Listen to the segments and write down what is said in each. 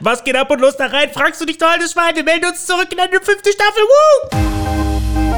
Was geht ab und los da rein? Fragst du dich doch alles Schwein? Wir melden uns zurück in eine fünfte Staffel. Woo!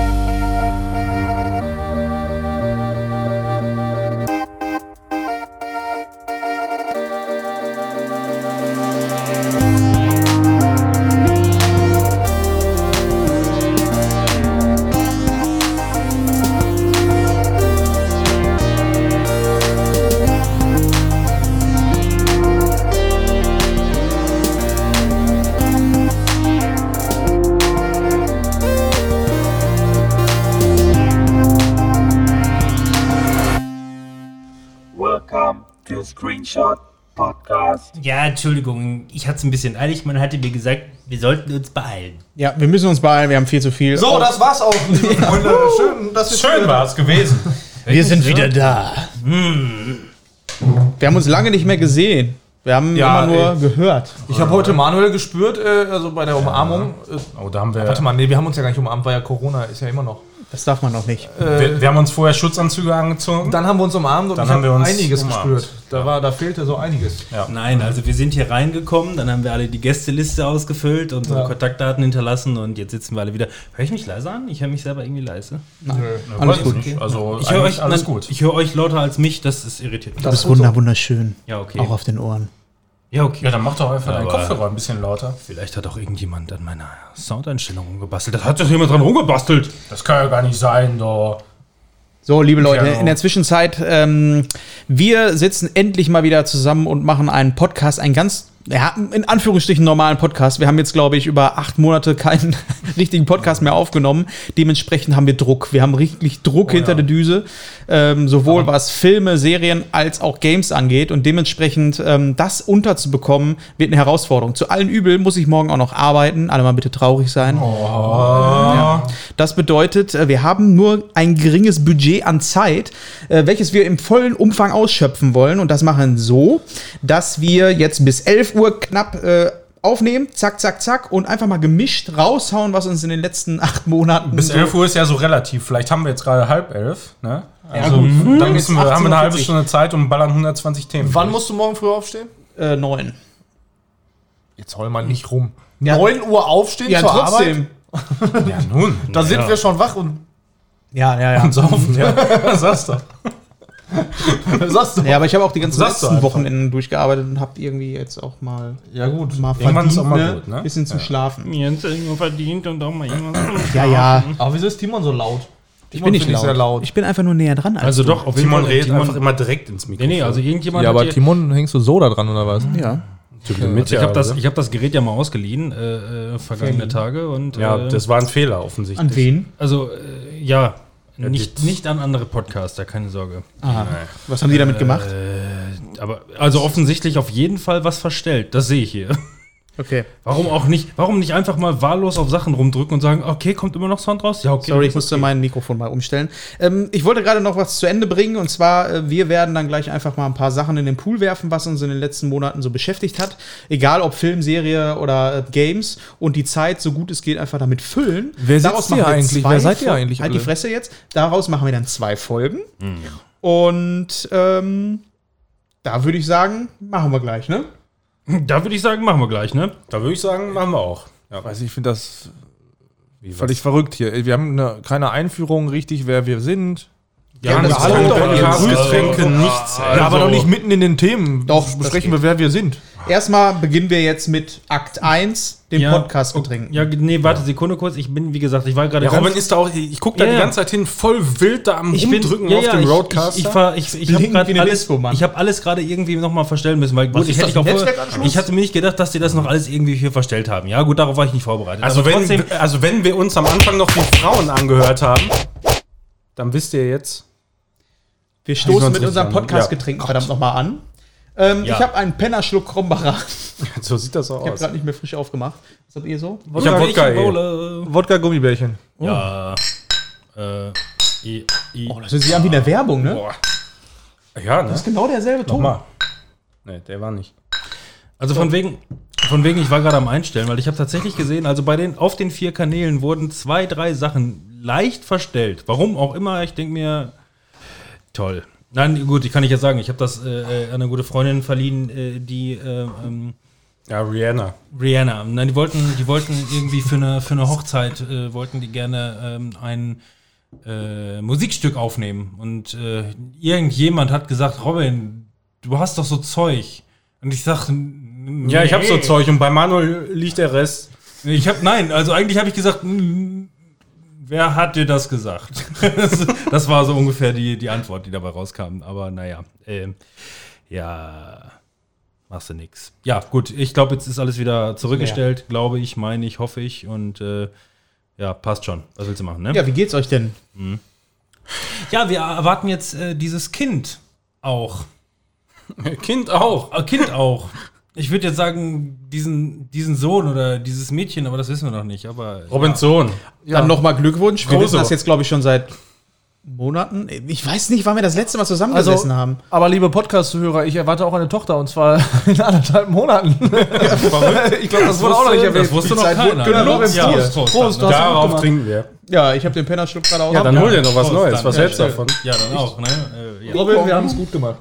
Welcome to Screenshot Podcast. Ja, Entschuldigung, ich hatte es ein bisschen eilig. Man hatte mir gesagt, wir sollten uns beeilen. Ja, wir müssen uns beeilen, wir haben viel zu viel. Oh, So, Oh, das war's auch, liebe Freunde. Schön, dass ihr Schön war es gewesen. wir sind wieder da. Wir haben uns lange nicht mehr gesehen. Wir haben Ja, immer nur gehört. Ich habe heute Manuel gespürt, äh, also bei der Umarmung. Äh, Oh, da haben wir. warte mal, nee, wir haben uns ja gar nicht umarmt, weil ja Corona ist ja immer noch. Das darf man noch nicht. wir, wir haben uns vorher Schutzanzüge angezogen. Dann haben wir uns umarmt und Dann ich haben hab wir uns einiges umarmt. gespürt. Da, war, da fehlte so einiges. Nein, also wir sind hier reingekommen, dann haben wir alle die Gästeliste ausgefüllt, unsere Ja. Kontaktdaten hinterlassen und jetzt sitzen wir alle wieder. Höre ich mich leise an? Ich höre mich selber irgendwie leise. Nö. Ja, Alles weiß gut. nicht. Also, Ich höre eigentlich euch, alles nein, gut. Ich höre euch lauter als mich, das ist irritierend. Das ist wunder, wunderschön. Ja, okay. Auch auf den Ohren. Ja, okay. Ja, dann mach doch einfach deinen Aber- Kopfhörer ein bisschen lauter. Vielleicht hat auch irgendjemand an meiner Soundeinstellung rumgebastelt. Da hat doch jemand dran rumgebastelt. Das kann ja gar nicht sein, da. So, liebe Leute, Genau. in der Zwischenzeit, ähm, wir sitzen endlich mal wieder zusammen und machen einen Podcast, einen ganz, ja, in Anführungsstrichen normalen Podcast. Wir haben jetzt, glaube ich, über acht Monate keinen richtigen Podcast mehr aufgenommen. Dementsprechend haben wir Druck. Wir haben richtig Druck hinter der Düse, ähm, sowohl was Filme, Serien als auch Games angeht. Und dementsprechend ähm, das unterzubekommen, wird eine Herausforderung. Zu allen Übel muss ich morgen auch noch arbeiten. Alle mal bitte traurig sein. Oh. Das bedeutet, äh, wir haben nur ein geringes Budget an Zeit, äh, welches wir im vollen Umfang ausschöpfen wollen. Und das machen so, dass wir jetzt bis 11 Uhr knapp äh, aufnehmen, zack, zack, zack, und einfach mal gemischt raushauen, was uns in den letzten acht Monaten Bis so- 11 Uhr ist ja so relativ. Vielleicht haben wir jetzt gerade halb elf. Ne? Also, gut. dann Jetzt müssen wir, haben wir eine halbe 18.40. Stunde Zeit und ballern 120 Themen. Wann durch. musst du morgen früh aufstehen? äh, neun. Jetzt heul mal nicht rum. Ja. 9 Uhr aufstehen Ja, zur trotzdem. Arbeit? Ja, nun. Da sind wir schon wach und Ja, ja, ja. saufen, ja. Was sagst du? sagst du. Ja, aber ich habe auch die ganzen Sagst du letzten einfach. Wochenenden durchgearbeitet und habe irgendwie jetzt auch mal, Ja, gut. mal Irgendwann ist auch mal ne? gut, ne? bisschen zum Schlafen. Jens irgendwo verdient und auch mal jemand. Ja, ja. Aber wieso ist Timon so laut? Ich bin nicht finde ich laut. sehr laut. Ich bin einfach nur näher dran. Als Also doch, auf Timon jeden Fall, redet Timon- einfach immer direkt ins Nee, Mikrofon. nee, also irgendjemand Ja, hat aber hier- Timon, hängst du so da dran oder was? ja. mit, ich ja, habe das, oder? ich hab das Gerät ja mal ausgeliehen, äh, äh, vergangene Tage. Und, ja, äh, das war ein Fehler offensichtlich. An wen? Also, äh, ja, Ja, nicht, die- nicht an andere Podcaster, keine Sorge. Aha. Was haben die damit gemacht? Aber, also offensichtlich auf jeden Fall was verstellt, das sehe ich hier. Okay. Warum auch nicht, warum nicht einfach mal wahllos auf Sachen rumdrücken und sagen, okay, kommt immer noch Sound raus? Ja, okay. Sorry, ich musste mein Mikrofon mal umstellen. Ähm, ich wollte gerade noch was zu Ende bringen und zwar, äh, wir werden dann gleich einfach mal ein paar Sachen in den Pool werfen, was uns in den letzten Monaten so beschäftigt hat. Egal ob Film, Serie oder äh, Games und die Zeit, so gut es geht, einfach damit füllen. Wer sitzt hier machen wir eigentlich? zwei Wer seid ihr Fol- eigentlich Halt die alle? Mhm. Fresse jetzt. Daraus machen wir dann zwei Folgen. Und ähm, da würde ich sagen, machen wir gleich, ne? Da würde ich sagen, machen wir gleich, ne? Da würde ich sagen, machen wir auch. Ja. Weiß ich, ich finde das Wie, völlig verrückt hier. Wir haben eine, keine Einführung richtig, wer wir sind. Ja, das das kommt kommt doch doch jetzt. Getränke, nichts. ey. ja, aber doch nicht mitten in den Themen. Also- Doch, das besprechen wir, wer wir sind. Erstmal beginnen wir jetzt mit Akt 1, dem Podcast betrinken. Ja, nee, warte, Sekunde kurz. Ich bin, wie gesagt, ich war gerade Ja, ganz- Robin ist da auch, ich gucke da Ja, die ja. ganze Zeit hin, voll wild da am ich bin Rumdrücken ja, auf ja, dem ich- Roadcaster. Ich, ich, fahr- ich, ich habe Klingt wie gerade eine alles, Disco, Mann. ich hab alles gerade irgendwie nochmal verstellen müssen, weil gut, ich hätte ich auch vorher, ich hatte mir nicht gedacht, dass die das noch alles irgendwie hier verstellt haben. Ja, gut, darauf war ich nicht vorbereitet. also, Aber wenn, trotzdem, also wenn wir uns am Anfang noch die Frauen angehört haben, dann wisst ihr jetzt. Wir Wie stoßen sonst mit unserem richtig, ne? Podcast-Getränk verdammt nochmal an. Ähm, Ja. Ich habe einen Pennerschluck Krombacher. So sieht das auch Ich habe aus. gerade nicht mehr frisch aufgemacht. Was habt ihr so? Oh, Ich hab Wodka. eh. Wolle. Wodka-Gummibärchen. Ja. Äh, i, i. Oh, das hört sich an wie in der Werbung, ne? Boah. Ja, ne? Das ist genau derselbe Ton. Nochmal. Nee, der war nicht. Also von wegen, von wegen, ich war gerade am Einstellen, weil ich habe tatsächlich gesehen, also bei den auf den vier Kanälen wurden zwei, drei Sachen leicht verstellt. Warum auch immer, ich denke mir, toll. Nein, gut, ich kann nicht ja sagen, ich habe das äh, äh, an eine gute Freundin verliehen, äh, die äh, ähm, Ja, Rihanna. Rihanna. Nein, die wollten, die wollten irgendwie für eine, für eine Hochzeit, äh, wollten die gerne ähm, ein äh, Musikstück aufnehmen. Und äh, irgendjemand hat gesagt, Robin, du hast doch so Zeug. Und ich sag, "N- Ja, ich habe so nee." Zeug und bei Manuel liegt der Rest. Ich hab, nein, also eigentlich habe ich gesagt, "N- wer hat dir das gesagt? das war so ungefähr die, die Antwort, die dabei rauskam. Aber naja, ähm, ja, machst du nix. Ja, gut, ich glaube, jetzt ist alles wieder zurückgestellt, glaube ich, meine ich, hoffe ich. Und äh, ja, passt schon. Was willst du machen, ne? Ja, wie geht's euch denn? Ja, wir erwarten jetzt äh, dieses Kind auch. Kind auch. Äh, Kind auch. Ich würde jetzt sagen, diesen, diesen Sohn oder dieses Mädchen, aber das wissen wir noch nicht. Aber Robins Sohn. Dann nochmal Glückwunsch. Wir Große. wissen das jetzt, glaube ich, schon seit Monaten. Ich weiß nicht, wann wir das letzte Mal zusammengesessen Also, haben. aber liebe Podcast-Zuhörer, ich erwarte auch eine Tochter und zwar in anderthalb Monaten. ich glaube, das wurde auch noch nicht erwähnt. Das wusste noch Zeit wurde keiner. genug. Prost, Ja. Prost, Prost, Prost, dann. du hast ja gut Darauf gemacht. trinken wir. Ja, ich habe den Pennerschluck gerade auch. Ja, dann hol dir noch was Prost, Neues. dann. Was Ja, hältst du davon? Ja, dann auch, ne? Äh, ja. Robin, wir haben es gut gemacht.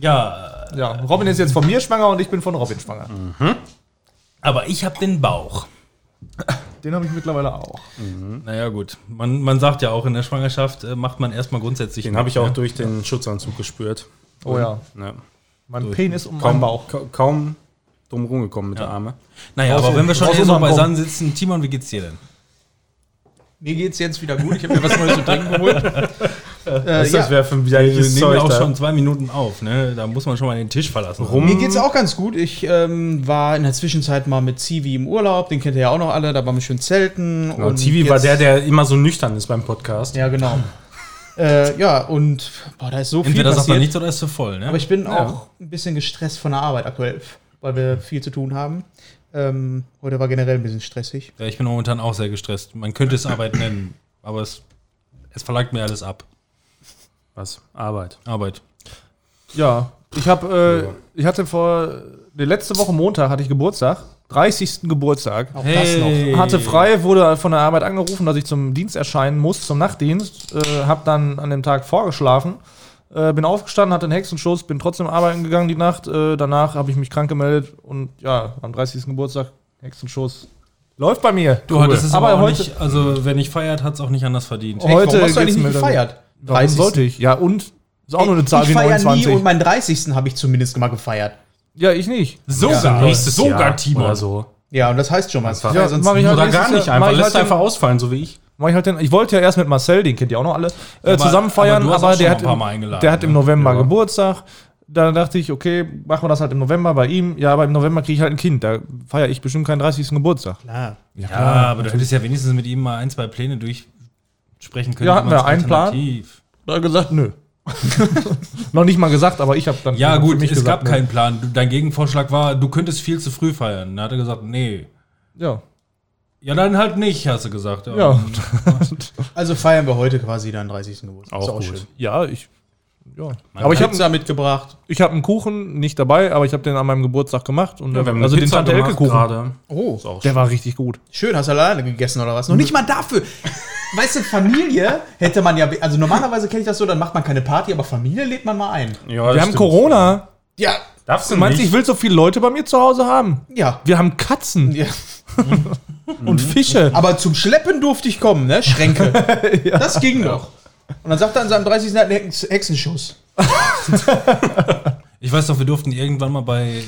ja, Ja, Robin ist jetzt von mir schwanger und ich bin von Robin schwanger. Mhm. aber ich habe den Bauch. Den habe ich mittlerweile auch. Naja, gut. Man, man sagt ja auch, in der Schwangerschaft äh, macht man erstmal grundsätzlich. Den habe ich auch durch den Schutzanzug gespürt. Oh ja, Ja. mein Penis um meinen Kaum, Bauch. ka- kaum drum rumgekommen mit der Arme. Naja, Raus aber wenn wir aus- schon raus hier aus so meinem beisammen sitzen, Timon, wie geht's dir denn? Mir geht's jetzt wieder gut. Ich habe mir was Neues zu trinken geholt. äh, ja. Das wäre für ein Wir widerliches nehmen ja Zeug auch da. schon zwei Minuten auf, ne? Da muss man schon mal den Tisch verlassen. Rum. Mir geht's auch ganz gut. Ich ähm, war in der Zwischenzeit mal mit Zivi im Urlaub. Den kennt ihr ja auch noch alle. Da waren wir schön zelten. Genau, Tivi war jetzt- der, der immer so nüchtern ist beim Podcast. Ja, genau. äh, ja, und boah, da ist so Entweder viel sagt man passiert. nichts oder ist zu voll, ne? Aber ich bin auch ein bisschen gestresst von der Arbeit aktuell, weil Hm. wir viel zu tun haben. Ähm, heute war generell ein bisschen stressig. ja, ich bin momentan auch sehr gestresst. Man könnte es Arbeit nennen, aber es, es verlangt mir alles ab. Was? Arbeit. Arbeit. Ja, ich habe, äh, ich hatte vor, die letzte Woche Montag hatte ich Geburtstag, 30. Geburtstag. Auch das noch. Hatte frei, wurde von der Arbeit angerufen, dass ich zum Dienst erscheinen muss, zum Nachtdienst. Äh, hab dann an dem Tag vorgeschlafen, äh, bin aufgestanden, hatte einen Hexenschuss, bin trotzdem arbeiten gegangen die Nacht. Äh, danach habe ich mich krank gemeldet und ja, am 30. Geburtstag Hexenschuss. Läuft bei mir. Du hattest es aber, Aber auch heute- nicht, also wer nicht feiert, hat es auch nicht anders verdient. Oh, warum heute hast du geht's eigentlich mir nicht dann- gefeiert? Warum sollte ich? Ja, und ist auch nur eine Zahl ich wie feier nie 29. und meinen 30. habe ich zumindest mal gefeiert. ja, ich nicht. Sogar, sogar Timon. Oder so. Ja, das heißt schon was. Ja, mach ich halt Oder nächstes gar nicht Jahr- einfach. mach ich Lässt halt den- einfach ausfallen, so wie ich. Mach ich halt den, ich wollte ja erst mit Marcel, den kennt ihr auch noch alle, äh, Aber- zusammen feiern, du aber, hast auch schon der, mal hat ein paar im, Mal eingeladen, der hat im ne? November Ja. Geburtstag. Da dachte ich, okay, machen wir das halt im November bei ihm. Ja, aber im November kriege ich halt ein Kind. Da feiere ich bestimmt keinen 30. Geburtstag. Klar. Ja, aber du hättest ja wenigstens mit ihm mal ein, zwei Pläne durchsprechen können. Ja, die hatten man wir als einen Plan. Alternativ- Da hat er gesagt, nö. noch nicht mal gesagt, aber ich habe dann. Ja, für gut, mich es gab gesagt, ne? nö. keinen Plan. Du- Dein Gegenvorschlag war, du könntest viel zu früh feiern. Da hat er gesagt, nee. Ja. Ja, dann halt nicht, hast du gesagt. Ja. Also feiern wir heute quasi deinen 30. Geburtstag. Auch gut. ja, ich. Ja. Aber ich habe da mitgebracht. ich hab einen Kuchen nicht dabei, aber ich habe den an meinem Geburtstag gemacht. Und wir haben also eine den Pizza Tante Elke gemacht Kuchen. gerade. Oh, Der war richtig gut. schön, hast du alleine gegessen oder was? Noch nicht mal dafür. Weißt du, Familie hätte man ja, also normalerweise kenne ich das so, dann macht man keine Party, aber Familie lädt man mal ein. Ja, Wir das haben stimmt. Corona. Ja, Darfst du Du meinst, nicht? ich will so viele Leute bei mir zu Hause haben? ja. Wir haben Katzen ja. und Fische. Aber zum Schleppen durfte ich kommen, ne? Schränke. Das ging doch. Und dann sagt er an seinem 30. hat einen Hexen- Hexenschuss. Ich weiß noch, wir durften irgendwann mal bei, äh,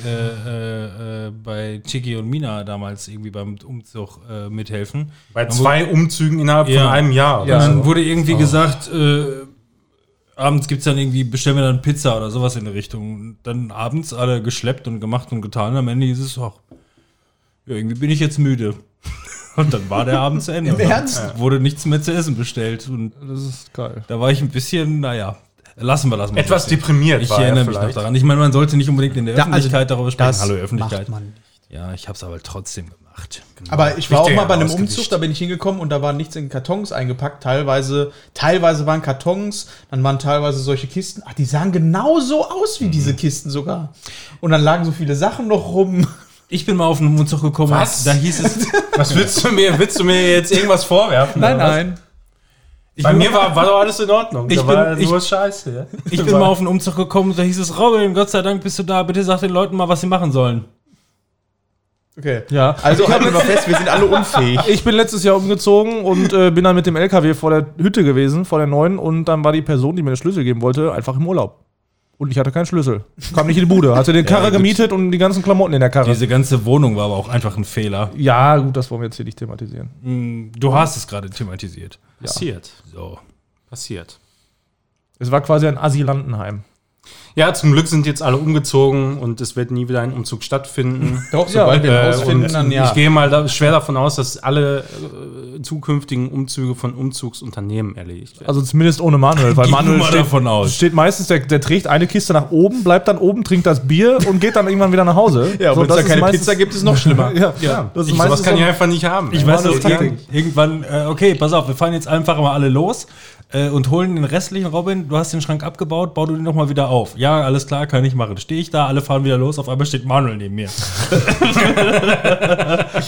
äh, äh, bei Chiki und Mina damals irgendwie beim Umzug äh, mithelfen. Bei Dann zwei Umzügen innerhalb Ja. von einem Jahr. Und Ja. dann wurde irgendwie gesagt, äh, abends gibt es dann irgendwie, bestellen wir dann Pizza oder sowas in die Richtung. Und dann abends alle geschleppt und gemacht und getan. Am Ende hieß es, ach, ja, irgendwie bin ich jetzt müde. Und dann war der Abend zu Ende. Im Ernst? Dann Wurde nichts mehr zu essen bestellt. Und Das ist geil. da war ich ein bisschen, naja, lassen wir das mal. so Etwas stehen. deprimiert Ich war er erinnere mich noch vielleicht. daran. Ich meine, man sollte nicht unbedingt in der Da- also Öffentlichkeit darüber sprechen. Hallo Öffentlichkeit. macht man. Ja, ich habe es aber trotzdem gemacht. Aber ich war auch Richtig mal bei einem ausgewischt. Umzug, da bin ich hingekommen und da war nichts in Kartons eingepackt. Teilweise, teilweise waren Kartons, dann waren teilweise solche Kisten. Ach, die sahen genauso aus Mhm. wie diese Kisten sogar. Und dann lagen so viele Sachen noch rum. Ich bin mal auf einen Umzug gekommen. Was? Da hieß es. Was willst du mir? Willst du mir jetzt irgendwas vorwerfen? oder was? nein. Ich Bei bin- mir war, war doch alles in Ordnung. Ich Da bin- war ich- nur Scheiße. ja. Ich bin mal auf einen Umzug gekommen, da hieß es, Robin, Gott sei Dank bist du da, bitte sag den Leuten mal, was sie machen sollen. Okay. Ja, Also halten wir mal fest, wir sind alle unfähig. Ich bin letztes Jahr umgezogen und äh, bin dann mit dem LKW vor der Hütte gewesen, vor der neuen, und dann war die Person, die mir den Schlüssel geben wollte, einfach im Urlaub. Und ich hatte keinen Schlüssel. Kam nicht in die Bude. Hatte den Karre gut. gemietet und die ganzen Klamotten in der Karre. Diese ganze Wohnung war aber auch einfach ein Fehler. ja, gut, das wollen wir jetzt hier nicht thematisieren. Mm, Du hast es gerade thematisiert. Passiert. So. Passiert. Es war quasi ein Asylantenheim. Ja, zum Glück sind jetzt alle umgezogen und es wird nie wieder ein Umzug stattfinden. Doch, sobald wir Äh, und Ich gehe mal da, schwer davon aus, dass alle äh, zukünftigen Umzüge von Umzugsunternehmen erledigt werden. Also zumindest ohne Manuel, weil Geh du Manuel mal steht, davon aus. steht meistens, der, der trägt eine Kiste nach oben, bleibt dann oben, trinkt das Bier und geht dann irgendwann wieder nach Hause. Ja, So, wenn es das da ist keine meistens- Pizza gibt, ist es noch schlimmer. Ja, ja, das ist meistens ich, sowas kann so- ich einfach nicht haben. Ich Ja. weiß noch, das Taktik. irgend, irgendwann, äh, okay, pass auf, wir fahren jetzt einfach mal alle los äh, und holen den restlichen Robin. Du hast den Schrank abgebaut, bau du den nochmal wieder auf. Ja, alles klar, kann ich machen. Stehe ich da, alle fahren wieder los, auf einmal steht Manuel neben mir.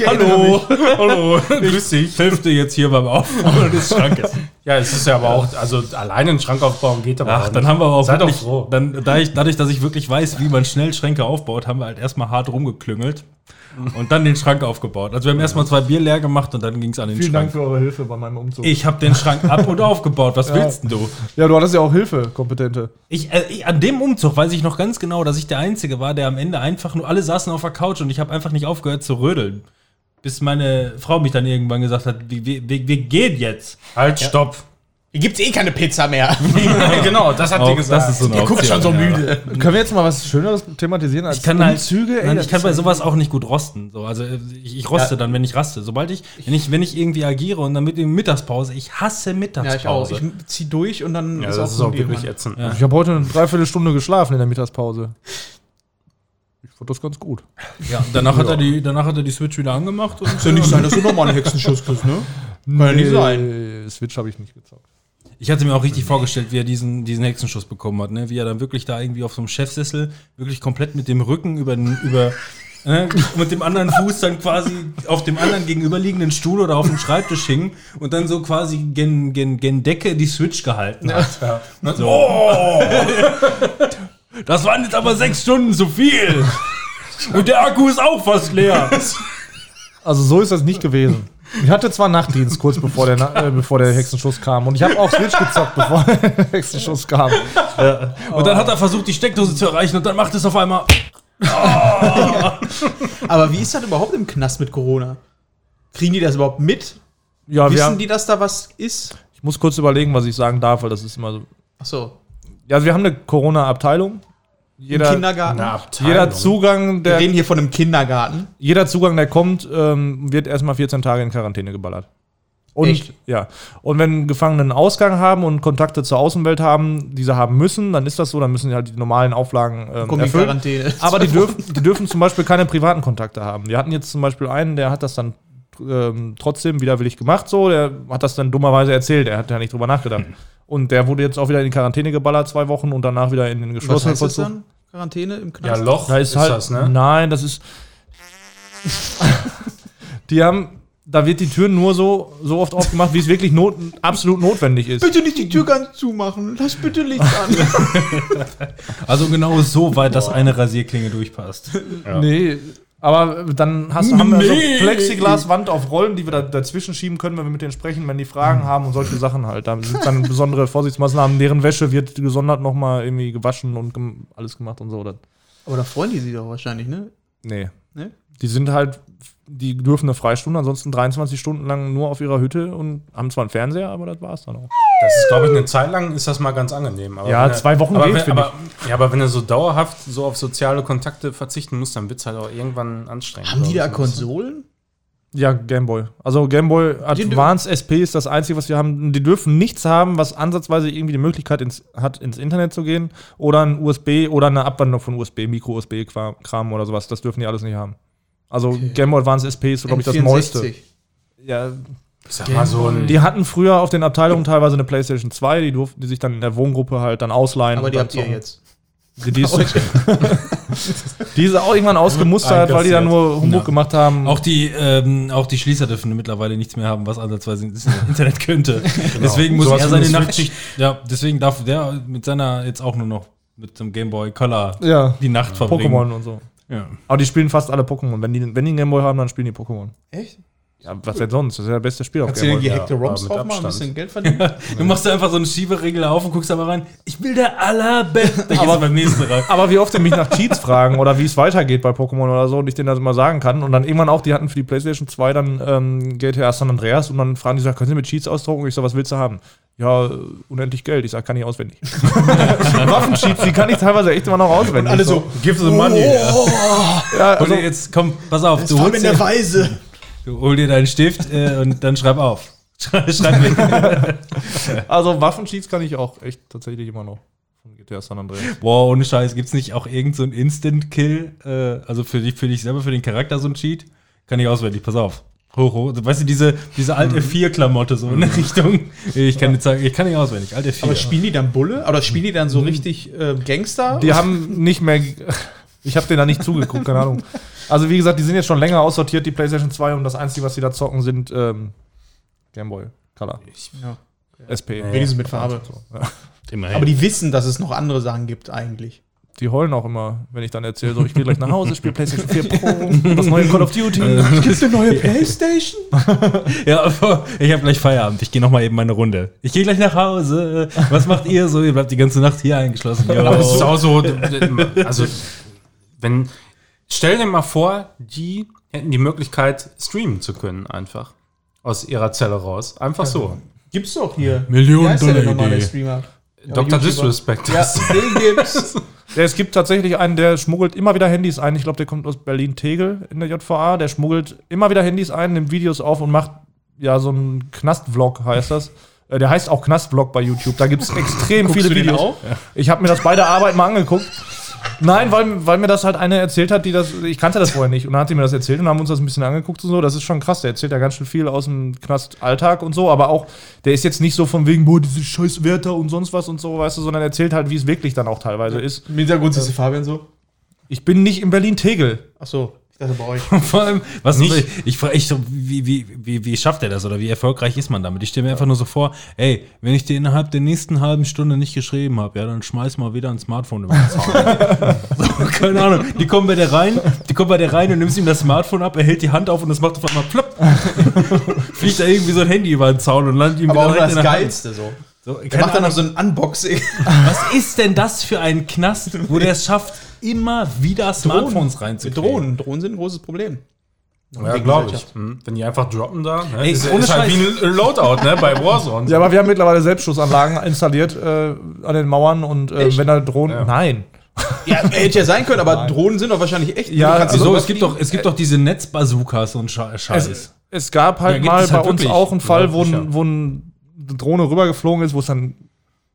Hallo, Oh, hallo, grüß dich. Hilf dir jetzt hier beim Aufbauen des Schrankes. ja, es ist ja aber auch, also alleine einen Schrank aufbauen geht aber Ach, auch dann nicht. haben wir aber auch Seid doch wirklich, froh. Dann, da ich, dadurch, dass ich wirklich weiß, wie man schnell Schränke aufbaut, haben wir halt erstmal hart rumgeklüngelt und dann den Schrank aufgebaut. Also wir haben erstmal zwei Bier leer gemacht und dann ging es an den Vielen Schrank. Dank für eure Hilfe bei meinem Umzug. Ich habe den Schrank ab und aufgebaut. Was willst denn du? Ja, du hattest ja auch Hilfe, kompetente. Ich, äh, ich, an dem Umzug weiß ich noch ganz genau, dass ich der Einzige war, der am Ende einfach nur alle saßen auf der Couch und ich habe einfach nicht aufgehört zu rödeln. Bis meine Frau mich dann irgendwann gesagt hat, wir, wir, wir wir gehen jetzt. Halt, stopp. Hier gibt's eh keine Pizza mehr. genau, das hat die gesagt. eine Ihr guckt schon so müde. Können wir jetzt mal was Schöneres thematisieren als Ich kann halt, Umzüge? nein, das ich kann ist bei ja- sowas auch nicht gut rosten. So, also äh, ich, ich roste dann, wenn ich raste. Sobald ich, wenn ich, wenn ich irgendwie agiere und dann mit dem Mittagspause, ich hasse Ja, ich auch. Mittagspause. Ich zieh durch und dann Ja, das ist auch wirklich jetzt. ätzend. Ich habe heute eine Dreiviertelstunde geschlafen in der Mittagspause. Ich fand das ganz gut. Ja, danach, Hat er die, danach hat er die Switch wieder angemacht und Kann nicht sein, dass du nochmal einen Hexenschuss kriegst, ne? Kann ja nicht sein. Äh, Switch habe ich nicht gezockt. Ich hatte mir auch richtig vorgestellt, wie er diesen, diesen Hexenschuss bekommen hat, ne? Wie er dann wirklich da irgendwie auf so einem Chefsessel wirklich komplett mit dem Rücken über den, über, ne? mit dem anderen Fuß dann quasi auf dem anderen gegenüberliegenden Stuhl oder auf dem Schreibtisch hing und dann so quasi gen, gen, gen Decke die Switch gehalten hat. Und dann so, oh! Das waren jetzt aber sechs Stunden zu viel! Und der Akku ist auch fast leer. Also so ist das nicht gewesen. Ich hatte zwar Nachtdienst kurz bevor der, Na- äh, bevor der Hexenschuss kam und ich habe auch Switch gezockt, bevor der Hexenschuss kam. Und dann hat er versucht, die Steckdose zu erreichen und dann macht es auf einmal. Aber wie ist das überhaupt im Knast mit Corona? Kriegen die das überhaupt mit? Ja, wir Wissen haben, die, dass da was ist? ich muss kurz überlegen, was ich sagen darf, weil das ist immer so. Ach so. Ja, also wir haben eine Corona-Abteilung. Im Jeder, Kindergarten? jeder Zugang, Wir der reden hier von einem Kindergarten. jeder Zugang, der kommt, ähm, wird erstmal 14 Tage in Quarantäne geballert. Und Echt? ja. Und wenn Gefangene einen Ausgang haben und Kontakte zur Außenwelt haben, diese haben müssen, dann ist das so, dann müssen die halt die normalen Auflagen Kommen ähm, die in erfüllen. Quarantäne. Aber die dürfen, die dürfen zum Beispiel keine privaten Kontakte haben. Wir hatten jetzt zum Beispiel einen, der hat das dann ähm, trotzdem widerwillig gemacht, so, der hat das dann dummerweise erzählt, er hat ja nicht drüber nachgedacht. Hm. Und der wurde jetzt auch wieder in die Quarantäne geballert, zwei Wochen und danach wieder in den Was geschlossenen heißt das Vollzug. dann? Quarantäne im Ja, Knast? Loch ne? Da ist, halt, Nein, das ist. die haben. Da wird die Tür nur so, so oft aufgemacht, wie es wirklich not, absolut notwendig ist. Bitte nicht die Tür ganz zumachen. Lass bitte Licht an. Also genau so weit, dass eine Rasierklinge durchpasst. Nee. Aber dann hast, haben wir Nee. so Plexiglaswand auf Rollen, die wir da, dazwischen schieben können, wenn wir mit denen sprechen, wenn die Fragen haben und solche Sachen halt. Da sind dann besondere Vorsichtsmaßnahmen. Deren Wäsche wird gesondert nochmal irgendwie gewaschen und gem alles gemacht und so. Das, Aber da freuen die sich doch wahrscheinlich, ne? nee. Ne? Die sind halt, die dürfen eine Freistunde, ansonsten 23 Stunden lang nur auf ihrer Hütte und haben zwar einen Fernseher, aber das war's dann auch. Das ist, glaube ich, eine Zeit lang ist das mal ganz angenehm. Aber Ja, wenn er- zwei Wochen aber geht, wenn, finde aber, Ja, aber wenn du so dauerhaft so auf soziale Kontakte verzichten musst, dann wird es halt auch irgendwann anstrengend. Haben die da glaub ich. ne? Konsolen? Ja, Gameboy. Also Gameboy Die dür- Advance SP ist das Einzige, was wir haben. Die dürfen nichts haben, was ansatzweise irgendwie die Möglichkeit ins, hat, ins Internet zu gehen oder ein USB oder eine Abwandlung von USB, Micro-USB-Kram oder sowas. Das dürfen die alles nicht haben. Also Gameboy Advance SP ist, glaube ich, das neueste. Also, Ja, Ich sag mal so ein. die hatten früher auf den Abteilungen teilweise eine PlayStation 2, die durften die sich dann in der Wohngruppe halt dann ausleihen. Aber und die dann habt ihr zocken. jetzt. Die, die, ist, die ist auch irgendwann ausgemustert, weil die dann nur Humbug gemacht haben. Auch die, ähm, auch die Schließer dürfen mittlerweile nichts mehr haben, was ansatzweise ins Internet könnte. Deswegen muss Sowas er wie eine seine Switch. Nachtschicht. Ja, deswegen darf der mit seiner jetzt auch nur noch mit dem Gameboy Color Ja. die Nacht verbringen. Pokémon und so. Ja. Aber die spielen fast alle Pokémon. Wenn die, wenn die einen Gameboy haben, dann spielen die Pokémon. Echt? Ja, was denn sonst? Das ist ja das beste Spiel auf Kannst du dir Gameboy. gehackte ROMs aber drauf mit machen, ein Abstand. bisschen Geld verdienen? Du machst da einfach so einen Schieberegler auf und guckst aber rein. Ich will der allerbeste. Aber beim nächsten rein. Aber wie oft die mich nach Cheats fragen oder wie es weitergeht bei Pokémon oder so und ich denen das mal sagen kann. Und dann irgendwann auch, die hatten für die PlayStation 2 dann ähm, GTA San Andreas und dann fragen die so, können sie mit Cheats ausdrucken? Ich so, was willst du haben? Ja, äh, unendlich Geld. Ich sag, kann ich auswendig. Waffencheats, die kann ich teilweise echt immer noch auswendig. Alle so, Give the money. oh, Ja, Hol also, dir Oh. jetzt, komm, pass auf, du, holst dir, Weise. du hol dir deinen Stift äh, und dann schreib auf. Schrei- Schreib weg. also Waffencheats kann ich auch echt tatsächlich immer noch von GTA San Andreas. Boah, ohne Scheiß, gibt's nicht auch irgend so ein Instant-Kill? Äh, also für dich, für dich selber, für den Charakter so ein Cheat? Kann ich auswendig, pass auf. Hoch, hoch. Weißt du, diese, diese alte F4-Klamotte so in der Richtung. Ich kann nicht sagen, ich kann nicht auswendig. Alte F4. Aber spielen die dann Bulle? Oder spielen die dann so richtig äh, Gangster? Die haben nicht mehr. Ich habe denen da nicht zugeguckt, keine Ahnung. Also wie gesagt, die sind jetzt schon länger aussortiert, die PlayStation 2 und das Einzige, was die da zocken, sind ähm, Gameboy Color. ja. SP. Wenigstens mit Farbe. Immerhin. Aber die wissen, dass es noch andere Sachen gibt eigentlich. Die heulen auch immer, wenn ich dann erzähle, so ich gehe gleich nach Hause, spiele PlayStation 4 Pro, das neue Call of Duty. Gibt's eine neue Playstation? Ja, aber ich habe gleich Feierabend. Ich gehe nochmal eben meine Runde. Ich gehe gleich nach Hause. Was macht ihr so? Ihr bleibt die ganze Nacht hier eingeschlossen. Jo. Aber Oh. es ist auch so, d- d- also wenn, stell dir mal vor, die hätten die Möglichkeit, streamen zu können einfach. Aus ihrer Zelle raus. Einfach so. Gibt's doch hier. Millionen Wie heißt der denn Dollar normale Idee. Streamer? Dr. YouTuber. Disrespect. Ja, den gibt's. Es gibt tatsächlich einen, der schmuggelt immer wieder Handys ein. Ich glaube, der kommt aus Berlin-Tegel in der JVA. Der schmuggelt immer wieder Handys ein, nimmt Videos auf und macht ja so einen Knast-Vlog, heißt das. Äh, Der heißt auch Knast-Vlog bei YouTube. Da gibt es extrem Guckst viele du den Videos. auch? Ich habe mir das bei der Arbeit mal angeguckt. Nein, weil, weil mir das halt eine erzählt hat, die das. Ich kannte das vorher nicht. Und dann hat die mir das erzählt und haben uns das ein bisschen angeguckt und so. Das ist schon krass. Der erzählt ja ganz schön viel aus dem Knastalltag und so. Aber auch, der ist jetzt nicht so von wegen, boah, diese scheiß Wärter und sonst was und so, weißt du, sondern erzählt halt, wie es wirklich dann auch teilweise ist. Im Hintergrund ist Fabian so. Ich bin nicht in Berlin-Tegel. Achso, ich dachte bei euch. Vor allem, was nicht? Ich frage echt so, wie, wie, wie, wie schafft er das oder wie erfolgreich ist man damit? Ich stelle mir einfach nur so vor, ey, wenn ich dir innerhalb der nächsten halben Stunde nicht geschrieben habe, ja, dann schmeiß mal wieder ein Smartphone über den Zaun. so, keine Ahnung. Die kommen bei der rein, die kommen bei der rein und nimmst ihm das Smartphone ab, er hält die Hand auf und das macht auf einmal plopp. Fliegt da irgendwie so ein Handy über den Zaun und landet ihm Aber auch direkt das in der Hand. Geilste so. So, Der keine macht dann Ahnung. noch so ein Unboxing. Was ist denn das für ein Knast, wo der es schafft, immer wieder Smartphones reinzukriegen? Drohnen sind ein großes Problem. Ja, glaube ich. Hm. Wenn die einfach droppen da, ne? Ey, ist, ohne ist halt Scheiß. wie ein Loadout, ne? Bei Warzone. Ja, aber wir haben mittlerweile Selbstschussanlagen installiert äh, an den Mauern und äh, Echt? wenn da Drohnen. Ja. Nein. Ja, hätte ja sein können, aber Drohnen sind doch wahrscheinlich echt. Ja, also Du kannst Wieso? so es, gibt doch, es gibt doch diese Netzbazookas und Sche- Scheiß. Es, es gab Ja, halt gibt mal es halt bei uns wirklich. auch einen Fall, Ja, wo, sicher. ein, wo ein- eine Drohne rübergeflogen ist, wo es dann,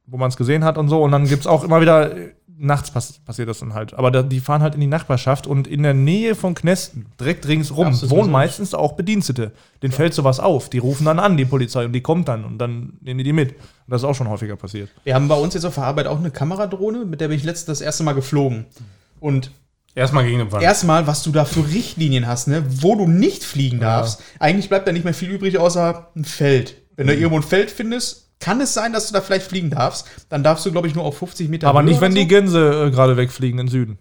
wo man es gesehen hat und so. Und dann gibt es auch immer wieder, äh, nachts pass passiert das dann halt. Aber da, die fahren halt in die Nachbarschaft und in der Nähe von Knesten, direkt ringsrum, Absolut. wohnen meistens auch Bedienstete. Denen fällt sowas auf. Die rufen dann an, die Polizei, und die kommt dann und dann nehmen die die mit. Und das ist auch schon häufiger passiert. Wir haben bei uns jetzt auf der Arbeit auch eine Kameradrohne, mit der bin ich letztens das erste Mal geflogen. Und Erstmal gegen eine Wand. erstmal, was du da für Richtlinien hast, ne, wo du nicht fliegen darfst, eigentlich bleibt da nicht mehr viel übrig, außer ein Feld. Wenn Mhm. du irgendwo ein Feld findest, kann es sein, dass du da vielleicht fliegen darfst. Dann darfst du, glaube ich, nur auf 50 Meter. Aber Höhe nicht, oder wenn die so. Gänse äh, gerade wegfliegen in Süden.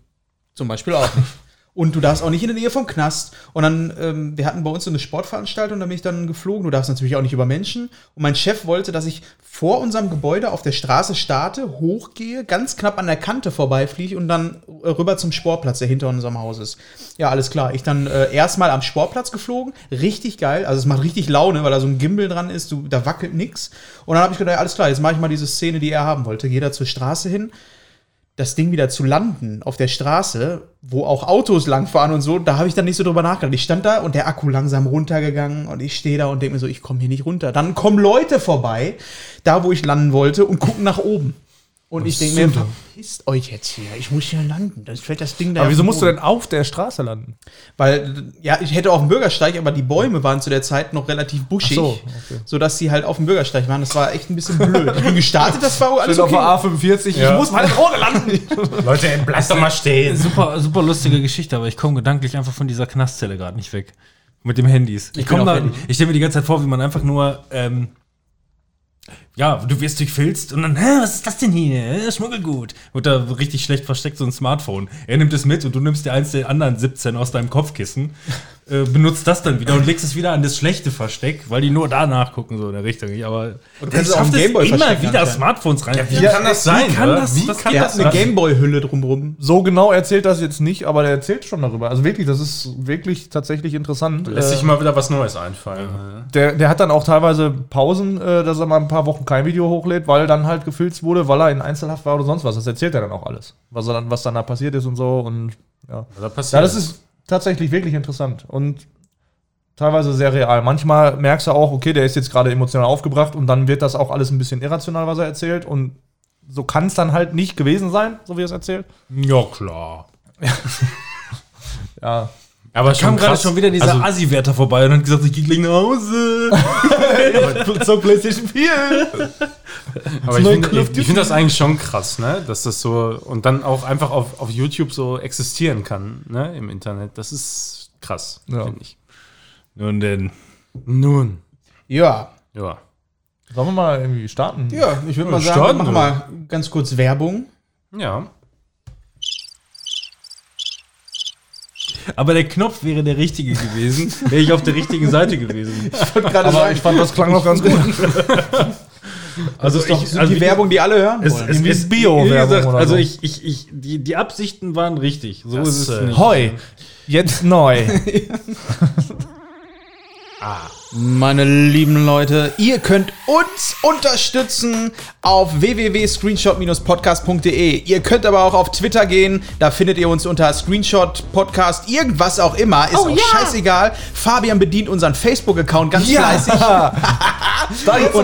Zum Beispiel auch nicht. Und du darfst auch nicht in der Nähe vom Knast. Und dann, ähm, wir hatten bei uns so eine Sportveranstaltung, da bin ich dann geflogen. Du darfst natürlich auch nicht über Menschen. Und mein Chef wollte, dass ich vor unserem Gebäude auf der Straße starte, hochgehe, ganz knapp an der Kante vorbeifliege und dann äh, rüber zum Sportplatz, der hinter unserem Haus ist. Ja, alles klar. Ich dann äh, erstmal am Sportplatz geflogen. Richtig geil. Also es macht richtig Laune, weil da so ein Gimbal dran ist, du, da wackelt nix. Und dann habe ich gedacht, ja, alles klar, jetzt mache ich mal diese Szene, die er haben wollte. Gehe da zur Straße hin das Ding wieder zu landen auf der Straße, wo auch Autos langfahren und so, da habe ich dann nicht so drüber nachgedacht. Ich stand da und der Akku langsam runtergegangen und ich stehe da und denke mir so, ich komme hier nicht runter. Dann kommen Leute vorbei, da wo ich landen wollte und gucken nach oben. Und ich denke mir, verpisst euch jetzt hier, ich muss hier landen, dann fällt das Ding da. Aber auf wieso den musst du Boden. denn auf der Straße landen? Weil, ja, ich hätte auf dem Bürgersteig, aber die Bäume waren zu der Zeit noch relativ buschig, Ach so, sodass sie halt auf dem Bürgersteig waren. Das war echt ein bisschen blöd. Ich bin gestartet, das war alles okay. A45, ich muss meine Drohne landen. Leute, ey, bleib doch mal stehen. Super, super lustige Geschichte, aber ich komme gedanklich einfach von dieser Knastzelle gerade nicht weg. Mit dem Handys. Ich, komm bin auf da, Handy. ich stelle mir die ganze Zeit vor, wie man einfach nur, ähm, Ja, du wirst durchfilzt und dann, Hä, was ist das denn hier? Hä, Schmuggelgut. Wird da richtig schlecht versteckt, so ein Smartphone. Er nimmt es mit und du nimmst dir eins der anderen 17 aus deinem Kopfkissen, äh, benutzt das dann wieder und legst es wieder an das schlechte Versteck, weil die nur da nachgucken, so in der Richtung. Ich- Aber und kannst es auch im Gameboy immer verstecken wieder anscheinend. Smartphones rein. Wie kann das sein? Wie kann oder? das, Wie was kann kann Er das hat eine sein? Gameboy-Hülle drumrum. So genau erzählt das jetzt nicht, aber der erzählt schon darüber. Also wirklich, das ist wirklich tatsächlich interessant. Lässt sich Äh, mal wieder was Neues einfallen. der, der hat dann auch teilweise Pausen, äh, dass er mal ein paar Wochen kein Video hochlädt, weil dann halt gefilzt wurde, weil er in Einzelhaft war oder sonst was. Das erzählt er dann auch alles. Was, er dann, was dann da passiert ist und so. Und ja. Da passiert Ja, das ist tatsächlich wirklich interessant und teilweise sehr real. Manchmal merkst du auch, okay, der ist jetzt gerade emotional aufgebracht und dann wird das auch alles ein bisschen irrational, was er erzählt und so kann es dann halt nicht gewesen sein, so wie er es erzählt. Ja, klar. Ja, aber Kam gerade schon wieder dieser also, Assi-Wärter vorbei und hat gesagt, ich gehe gleich nach Hause. zur PlayStation 4. aber ich neue finde Call of ich- ich find das eigentlich schon krass, ne? dass das so und dann auch einfach auf, auf YouTube so existieren kann ne? im Internet. Das ist krass, Ja. finde ich. Nun denn. Nun, Ja. ja. Sollen wir mal irgendwie starten? Ja, ich würde mal Ja, sagen, wir starten machen mal ganz kurz Werbung. Ja. Oh, Aber der Knopf wäre der richtige gewesen, wäre ich auf der richtigen Seite gewesen. Aber ich fand, das klang noch ganz gut. Also, Doch, sind die Werbung, die alle hören Es, wollen. es, es, Bio-Werbung wie gesagt, oder also so. ich, ich, ich, die, die Absichten waren richtig. So Das, ist es äh, nicht. Hoi, jetzt neu. Meine lieben Leute, ihr könnt uns unterstützen auf www.screenshot-podcast.de. Ihr könnt aber auch auf Twitter gehen, da findet ihr uns unter Screenshot Podcast, irgendwas auch immer, ist auch scheißegal. Fabian bedient unseren Facebook-Account ganz fleißig. Und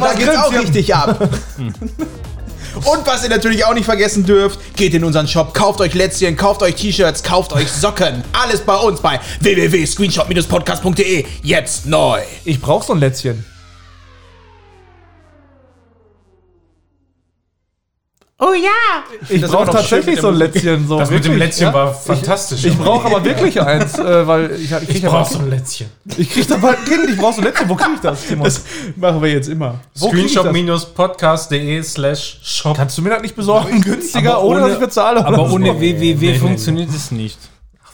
da geht's Ah, auch richtig ab. Und was ihr natürlich auch nicht vergessen dürft, geht in unseren Shop, kauft euch Lätzchen, kauft euch T-Shirts, kauft euch Socken. Alles bei uns bei www.screenshot-podcast.de. Jetzt neu. Ich brauch so ein Lätzchen. Oh ja! Ich Das brauch war doch tatsächlich so ein Lätzchen. So Das mit dem wirklich, Lätzchen ja? war fantastisch. Ich brauche aber wirklich eins, äh, weil ich, ich krieg ja bald- ein Lätzchen. ich krieg da bald ein Kind. Ich brauche so ein Lätzchen. Wo krieg ich das, Timon? machen wir jetzt immer. Wo krieg ich das? Screenshot-podcast.de slash shop. Kannst du mir das nicht besorgen? Günstiger, Aber ohne, ohne- dass ich bezahle. Aber ohne W. www funktioniert es nicht.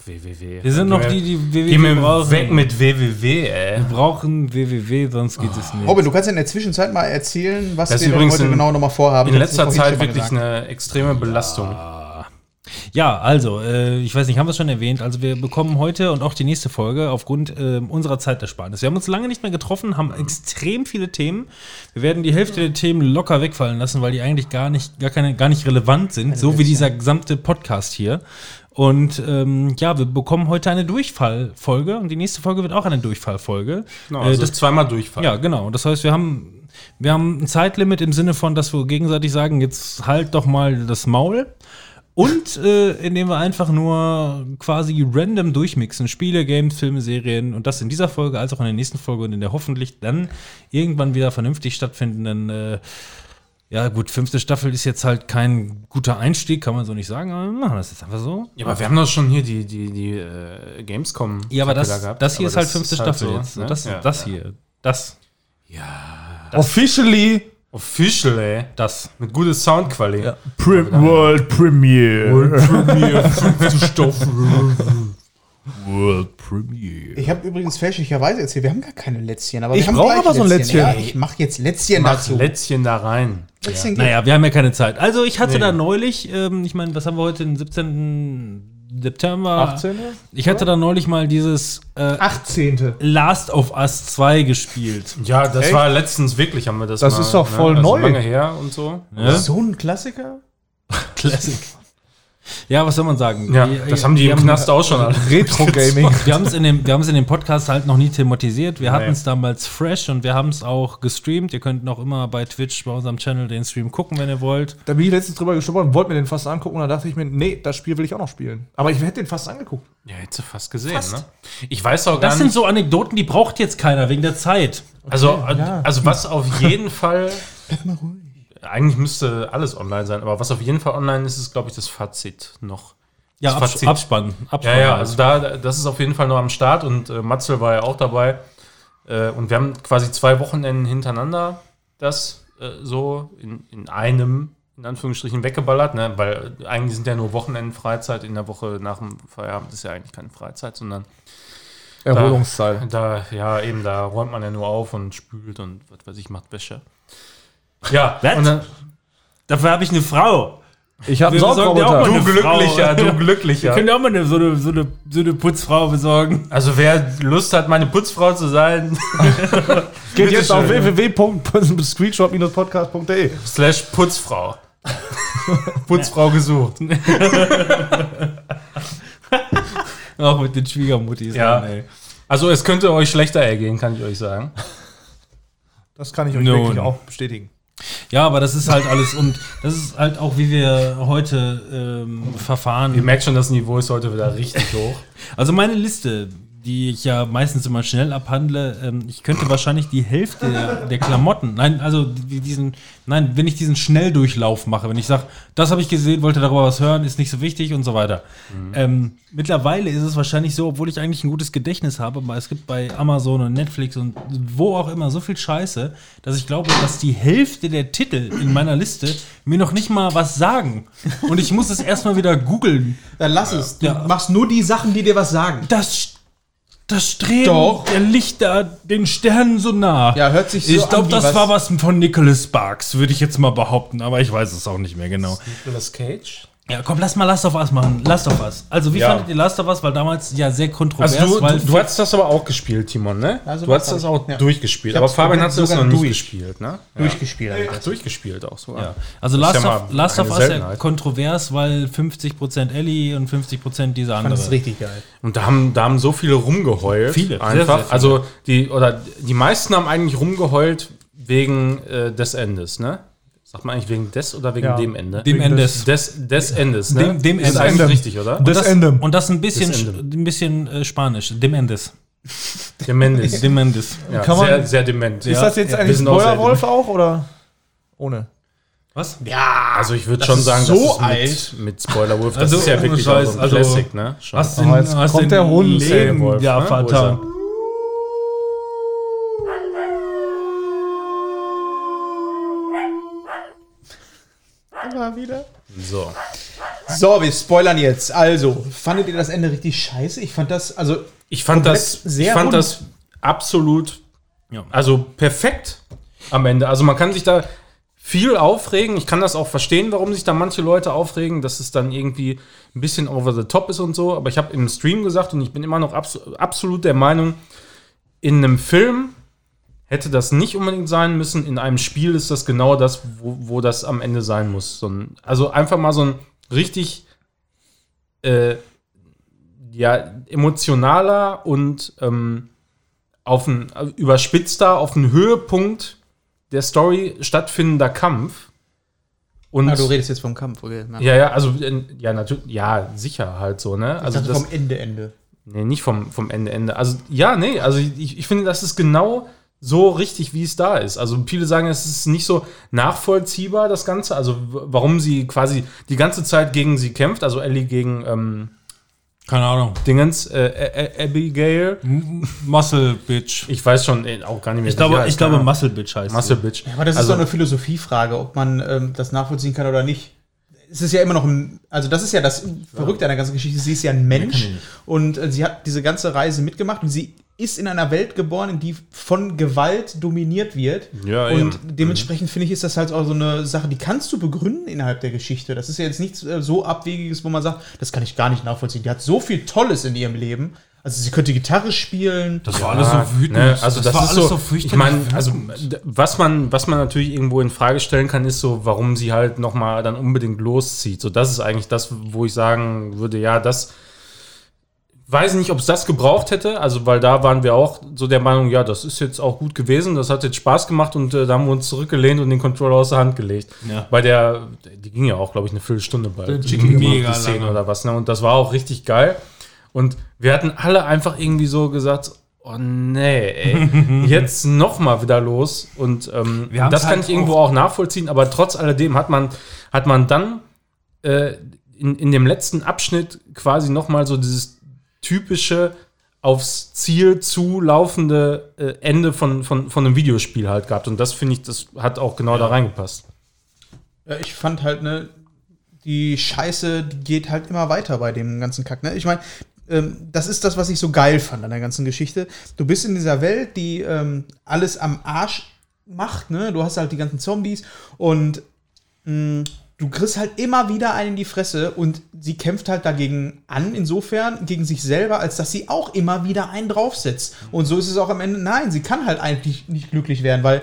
www. Wir sind noch die, die www Geh mir brauchen. weg mit www, ey. Wir brauchen www, sonst geht es nicht. Robin, du kannst ja in der Zwischenzeit mal erzählen, was Das ist wir denn übrigens heute in- genau nochmal vorhaben. In Das hast du letzter vorhin Zeit schon mal wirklich gesagt. eine extreme Belastung. Ja, also, äh, ich weiß nicht, haben wir es schon erwähnt. Also, wir bekommen heute und auch die nächste Folge aufgrund ähm, unserer Zeitersparnis. Wir haben uns lange nicht mehr getroffen, haben extrem viele Themen. Wir werden die Hälfte der Themen locker wegfallen lassen, weil die eigentlich gar nicht, gar keine, gar nicht relevant sind, so wie dieser gesamte Podcast hier. Und ähm, ja, wir bekommen heute eine Durchfallfolge und die nächste Folge wird auch eine Durchfallfolge. Genau, äh, also das das zweimal Durchfall. ja, genau. Das heißt, wir haben, wir haben ein Zeitlimit im Sinne von, dass wir gegenseitig sagen, jetzt halt doch mal das Maul. Und äh, indem wir einfach nur quasi random durchmixen. Spiele, Games, Filme, Serien und das in dieser Folge als auch in der nächsten Folge und in der hoffentlich dann irgendwann wieder vernünftig stattfindenden äh, ja gut, fünfte Staffel ist jetzt halt kein guter Einstieg, kann man so nicht sagen, aber wir machen das jetzt einfach so. Ja, aber wir haben doch schon hier die, die, die äh, Gamescom. Ja, aber das, da gehabt. das hier Aber ist halt fünfte Staffel so, jetzt. ne? Das, ja. das hier. Das. Officially Official, ey. Das. Mit guter Soundqualität. Ja. Pre World Premiere. Ich habe übrigens fälschlicherweise erzählt, wir haben gar keine Lätzchen. Aber Ich wir haben brauch gleich aber so ein Ja, Lätzchen. ich mache jetzt Lätzchen Mach dazu. Lätzchen da rein. Lätzchen geht. Naja, wir haben ja keine Zeit. Also ich hatte Nee. genau. da neulich, ähm, ich meine, was haben wir heute, den 17. September? 18. Ich hatte da neulich mal dieses äh, 18. Last of Us 2 gespielt. Ja, das war letztens wirklich, haben wir das Das ist doch voll also neu. lange her und so. Ne? So ein Klassiker? Classic. Ja, was soll man sagen? Ja, das haben die im Knast auch schon. alle. Retro Gaming. Wir haben es in, dem- wir haben's in dem Podcast halt noch nie thematisiert. Wir hatten es Nee. damals fresh und wir haben es auch gestreamt. Ihr könnt noch immer bei Twitch, bei unserem Channel, den Stream gucken, wenn ihr wollt. Da bin ich letztens drüber gestolpert und wollte mir den fast angucken und dann dachte ich mir, nee, das Spiel will ich auch noch spielen. Aber ich hätte den fast angeguckt. Ja, hättest du fast gesehen, ne? Ich weiß auch gar Das sind nicht. so Anekdoten, die braucht jetzt keiner wegen der Zeit. Also, also was auf jeden Fall. Eigentlich müsste alles online sein, aber was auf jeden Fall online ist, ist, glaube ich, das Fazit noch. Ja, Das abs Fazit. abspannen. Ja, abspannen ja, also da, das ist auf jeden Fall noch am Start und äh, Matzel war ja auch dabei. Äh, und wir haben quasi zwei Wochenenden hintereinander das äh, so in, in einem, in Anführungsstrichen, weggeballert, ne? weil eigentlich sind ja nur Wochenenden Freizeit. In der Woche nach dem Feierabend ist ja eigentlich keine Freizeit, sondern Erholungszeit. da, ja, eben, da räumt man ja nur auf und spült und was weiß ich, macht Wäsche. Ja, Was? und dann, Dafür habe ich eine Frau. Ich habe einen Wir besorgen dir auch Saugroboter. mal eine du Frau. glücklicher, du glücklicher. Könnt ihr auch mal eine, so, eine, so, eine, so eine Putzfrau besorgen? Also wer Lust hat, meine Putzfrau zu sein, Geht jetzt auf Bitteschön. www.screenshot-podcast.de. slash Putzfrau. Putzfrau gesucht. Auch mit den Schwiegermuttis. Ja. Mann, ey. Also es könnte euch schlechter ergehen, kann ich euch sagen. Das kann ich euch Nun. wirklich auch bestätigen. ja, aber das ist halt alles und das ist halt auch, wie wir heute ähm, verfahren. Ihr merkt schon, das Niveau ist heute wieder richtig hoch. Also meine Liste, die ich ja meistens immer schnell abhandle, ähm, ich könnte wahrscheinlich die Hälfte der, der Klamotten, nein, also die- diesen, nein, wenn ich diesen Schnelldurchlauf mache, wenn ich sage, das habe ich gesehen, wollte darüber was hören, ist nicht so wichtig und so weiter. Ähm, mittlerweile ist es wahrscheinlich so, obwohl ich eigentlich ein gutes Gedächtnis habe, aber es gibt bei Amazon und Netflix und wo auch immer so viel Scheiße, dass ich glaube, dass die Hälfte der Titel in meiner Liste mir noch nicht mal was sagen. Und ich muss es erstmal wieder googeln. Dann lass es. Du Ja. machst nur die Sachen, die dir was sagen. Das, das Streben Doch. der Lichter den Sternen so nah. Ja, hört sich so Ich an glaube, wie das was- war was von Nicholas Sparks, würde ich jetzt mal behaupten, aber ich weiß es auch nicht mehr genau. Nicolas Cage? Ja, komm, lass mal Last of Us machen. Last of Us. Also, wie Ja. fandet ihr Last of Us? Weil damals ja sehr kontrovers, Also du, weil du, du hattest das aber auch gespielt, Timon, ne? Ja, sowas du hattest hab das ich. auch Ja. durchgespielt. Ich Aber hab's Fabian hat das komplett noch sogar nicht durch. gespielt, ne? Durchgespielt. Alter. Ja. Durchgespielt auch so. Ja. Also Das Last, ist ja of, mal Last of eine Us ja Seltenheit. kontrovers, weil 50% Ellie und 50% dieser andere. Das ist richtig geil. Und da haben, da haben so viele rumgeheult. Viele, Einfach. sehr, sehr viele. Also die, oder die meisten haben eigentlich rumgeheult wegen äh, des Endes, ne? Sagt man eigentlich wegen des oder wegen Ja. dem Ende? Dem Wegen Endes. Des, des Endes, ne? Dem- dem ist Endes. eigentlich Ende. richtig, oder? Und Des das, Endem. Und das ein bisschen, Des Endem. ein bisschen äh, Spanisch. Dem Endes. Dem Endes. Dem Endes. Ja, Kann man- sehr, sehr dement. Ist das jetzt Wir eigentlich ein sind auch sehr Spoilerwolf auch oder ohne? Was? Also ich würde schon ist sagen, so das ist alt. mit, mit Spoilerwolf, das Also ist ja ohne wirklich Scheiß, auch so ein also- Classic, ne? Schon. Was Aber jetzt kommt der Hund. Leben, Wolf, ja, ne? Wo ist Vater. er? So. So, wir spoilern jetzt. Also, fandet ihr das Ende richtig scheiße? Ich fand das, also, Ich fand das, Komplett sehr ich fand rund. das absolut, Ja. also perfekt am Ende. Also man kann sich da viel aufregen. Ich kann das auch verstehen, warum sich da manche Leute aufregen, dass es dann irgendwie ein bisschen over the top ist und so. Aber ich habe im Stream gesagt und ich bin immer noch abs absolut der Meinung, in einem Film hätte das nicht unbedingt sein müssen. In einem Spiel ist das genau das, wo, wo das am Ende sein muss. So ein, also einfach mal so ein richtig äh, ja, emotionaler und ähm, auf ein, überspitzter, auf den Höhepunkt der Story stattfindender Kampf. Und na, Ah, du redest jetzt vom Kampf, okay? Na. ja, ja, also äh, ja, natürlich, ja, sicher halt so, ne? Also also das, vom Ende, Ende. nee, nicht vom, vom Ende, Ende. Also ja, nee, also ich, ich finde, das ist genau so richtig, wie es da ist. Also viele sagen, es ist nicht so nachvollziehbar, das Ganze. Also w- warum sie quasi die ganze Zeit gegen sie kämpft, also Ellie gegen ähm, Keine Ahnung. Dingens, äh, Ä- Ä- Abigail. Muscle Bitch. Ich weiß schon äh, auch gar nicht mehr. Ich glaube, ich glaube Muscle, Muscle Bitch heißt Muscle sie. Bitch. Aber das also, ist doch eine Philosophiefrage, ob man ähm, das nachvollziehen kann oder nicht. Es ist ja immer noch ein, also das ist ja das Verrückte an der ganzen Geschichte. Sie ist ja ein Mensch und äh, sie hat diese ganze Reise mitgemacht und sie ist in einer Welt geboren, in die von Gewalt dominiert wird. Ja, und eben. dementsprechend finde ich, ist das halt auch so eine Sache, die kannst du begründen innerhalb der Geschichte. Das ist ja jetzt nichts äh, so Abwegiges, wo man sagt, das kann ich gar nicht nachvollziehen. Die hat so viel Tolles in ihrem Leben. Also sie könnte Gitarre spielen. Das war alles so wütend. Ne? Also das, war ist alles so, so, fürchterlich. Ich meine, wütend. also d- was man, was man natürlich irgendwo in Frage stellen kann, ist so, warum sie halt nochmal dann unbedingt loszieht. So, das ist eigentlich das, wo ich sagen würde, ja, das weiß nicht, ob es das gebraucht hätte. Also, weil da waren wir auch so der Meinung, ja, das ist jetzt auch gut gewesen, das hat jetzt Spaß gemacht und äh, da haben wir uns zurückgelehnt und den Controller aus der Hand gelegt. Ja. Bei der, die ging ja auch, glaube ich, eine Viertelstunde bei Die ging mega die Szene lange. oder was. Ne? Und das war auch richtig geil. Und wir hatten alle einfach irgendwie so gesagt, oh nee, ey, jetzt noch mal wieder los. Und ähm, Wir haben's das kann halt ich irgendwo auch nachvollziehen, aber trotz alledem hat man, hat man dann äh, in, in dem letzten Abschnitt quasi noch mal so dieses typische aufs Ziel zu laufende äh, Ende von, von, von einem Videospiel halt gehabt. Und das finde ich, das hat auch genau da reingepasst. Ja, ich fand halt, ne, die Scheiße die geht halt immer weiter bei dem ganzen Kack. Ne? Ich meine, ähm, das ist das, was ich so geil fand an der ganzen Geschichte. Du bist in dieser Welt, die ähm, alles am Arsch macht, ne? Du hast halt die ganzen Zombies und mh, du kriegst halt immer wieder einen in die Fresse und sie kämpft halt dagegen an, insofern gegen sich selber, als dass sie auch immer wieder einen draufsetzt. Und so ist es auch am Ende. Nein, sie kann halt eigentlich nicht glücklich werden, weil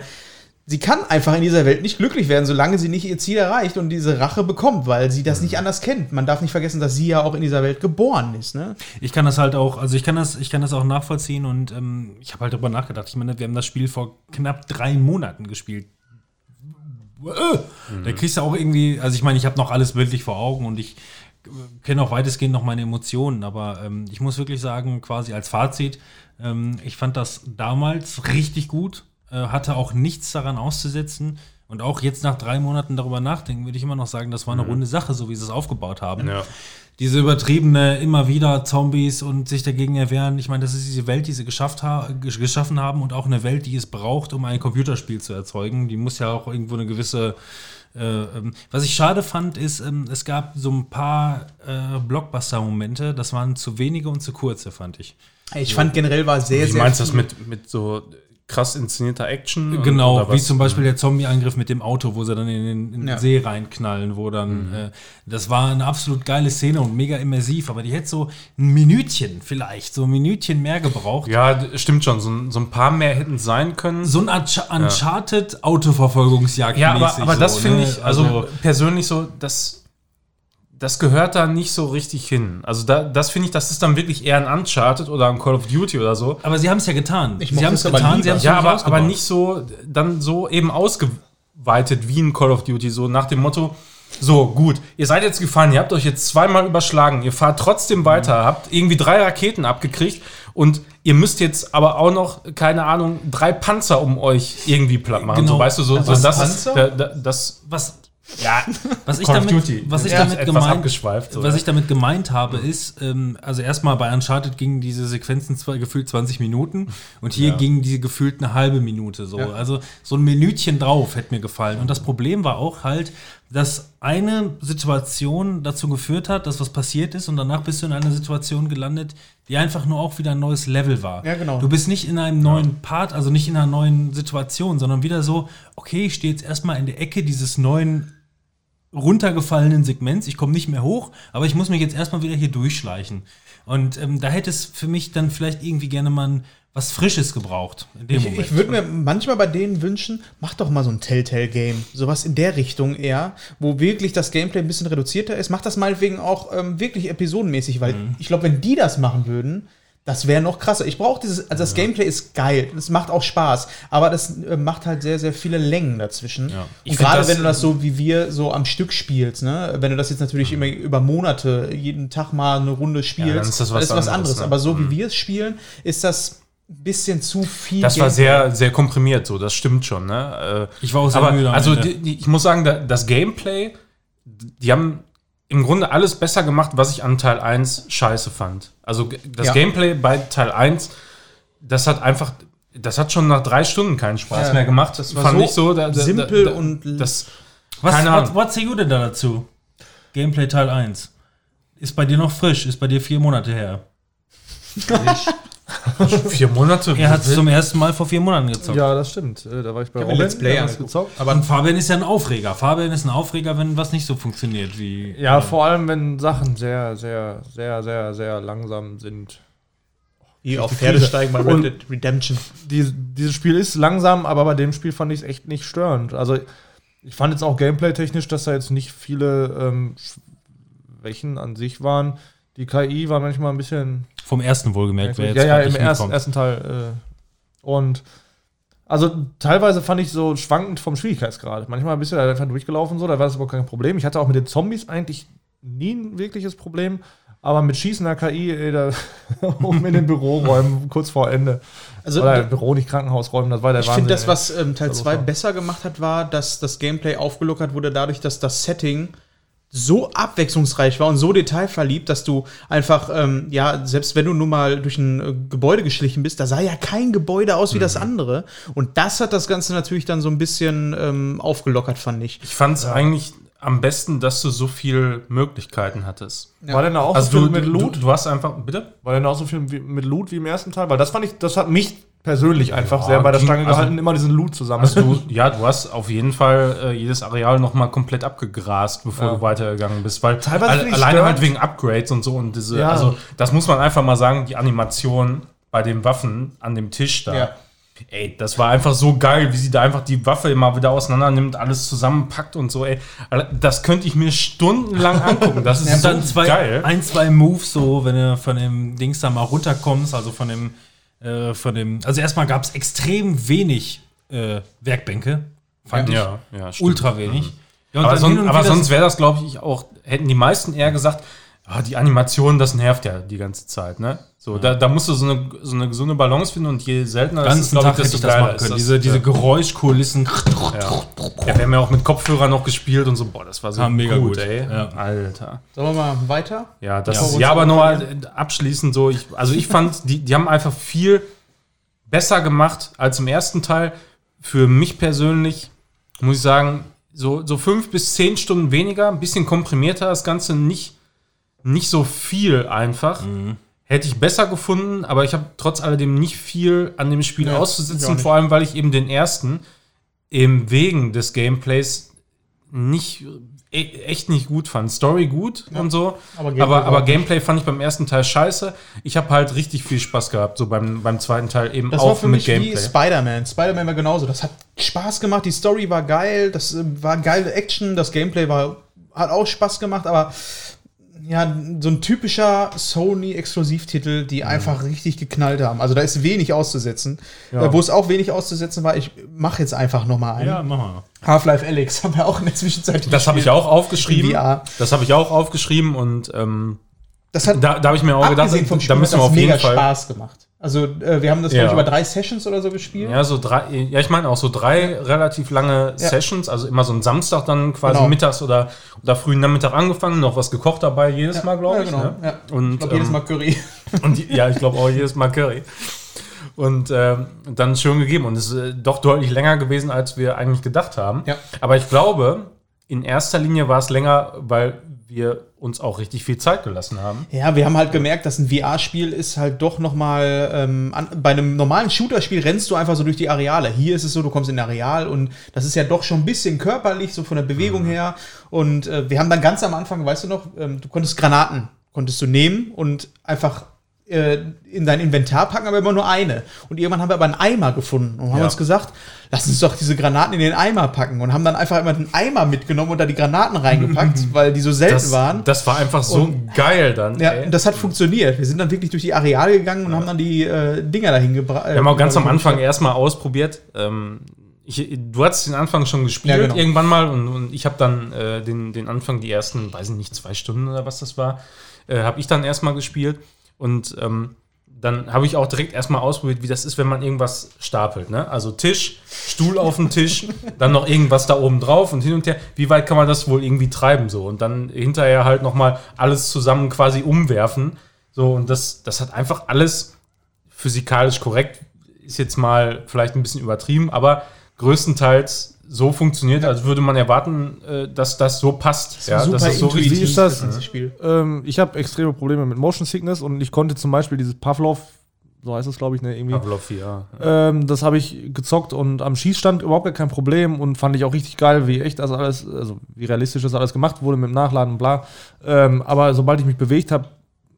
sie kann einfach in dieser Welt nicht glücklich werden, solange sie nicht ihr Ziel erreicht und diese Rache bekommt, weil sie das Mhm. nicht anders kennt. Man darf nicht vergessen, dass sie ja auch in dieser Welt geboren ist. Ne? Ich kann das halt auch, also ich kann das, ich kann das auch nachvollziehen und ähm, ich habe halt darüber nachgedacht. Ich meine, wir haben das Spiel vor knapp drei Monaten gespielt. Äh, Da kriegst du auch irgendwie, also ich meine, ich habe noch alles bildlich vor Augen und ich äh, kenne auch weitestgehend noch meine Emotionen, aber ähm, ich muss wirklich sagen, quasi als Fazit, ähm, ich fand das damals richtig gut, äh, hatte auch nichts daran auszusetzen. Und auch jetzt nach drei Monaten darüber nachdenken, würde ich immer noch sagen, das war eine runde Sache, so wie sie es aufgebaut haben diese übertriebene immer wieder Zombies und sich dagegen erwehren. Ich meine, das ist diese Welt, die sie geschafft ha gesch- geschaffen haben und auch eine Welt, die es braucht, um ein Computerspiel zu erzeugen. Die muss ja auch irgendwo eine gewisse äh, ähm, was ich schade fand, ist, ähm, es gab so ein paar äh, Blockbuster-Momente, das waren zu wenige und zu kurze, fand ich. Ich fand generell war sehr, Wie sehr. meinst du das mit, mit so krass inszenierter Action? Genau, Oder wie was? zum Beispiel der Zombie-Angriff mit dem Auto, wo sie dann in den, in den Ja. See reinknallen, wo Mhm. dann, äh, das war eine absolut geile Szene und mega immersiv, aber die hätte so ein Minütchen vielleicht, so ein Minütchen mehr gebraucht. Ja, d- stimmt schon. So, ein- so ein paar mehr hätten sein können. So ein Unch Uncharted Autoverfolgungsjagd. Ja, aber, mäßig aber so, das finde ne? ich, also, persönlich so, das, das gehört da nicht so richtig hin. Also da, das finde ich, das ist dann wirklich eher ein Uncharted oder ein Call of Duty oder so. aber sie haben es ja getan. Ich sie mochte haben es es aber getan, lieber. sie haben es Ja, wirklich aber, aber ausgebaut. nicht so, dann so eben ausgeweitet wie ein Call of Duty, so nach dem Motto, so gut, ihr seid jetzt gefahren, ihr habt euch jetzt zweimal überschlagen, ihr fahrt trotzdem Mhm. weiter, habt irgendwie drei Raketen abgekriegt und ihr müsst jetzt aber auch noch, keine Ahnung, drei Panzer um euch irgendwie platt machen. Genau. So, weißt du, so, so Was, das, Panzer? da, da, das Was, ja, was ich Call of damit, Duty. was ich Ja. damit Etwas gemeint abgeschweift. so, Was ja. ich damit gemeint habe, ist, ähm, also erstmal bei Uncharted gingen diese Sequenzen zwar gefühlt 20 Minuten und hier gingen die gefühlt eine halbe Minute so. Also so ein Minütchen drauf hätte mir gefallen. Und das Problem war auch halt, dass eine Situation dazu geführt hat, dass was passiert ist und danach bist du in einer Situation gelandet, die einfach nur auch wieder ein neues Level war. Ja, genau. Du bist nicht in einem neuen Part, also nicht in einer neuen Situation, sondern wieder so, okay, ich stehe jetzt erstmal in der Ecke dieses neuen runtergefallenen Segments. Ich komme nicht mehr hoch, aber ich muss mich jetzt erstmal wieder hier durchschleichen. Und ähm, da hätte es für mich dann vielleicht irgendwie gerne mal ein- was Frisches gebraucht. In dem Ich, Moment. ich würde mir manchmal bei denen wünschen, mach doch mal so ein Telltale-Game. Sowas in der Richtung eher, wo wirklich das Gameplay ein bisschen reduzierter ist. Mach das meinetwegen auch ähm, wirklich episodenmäßig, weil Mhm. ich glaube, wenn die das machen würden, das wäre noch krasser. Ich brauche dieses, also das Gameplay ist geil, es macht auch Spaß, aber das äh, macht halt sehr, sehr viele Längen dazwischen. Und find gerade das- wenn du das so wie wir so am Stück spielst, ne? wenn du das jetzt natürlich immer über Monate, jeden Tag mal eine Runde spielst, Mhm. dann ist das was anderes, ne? Aber so wie wir es spielen, ist das ein bisschen zu viel. Das war Gameplay. sehr, sehr komprimiert, so, das stimmt schon. Ne? Äh, Ich war auch sehr aber, müde am Also, Ende. die, die, ich muss sagen, da, das Gameplay, die haben im Grunde alles besser gemacht, was ich an Teil 1 scheiße fand. Also, g- das Ja. Gameplay bei Teil 1, das hat einfach, das hat schon nach drei Stunden keinen Spaß Ja, mehr gemacht. Das war so simpel und- Das, was, keine was, Ahnung. was sagst du denn E da dazu? Gameplay Teil 1. Ist bei dir noch frisch, ist bei dir vier Monate her. vier Monate? Er hat es zum ersten Mal vor vier Monaten gezockt. Ja, das stimmt. Äh, Da war ich bei hab mir Let's Play der hat das angeguckt. gezockt. Aber ein Fabian ist ja ein Aufreger. Fabian ist ein Aufreger, wenn was nicht so funktioniert wie. Ja, genau. vor allem, wenn Sachen sehr, sehr, sehr, sehr, sehr langsam sind. Hier auf Pferde steigen bei Red Dead Redemption. Dies, dieses Spiel ist langsam, aber bei dem Spiel fand ich es echt nicht störend. Also, ich fand jetzt auch gameplay-technisch, dass da jetzt nicht viele ähm, Schwächen an sich waren. Die KI war manchmal ein bisschen Vom ersten wohlgemerkt, wer jetzt ja, ja, wirklich im ersten, mitkommt. ersten Teil. Äh, und also teilweise fand ich so schwankend vom Schwierigkeitsgrad. Manchmal bist du da einfach durchgelaufen, so, da war das überhaupt kein Problem. Ich hatte auch mit den Zombies eigentlich nie ein wirkliches Problem. Aber mit schießender KI, ey, da oben in den Büroräumen, kurz vor Ende. Also, Oder Büro, nicht Krankenhausräumen, das war der ich finde, das, ey. was ähm, Teil Also, 2 so. besser gemacht hat, war, dass das Gameplay aufgelockert wurde, dadurch, dass das Setting so abwechslungsreich war und so detailverliebt, dass du einfach, ähm, ja, selbst wenn du nun mal durch ein äh, Gebäude geschlichen bist, da sah ja kein Gebäude aus wie das andere. Und das hat das Ganze natürlich dann so ein bisschen ähm, aufgelockert, fand ich. Ich fand es eigentlich am besten, dass du so viel Möglichkeiten hattest. War denn da auch Also so du, viel mit du, Loot? du hast einfach, bitte? War denn auch so viel wie, mit Loot wie im ersten Teil? Weil das fand ich, das hat mich persönlich einfach sehr bei der ging- Stange also- gehalten, immer diesen Loot zusammen. Also du, ja, du hast auf jeden Fall äh, jedes Areal nochmal komplett abgegrast, bevor du weitergegangen bist. Weil Teilweise alle- finde ich alleine störend. halt wegen Upgrades und so und diese, Ja. also das muss man einfach mal sagen, die Animation bei den Waffen an dem Tisch da. Ja. Ey, das war einfach so geil, wie sie da einfach die Waffe immer wieder auseinander nimmt, alles zusammenpackt und so, ey. Alle- Das könnte ich mir stundenlang angucken. Das ist Und so dann zwei, geil. ein, zwei Moves so, wenn du von dem Dings da mal runterkommst, also von dem, äh, von dem, also erstmal gab es extrem wenig äh, Werkbänke, fand ich, Ja, ja, stimmt. Mhm. ultra wenig. Ja, und Aber, dann son hin und aber wieder- sonst wäre das, glaube ich, auch, hätten die meisten eher gesagt, ah, die Animation, das nervt ja die ganze Zeit, ne? So, da, da musst du so eine, so eine gesunde Balance finden und je seltener ganzen glaub Tag hätte ich das machen können. diese, diese Geräuschkulissen. äh, ja. ja, wir haben ja auch mit Kopfhörern noch gespielt und so, boah, das war so Ja, mega gut. ey. Ja. Alter. Sollen wir mal weiter? Ja, das Ja. Ist, ja aber nochmal äh, abschließend so, ich, also ich fand, die, die haben einfach viel besser gemacht als im ersten Teil. Für mich persönlich muss ich sagen, so, so fünf bis zehn Stunden weniger, ein bisschen komprimierter das Ganze, nicht, nicht so viel einfach. Hätte ich besser gefunden, aber ich habe trotz alledem nicht viel an dem Spiel auszusitzen, vor allem weil ich eben den ersten eben wegen des Gameplays nicht e- echt nicht gut fand. Story gut und so, aber aber Gameplay Gameplay, aber, überhaupt Gameplay fand ich beim ersten Teil scheiße. Ich habe halt richtig viel Spaß gehabt, so beim, beim zweiten Teil eben Das auch war für mit mich wie Spider-Man. Spider-Man war genauso. Das hat Spaß gemacht, die Story war geil, das äh, war geile Action, das Gameplay war, hat auch Spaß gemacht, aber ja, so ein typischer Sony-Exklusivtitel, die einfach richtig geknallt haben. Also da ist wenig auszusetzen. Äh, Wo es auch wenig auszusetzen war, ich mache jetzt einfach nochmal einen. Ja, mach mal. Half-Life Alex haben wir auch in der Zwischenzeit Das habe ich auch aufgeschrieben. VR. Das habe ich auch aufgeschrieben und ähm, Das hat da, da habe ich mir auch gedacht, abgesehen vom Spiel da müssen hat wir das auf jeden Fall. Spaß gemacht. Also äh, wir haben das, glaube ich, Ja. über drei Sessions oder so gespielt. Ja, so drei, ja, ich meine auch so drei relativ lange Ja. Sessions, also immer so ein Samstag dann quasi Genau. mittags oder, oder frühen Nachmittag angefangen, noch was gekocht dabei, jedes Mal, glaube ja, ich. genau, ne? ja. Und, Ich glaube, jedes ähm, Mal Curry. Und die, ja, ich glaube auch jedes Mal Curry. Und ähm, dann schön gegeben. Und es ist äh, doch deutlich länger gewesen, als wir eigentlich gedacht haben. Ja. Aber ich glaube, in erster Linie war es länger, weil wir uns auch richtig viel Zeit gelassen haben. Ja, wir haben halt gemerkt, dass ein VR-Spiel ist halt doch nochmal, ähm, an- bei einem normalen Shooter-Spiel rennst du einfach so durch die Areale. Hier ist es so, du kommst in ein Areal und das ist ja doch schon ein bisschen körperlich, so von der Bewegung her. Und äh, wir haben dann ganz am Anfang, weißt du noch, ähm, du konntest Granaten, konntest du nehmen und einfach äh, in dein Inventar packen, aber immer nur eine. Und irgendwann haben wir aber einen Eimer gefunden und haben uns gesagt, lass uns doch diese Granaten in den Eimer packen und haben dann einfach immer einen Eimer mitgenommen und da die Granaten reingepackt, weil die so selten Das, waren. das war einfach so geil dann. Ja, ey. und das hat funktioniert. Wir sind dann wirklich durch die Areale gegangen und haben dann die äh, Dinger dahin gebracht. Wir haben auch ganz am Anfang erstmal ausprobiert. Ähm, ich, du hast den Anfang schon gespielt Ja, genau. irgendwann mal und, und ich habe dann äh, den, den Anfang, die ersten, weiß ich nicht, zwei Stunden oder was das war, äh, habe ich dann erstmal gespielt und ähm, dann habe ich auch direkt erstmal ausprobiert, wie das ist, wenn man irgendwas stapelt. Ne? Also Tisch, Stuhl auf den Tisch, dann noch irgendwas da oben drauf und hin und her. Wie weit kann man das wohl irgendwie treiben so? Und dann hinterher halt nochmal alles zusammen quasi umwerfen. So, und das, das hat einfach alles physikalisch korrekt ist jetzt mal vielleicht ein bisschen übertrieben, aber größtenteils so funktioniert, als würde man erwarten, äh, dass das so passt. Das ja, super das ist so intuitiv. richtig. Wie ist das? ganze Spiel. Ähm, ich habe extreme Probleme mit Motion Sickness und ich konnte zum Beispiel dieses Pavlov, so heißt es glaube ich, ne, irgendwie. Pavlov, ja. Ähm, das habe ich gezockt und am Schießstand überhaupt gar kein Problem und fand ich auch richtig geil, wie echt das alles, also wie realistisch das alles gemacht wurde mit dem Nachladen und bla. Ähm, aber sobald ich mich bewegt habe,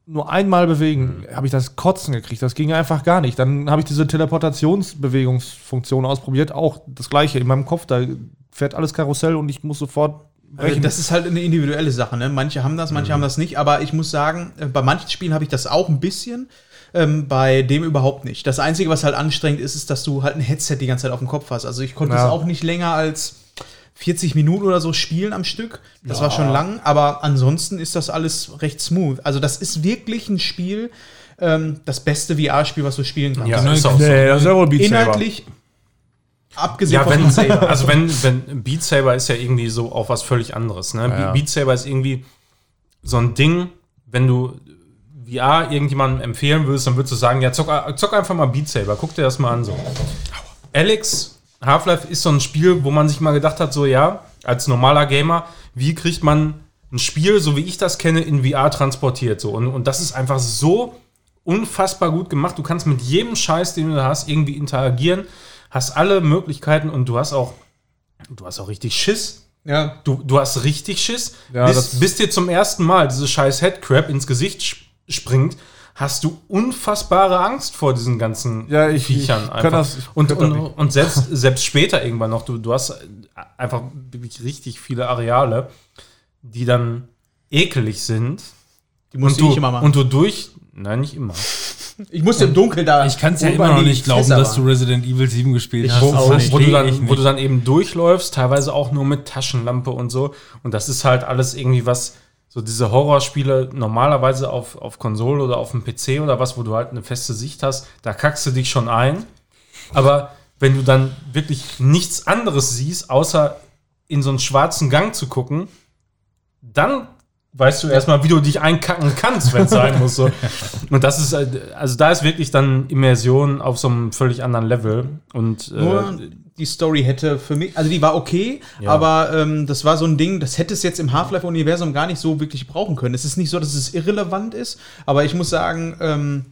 nur einmal bewegen, habe ich das Kotzen gekriegt. Das ging einfach gar nicht. Dann habe ich diese Teleportationsbewegungsfunktion ausprobiert, auch das gleiche in meinem Kopf. Da fährt alles Karussell und ich muss sofort Also brechen. das ist halt eine individuelle Sache. Ne? Manche haben das, Mhm. manche haben das nicht. Aber ich muss sagen, äh, bei manchen Spielen habe ich das auch ein bisschen. Ähm, bei dem überhaupt nicht. Das Einzige, was halt anstrengend ist, ist, dass du halt ein Headset die ganze Zeit auf dem Kopf hast. Also ich konnte Ja. es auch nicht länger als 40 Minuten oder so spielen am Stück. Das war schon lang, aber ansonsten ist das alles recht smooth. Also das ist wirklich ein Spiel, ähm, das beste VR-Spiel, was du spielen kannst. Äh, Ja, ist auch so. das ist ja wohl Beat Saber. Inhaltlich Abgesehen Ja, von wenn, Beat Saber. also wenn, wenn Beat Saber ist ja irgendwie so auch was völlig anderes. Ne? Be- Beat Saber ist irgendwie so ein Ding, wenn du VR irgendjemandem empfehlen würdest, dann würdest du sagen, ja, zock, zock einfach mal Beat Saber, guck dir das mal an. So. Alex, Half-Life ist so ein Spiel, wo man sich mal gedacht hat, so ja, als normaler Gamer, wie kriegt man ein Spiel, so wie ich das kenne, in VR transportiert? So. Und, und das ist einfach so unfassbar gut gemacht. Du kannst mit jedem Scheiß, den du da hast, irgendwie interagieren, hast alle Möglichkeiten und du hast auch, du hast auch richtig Schiss. Ja. Du, du hast richtig Schiss. Ja, bis, das- bis dir zum ersten Mal diese scheiß Headcrab ins Gesicht sch- springt, hast du unfassbare Angst vor diesen ganzen Ja, ich- Viechern. ich kann einfach. das- ich und kann das und, nicht. und selbst, selbst später irgendwann noch, du, du hast äh, einfach wirklich richtig viele Areale, die dann ekelig sind. Die musst und, du, du nicht immer machen. und du durch. Nein, nicht immer. ich musste im Dunkeln da. Ich kann es ja oben immer an noch die nicht glauben, Fässer dass du ran. Resident Evil 7 gespielt Ich hast. hoffe Das auch nicht. wo, du verstehe dann, ich nicht. wo du dann eben durchläufst, teilweise auch nur mit Taschenlampe und so. Und das ist halt alles irgendwie was, so diese Horrorspiele normalerweise auf, auf Konsole oder auf dem PC oder was, wo du halt eine feste Sicht hast, da kackst du dich schon ein. Aber wenn du dann wirklich nichts anderes siehst, außer in so einen schwarzen Gang zu gucken, dann weißt du erstmal, wie du dich einkacken kannst, wenn es sein muss. So. Und das ist, halt- also da ist wirklich dann Immersion auf so einem völlig anderen Level. Und Nur äh, die Story hätte für mich, also die war okay, Ja. aber ähm, das war so ein Ding, das hätte es jetzt im Half-Life-Universum gar nicht so wirklich brauchen können. Es ist nicht so, dass es irrelevant ist, aber ich muss sagen, ähm,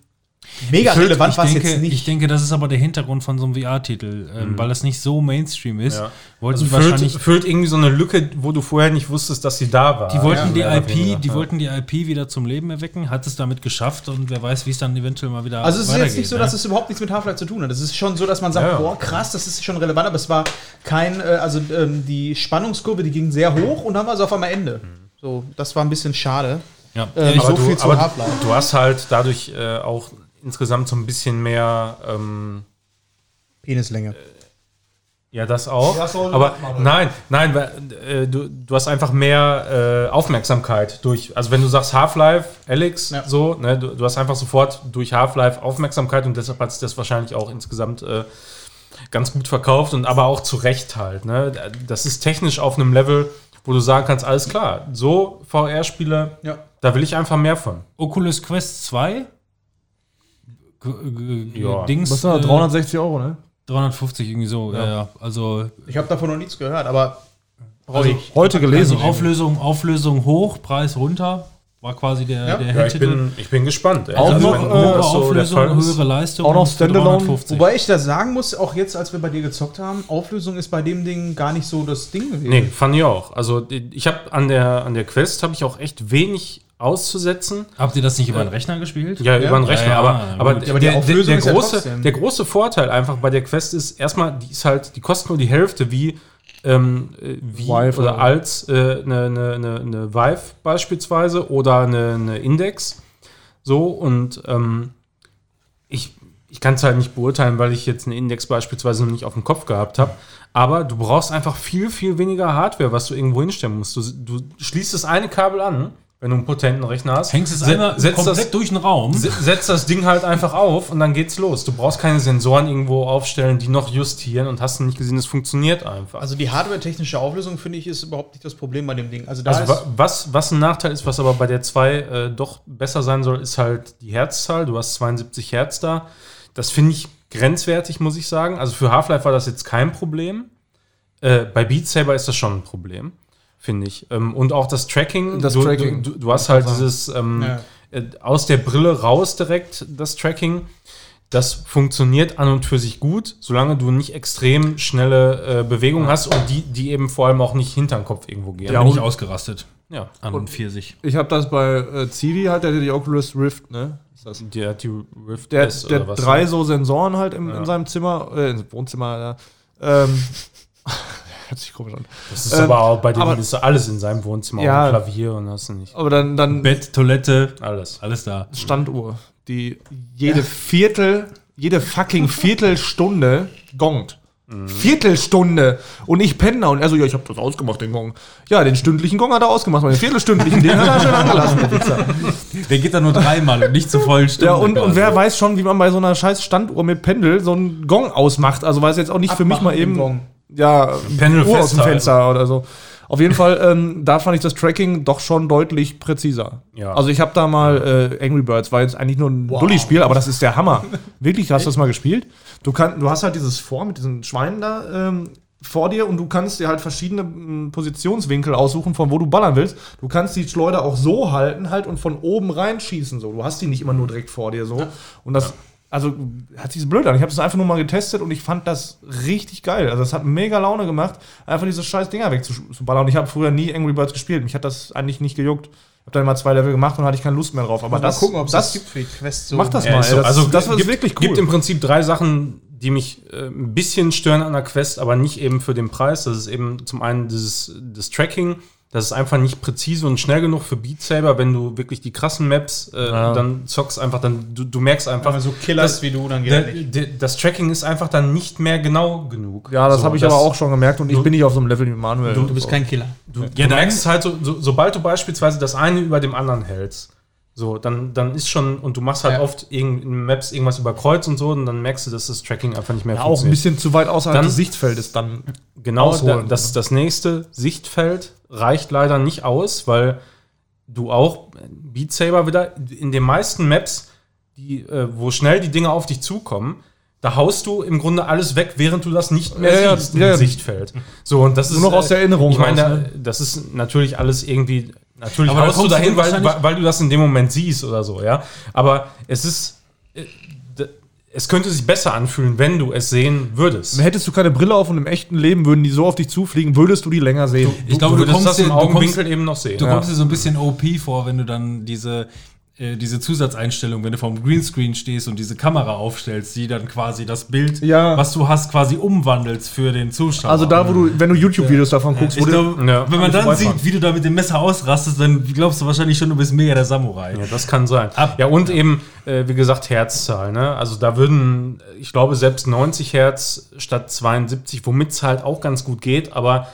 mega Ich relevant war es denke- jetzt nicht. Ich denke, das ist aber der Hintergrund von so einem VR-Titel, ähm, weil das nicht so Mainstream ist. Mhm. Ja. Wollten Also die füllt, wahrscheinlich. füllt irgendwie so eine Lücke, wo du vorher nicht wusstest, dass sie da war. Die wollten Mehr oder die weniger, IP, die Ah, ja. wollten die IP wieder zum Leben erwecken, hat es damit geschafft und wer weiß, wie es dann eventuell mal wieder also es ist jetzt nicht so, ne? dass es überhaupt nichts mit Half-Life zu tun hat. Es ist schon so, dass man sagt, Ja, ja. boah, krass, das ist schon relevant, aber es war kein, äh, also ähm, die Spannungskurve, die ging sehr hoch und dann war es auf einmal Ende. Mhm. So, das war ein bisschen schade. ja. Ähm, aber so du, viel zu aber Half-Life. Du hast halt dadurch äh, auch insgesamt so ein bisschen mehr, ähm, Penislänge. ja, das auch. Das soll- aber nein, nein, weil, äh, du, du hast einfach mehr äh, Aufmerksamkeit durch, also wenn du sagst Half-Life, Alex, Ja. so, ne, du, du hast einfach sofort durch Half-Life Aufmerksamkeit und deshalb hat sich das wahrscheinlich auch insgesamt äh, ganz gut verkauft und aber auch zu Recht halt. Ne? Das ist technisch auf einem Level, wo du sagen kannst, alles klar, so VR-Spiele, Ja. da will ich einfach mehr von. Oculus Quest 2 G- g- g- Ja. Dings Was war äh, das? 360 Euro, ne? 350 irgendwie so, ja, ja. also Ich habe davon noch nichts gehört, aber also, Heute gelesen. also Auflösung Auflösung hoch, Preis runter, war quasi der Ja. der Ja, ich Headtitel. bin, ich bin gespannt. ey. Auch Also, also noch, wenn- hohe äh, das so der Auflösung, Fall ist. höhere Leistung Auch noch und für Standalone, 350. Wobei ich da sagen muss, auch jetzt, als wir bei dir gezockt haben, Auflösung ist bei dem Ding gar nicht so das Ding gewesen. Nee, fand ich auch. Also ich habe an der, an der Quest habe ich auch echt wenig auszusetzen. Habt ihr das nicht über den Rechner gespielt? Ja, über den Ja, Rechner, ja, aber, ja, aber, gut. der, aber die der, der, Auflösung ist ja große, trotzdem. der große Vorteil einfach bei der Quest ist erstmal, die ist halt, die kostet nur die Hälfte wie, ähm, äh, wie Vive oder oder- als eine äh, ne, ne, ne, ne Vive beispielsweise oder eine ne Index. So und ähm, ich, ich kann es halt nicht beurteilen, weil ich jetzt einen Index beispielsweise noch nicht auf dem Kopf gehabt habe. Aber du brauchst einfach viel, viel weniger Hardware, was du irgendwo hinstellen musst. Du, du schließt das eine Kabel an, wenn du einen potenten Rechner hast. Hängst es se- einmal setzt komplett das, durch den Raum. se- setzt das Ding halt einfach auf und dann geht's los. Du brauchst keine Sensoren irgendwo aufstellen, die noch justieren und hast nicht gesehen, es funktioniert einfach. Also die hardware-technische Auflösung, finde ich, ist überhaupt nicht das Problem bei dem Ding. Also da Also wa- ist, was, was ein Nachteil ist, was aber bei der 2 äh, doch besser sein soll, ist halt die Herzzahl. Du hast 72 Hertz da. Das finde ich grenzwertig, muss ich sagen. Also für Half-Life war das jetzt kein Problem. Äh, bei Beat Saber ist das schon ein Problem, finde ich. Ähm, und auch das Tracking. Das du, Tracking. Du, du, du hast halt dieses ähm, Ja. äh, aus der Brille raus direkt das Tracking. Das funktioniert an und für sich gut, solange du nicht extrem schnelle äh, Bewegungen hast und die, die eben vor allem auch nicht hinter den Kopf irgendwo gehen. Da bin ich ausgerastet ja. an und 40. Ich habe das bei äh, Civi halt, der hat die Oculus Rift, ne? Ist das Der hat die Rift der, S der oder äh, was? drei so Sensoren halt im, in seinem Zimmer, äh, im Wohnzimmer. Ja. Ähm, hört sich komisch an. Das ist ähm, aber auch bei dem aber- ist so alles in seinem Wohnzimmer, Ja. auch ein Klavier und hast du nicht. Aber dann, dann Bett, Toilette, Alles. alles da. Standuhr, die jede Viertel, jede fucking Viertelstunde gongt. Viertelstunde. Und ich penne und er so, ja, ich habe das ausgemacht, den Gong. Ja, den stündlichen Gong hat er ausgemacht, aber den viertelstündlichen, den hat er schön angelassen. den Wichser. Der geht da nur dreimal und nicht zur vollen Stunde. Ja, und, und quasi. wer weiß schon, wie man bei so einer scheiß Standuhr mit Pendel so einen Gong ausmacht. Also weiß jetzt auch nicht für mich mal eben. Ja, Pendel Uhr aus dem festhalten. Fenster oder so. Auf jeden Fall, ähm, da fand ich das Tracking doch schon deutlich präziser. Ja. Also ich habe da mal äh, Angry Birds, war jetzt eigentlich nur ein Dulli-Spiel, aber das ist der Hammer. Wirklich, hast du das mal gespielt? Du, kann, du hast halt dieses Vor mit diesen Schweinen da ähm, vor dir und du kannst dir halt verschiedene m, Positionswinkel aussuchen, von wo du ballern willst. Du kannst die Schleuder auch so halten halt und von oben reinschießen. So. Du hast die nicht immer nur direkt vor dir so. Und das... Also hat sich blöd an. Ich habe es einfach nur mal getestet und ich fand das richtig geil. Also das hat mega Laune gemacht, einfach diese scheiß Dinger wegzuballern. Und ich habe früher nie Angry Birds gespielt. Mich hat das eigentlich nicht gejuckt. Ich habe dann mal zwei Level gemacht und hatte ich keine Lust mehr drauf. Aber das, das, für die Quest so. mach das Ja, mal. ist so. ey. Das, also das ist gibt, wirklich cool. gibt im Prinzip drei Sachen, die mich äh, ein bisschen stören an der Quest, aber nicht eben für den Preis. Das ist eben zum einen dieses das Tracking, das ist einfach nicht präzise und schnell genug für Beat Saber, wenn du wirklich die krassen Maps äh, dann zockst einfach, dann du, du merkst einfach, Wenn man so Killers das- wie du, dann geht der, das nicht. der, das Tracking ist einfach dann nicht mehr genau genug. ja, das So, habe ich aber auch schon gemerkt und ich bin nicht auf so einem Level wie Manuel. Du bist kein Killer. Du, du merkst halt, so, so, sobald du beispielsweise das eine über dem anderen hältst, so, dann, dann ist schon, und du machst halt Ja. oft irgend, in Maps irgendwas über Kreuz und so, und dann merkst du, dass das Tracking einfach nicht mehr auch ein bisschen zu weit außerhalb Dann- des Sichtfeldes dann. Genau, da, ausholen, das, ne? das nächste Sichtfeld reicht leider nicht aus, weil du auch äh, Beat Saber wieder in den meisten Maps, die, äh, wo schnell die Dinge auf dich zukommen, da haust du im Grunde alles weg, während du das nicht mehr Ja, ja, siehst ja. im Sichtfeld. So und das ist äh, noch aus der Erinnerung Ich meine, raus, ne? da- das ist natürlich alles irgendwie natürlich Aber da haust du kommst du dahin, weil, weil, wahrscheinlich- weil du das in dem Moment siehst oder so, ja. Aber es ist äh, d- es könnte sich besser anfühlen, wenn du es sehen würdest. Hättest du keine Brille auf und im echten Leben würden die so auf dich zufliegen, würdest du die länger sehen. ich glaube, du, würdest kommst das dir, im du kommst, Augenwinkel eben noch sehen. du kommst dir so ein bisschen OP vor, wenn du dann diese, äh, diese Zusatzeinstellung, wenn du vom Greenscreen stehst und diese Kamera aufstellst, die dann quasi das Bild, Ja. was du hast, quasi umwandelst für den Zuschauer. also da, wo du, wenn du YouTube-Videos davon guckst, wo ich du, glaube, Ja, wenn man hab ich dann Freude dran. sieht, wie du da mit dem Messer ausrastest, dann glaubst du wahrscheinlich schon, du bist mega der Samurai. Ja, das kann sein. Ab- ja, und eben, äh, wie gesagt, Herzzahl. Ne? Also da würden, ich glaube, selbst 90 Hertz statt 72, womit es halt auch ganz gut geht, aber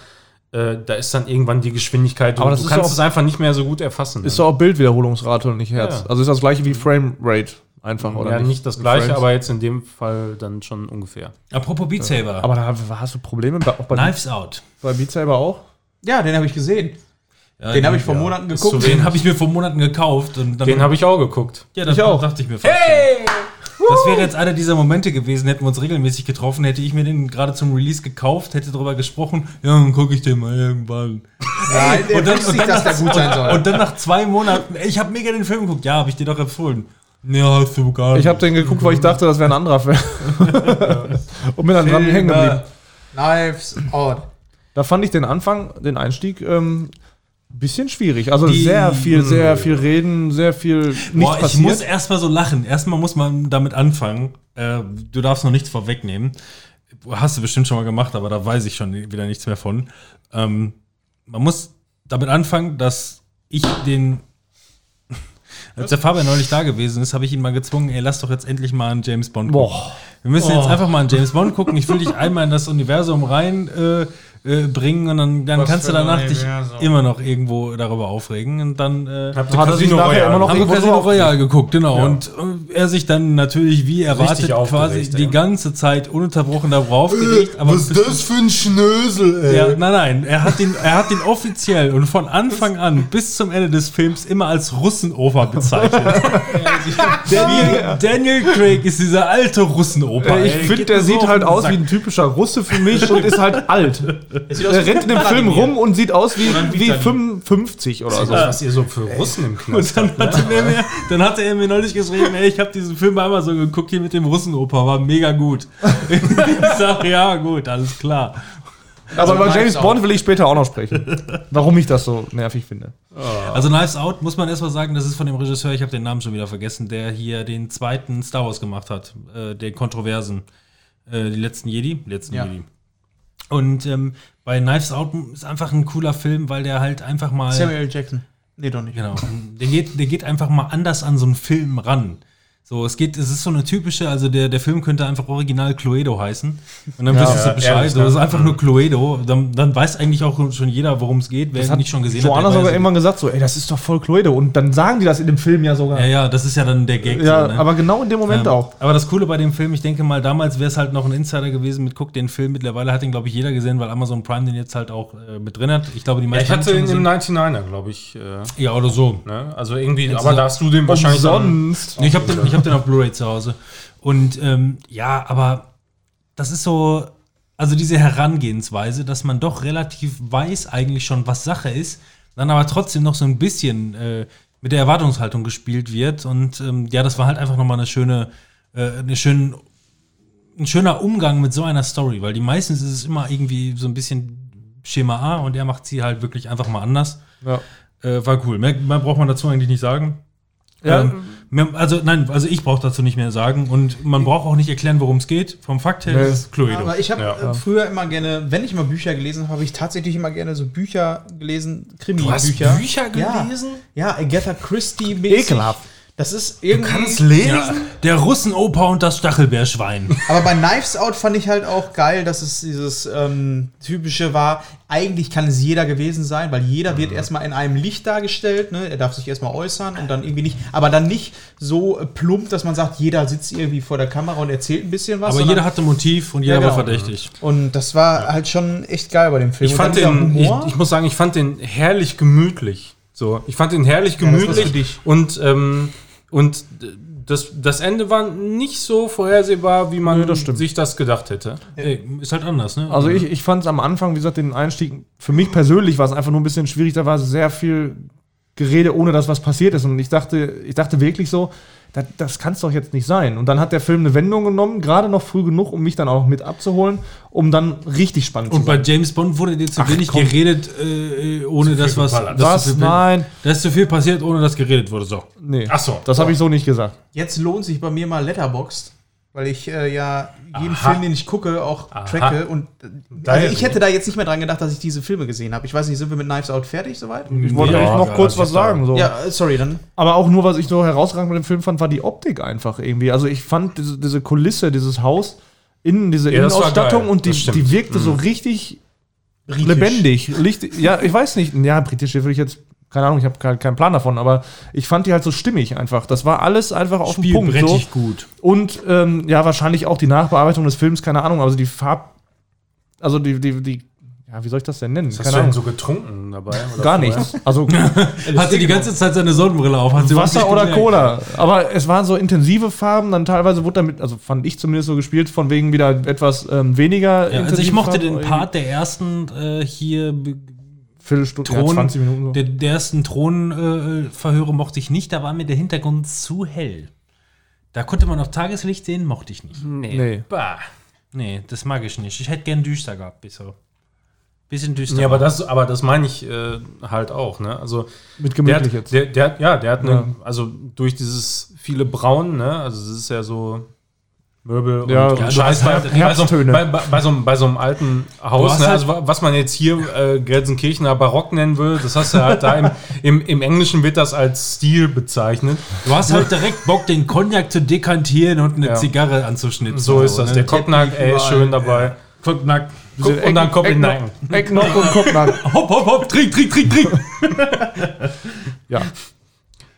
äh, da ist dann irgendwann die Geschwindigkeit. Du, Aber das du ist kannst auch- es einfach nicht mehr so gut erfassen. ne? Ist doch auch Bildwiederholungsrate und nicht Herz. Ja. Also ist das gleiche wie Frame Rate einfach, oder? ja, nicht, das In gleiche, Frames. aber jetzt in dem Fall dann schon ungefähr. Apropos Beat Saber. Aber da hast du Probleme bei, auch bei, Knives Out. bei Beat Saber auch? Ja, den habe ich gesehen. Ja, Den habe ich vor Monaten geguckt. zu wenig. Den habe ich mir vor Monaten gekauft und dann Den habe ich auch geguckt. Ja, das Ich auch. dachte ich mir fast. Hey! Das wäre jetzt einer dieser Momente gewesen, hätten wir uns regelmäßig getroffen, hätte ich mir den gerade zum Release gekauft, hätte darüber gesprochen, ja, dann gucke ich den mal irgendwann. Nein, der wünscht sich, dass der gut sein soll. Und dann nach zwei Monaten, ey, ich habe mega den Film geguckt, ja, habe ich dir doch empfohlen. Ja, hast du gar Ich habe den geguckt, weil ich dachte, das wäre ein anderer Film. und bin dann dran hängen geblieben. Knives Out. Da fand ich den Anfang, den Einstieg, ähm, bisschen schwierig. Also Die- sehr viel, sehr viel reden, sehr viel nichts Boah, ich passiert. muss erstmal so lachen. Erstmal muss man damit anfangen. Äh, du darfst noch nichts vorwegnehmen. Hast du bestimmt schon mal gemacht, aber da weiß ich schon wieder nichts mehr von. Ähm, man muss damit anfangen, dass ich den. Als der Fabian neulich da gewesen ist, habe ich ihn mal gezwungen, ey, lass doch jetzt endlich mal einen James Bond gucken. Boah. Oh. Wir müssen jetzt einfach mal einen James Bond gucken. Ich will dich einmal in das Universum reinbringen äh, bringen und dann, dann Was kannst du für ein danach dich Universum. immer noch irgendwo darüber aufregen. Und dann äh, Hat er sich Casino nachher Royale. immer noch haben wir irgendwo Casino drauf- Royale geguckt, genau. Und äh, er sich dann natürlich, wie erwartet, Richtig quasi aufgeregt, die ja. ganze Zeit ununterbrochen darauf aufgeregt. Aber Äh, was ist das für ein Schnösel, ey? Ja, nein, nein. Er hat, den, er hat den offiziell und von Anfang an bis zum Ende des Films immer als Russenoper bezeichnet. Daniel, Daniel Craig ist dieser alte Russenoper. Äh, Ich ey. finde, Geht der mir so sieht auf halt den aus Sack. wie ein typischer Russe für mich und ist halt alt. aus Er rennt in dem Film rum und sieht aus wie, wie 55 oder so. was ihr so für Russen im Knast habt. Ne? Hatte mir mehr, dann hatte er mir neulich geschrieben, ey, ich habe diesen Film bei Amazon geguckt, hier mit dem Russenoper, war mega gut. ich sag, ja, gut, alles klar. Aber über Knives James Out. Bond will ich später auch noch sprechen. Warum ich das so nervig finde. Also Knives Out, muss man erstmal sagen, das ist von dem Regisseur, ich habe den Namen schon wieder vergessen, der hier den zweiten Star Wars gemacht hat, äh, den Kontroversen. Äh, die letzten Jedi? Letzten Ja. Jedi. Und ähm, bei Knives Out ist einfach ein cooler Film, weil der halt einfach mal. Samuel Jackson. Nee, doch nicht. Genau. Der geht, der geht einfach mal anders an so einen Film ran. So, es geht, es ist so eine typische, also der, der Film könnte einfach original Cluedo heißen. Und dann wisst ihr ja, Bescheid. ehrlich, so, ne? das ist einfach nur Cluedo. Dann, dann weiß eigentlich auch schon jeder, worum es geht. Wer ihn nicht schon gesehen Joanna der sogar weiß- irgendwann gesagt, so, ey, das ist doch voll Cluedo. Und dann sagen die das in dem Film ja sogar. Ja, ja, das ist ja dann der Gag. Ja, so, ne? aber genau in dem Moment Ähm, auch. Aber das Coole bei dem Film, ich denke mal, damals wäre es halt noch ein Insider gewesen mit guck den Film. Mittlerweile hat ihn, glaube ich, jeder gesehen, weil Amazon Prime den jetzt halt auch äh, mit drin hat. Ich glaube, die Ja, meisten ich hatte haben ihn schon im gesehen. 99er, glaube ich. Äh, Ja, oder so. ne? Also irgendwie, aber da hast du den wahrscheinlich. dann- Umsonst. Nee, ich habe den, ich hab den auf Blu-ray zu Hause. Und ähm, ja, aber das ist so, also diese Herangehensweise, dass man doch relativ weiß eigentlich schon, was Sache ist, dann aber trotzdem noch so ein bisschen äh, mit der Erwartungshaltung gespielt wird. Und ähm, ja, das war halt einfach nochmal eine schöne, äh, eine schöne ein schöner Umgang mit so einer Story, weil die meistens ist es immer irgendwie so ein bisschen Schema A und er macht sie halt wirklich einfach mal anders. Äh, war cool. Mehr, mehr braucht man dazu eigentlich nicht sagen. Ja. Ähm, mehr, Mhm. also nein, also ich brauche dazu nicht mehr sagen und man braucht auch nicht erklären, worum es geht. Vom Fakt her Nee. ist es Cluedo. Aber ich habe Ja. äh, früher immer gerne, wenn ich mal Bücher gelesen habe, habe ich tatsächlich immer gerne so Bücher gelesen, Du hast Krimi-Bücher. Bücher, Ja. gelesen? Ja, Agatha Christie mäßig. Ekelhaft. Das ist irgendwie. ja, der Russenoper und das Stachelbeerschwein. Aber bei Knives Out fand ich halt auch geil, dass es dieses ähm, typische war. Eigentlich kann es jeder gewesen sein, weil jeder Mhm. wird erstmal in einem Licht dargestellt. Ne? Er darf sich erstmal äußern und dann irgendwie nicht. Aber dann nicht so äh, plump, dass man sagt, jeder sitzt irgendwie vor der Kamera und erzählt ein bisschen was. aber sondern- jeder hatte Motiv und jeder Ja, genau. war verdächtig. und das war halt schon echt geil bei dem Film. Ich Und fand dann den, ich, dieser Humor. ich muss sagen, ich fand den herrlich gemütlich. So, ich fand den herrlich das war's gemütlich für dich. und ähm, und d- das, das Ende war nicht so vorhersehbar, wie man Nö, das stimmt. sich das gedacht hätte. Ey, ist halt anders, ne? Also ich, ich fand es am Anfang, wie gesagt, den Einstieg, für mich persönlich war es einfach nur ein bisschen schwierig, da war sehr viel Gerede, ohne dass was passiert ist. Und ich dachte, ich dachte wirklich so, das, das kann es doch jetzt nicht sein. Und dann hat der Film eine Wendung genommen, gerade noch früh genug, um mich dann auch mit abzuholen, um dann richtig spannend und bei James Bond wurde dir zu wenig geredet, äh, ohne dass was. geballert. dass Was? zu viel- Nein. Da ist zu viel passiert, ohne dass geredet wurde. So. Nee, Ach so. das habe ich so nicht gesagt. Jetzt lohnt sich bei mir mal Letterboxd, weil ich äh, ja jeden Film, den ich gucke, auch tracke. Und äh, also ich hätte da jetzt nicht mehr dran gedacht, dass ich diese Filme gesehen habe. Ich weiß nicht, sind wir mit Knives Out fertig soweit? Ich wollte Ja, echt noch ja, kurz das was ist klar. sagen. So. Ja, äh, sorry, dann. Aber auch nur, was ich so herausragend mit dem Film fand, war die Optik einfach irgendwie. Also ich fand diese, diese Kulisse, dieses Haus, innen, diese Ja, das war Innenausstattung geil. und die, Das stimmt. Mhm. die wirkte so richtig lebendig. Licht, ja, ich weiß nicht. Ja, britisch würde ich jetzt, keine Ahnung, ich habe keinen keinen Plan davon, aber ich fand die halt so stimmig einfach. Das war alles einfach auf dem Punkt. So. gut. Und ähm, ja, wahrscheinlich auch die Nachbearbeitung des Films, keine Ahnung, also die Farb. Also die, die, die, ja, wie soll ich das denn nennen? Was keine Ahnung. so getrunken dabei? Oder Gar vorher? nichts. Also Hatte die ganze Zeit seine Sonnenbrille auf. Hat sie überhaupt genau. Wasser nicht oder gemerkt. Cola. Aber es waren so intensive Farben, dann teilweise wurde damit, also fand ich zumindest so gespielt, von wegen wieder etwas ähm, Ja, weniger. also ich intensive mochte Farben, den irgendwie Part der ersten äh, hier be- Viertelstunde, ja, Thron, 20 Minuten so. der, der ersten Thronverhöre äh, Verhöre mochte ich nicht. Da war mir der Hintergrund zu hell. Da konnte man noch Tageslicht sehen, mochte ich nicht. Nee. Bah. Nee, das mag ich nicht. Ich hätte gern düster gehabt, bisher. Bisschen düster. Ja, aber das, aber das meine ich äh, halt auch. Ne? Also Mit der gemütlich hat, jetzt. Der, der, hat- ja, der hat eine, Ja. also durch dieses viele Braun, ne, also es ist ja so Möbel Ja, und, ja, und du Scheiß hast bei, halt bei, so, einem- Herbsttöne. bei, bei, bei, so, einem- bei so einem alten Du Haus, hast ne, halt- also wa- was man jetzt hier äh, Gelsenkirchener Barock nennen würde, das hast du halt da im, im, im Englischen wird das als Stil bezeichnet. du hast halt direkt Bock, den Cognac zu dekantieren und eine Ja. Zigarre anzuschnitzen. So ist das. ne? Der Cocknack, ey, schön dabei. Cognac. Guck, und dann kommt in Ecknock, Ecknock und Kopfnack. Hopp, hopp, hopp, trink, trink, trink, trink. Ja.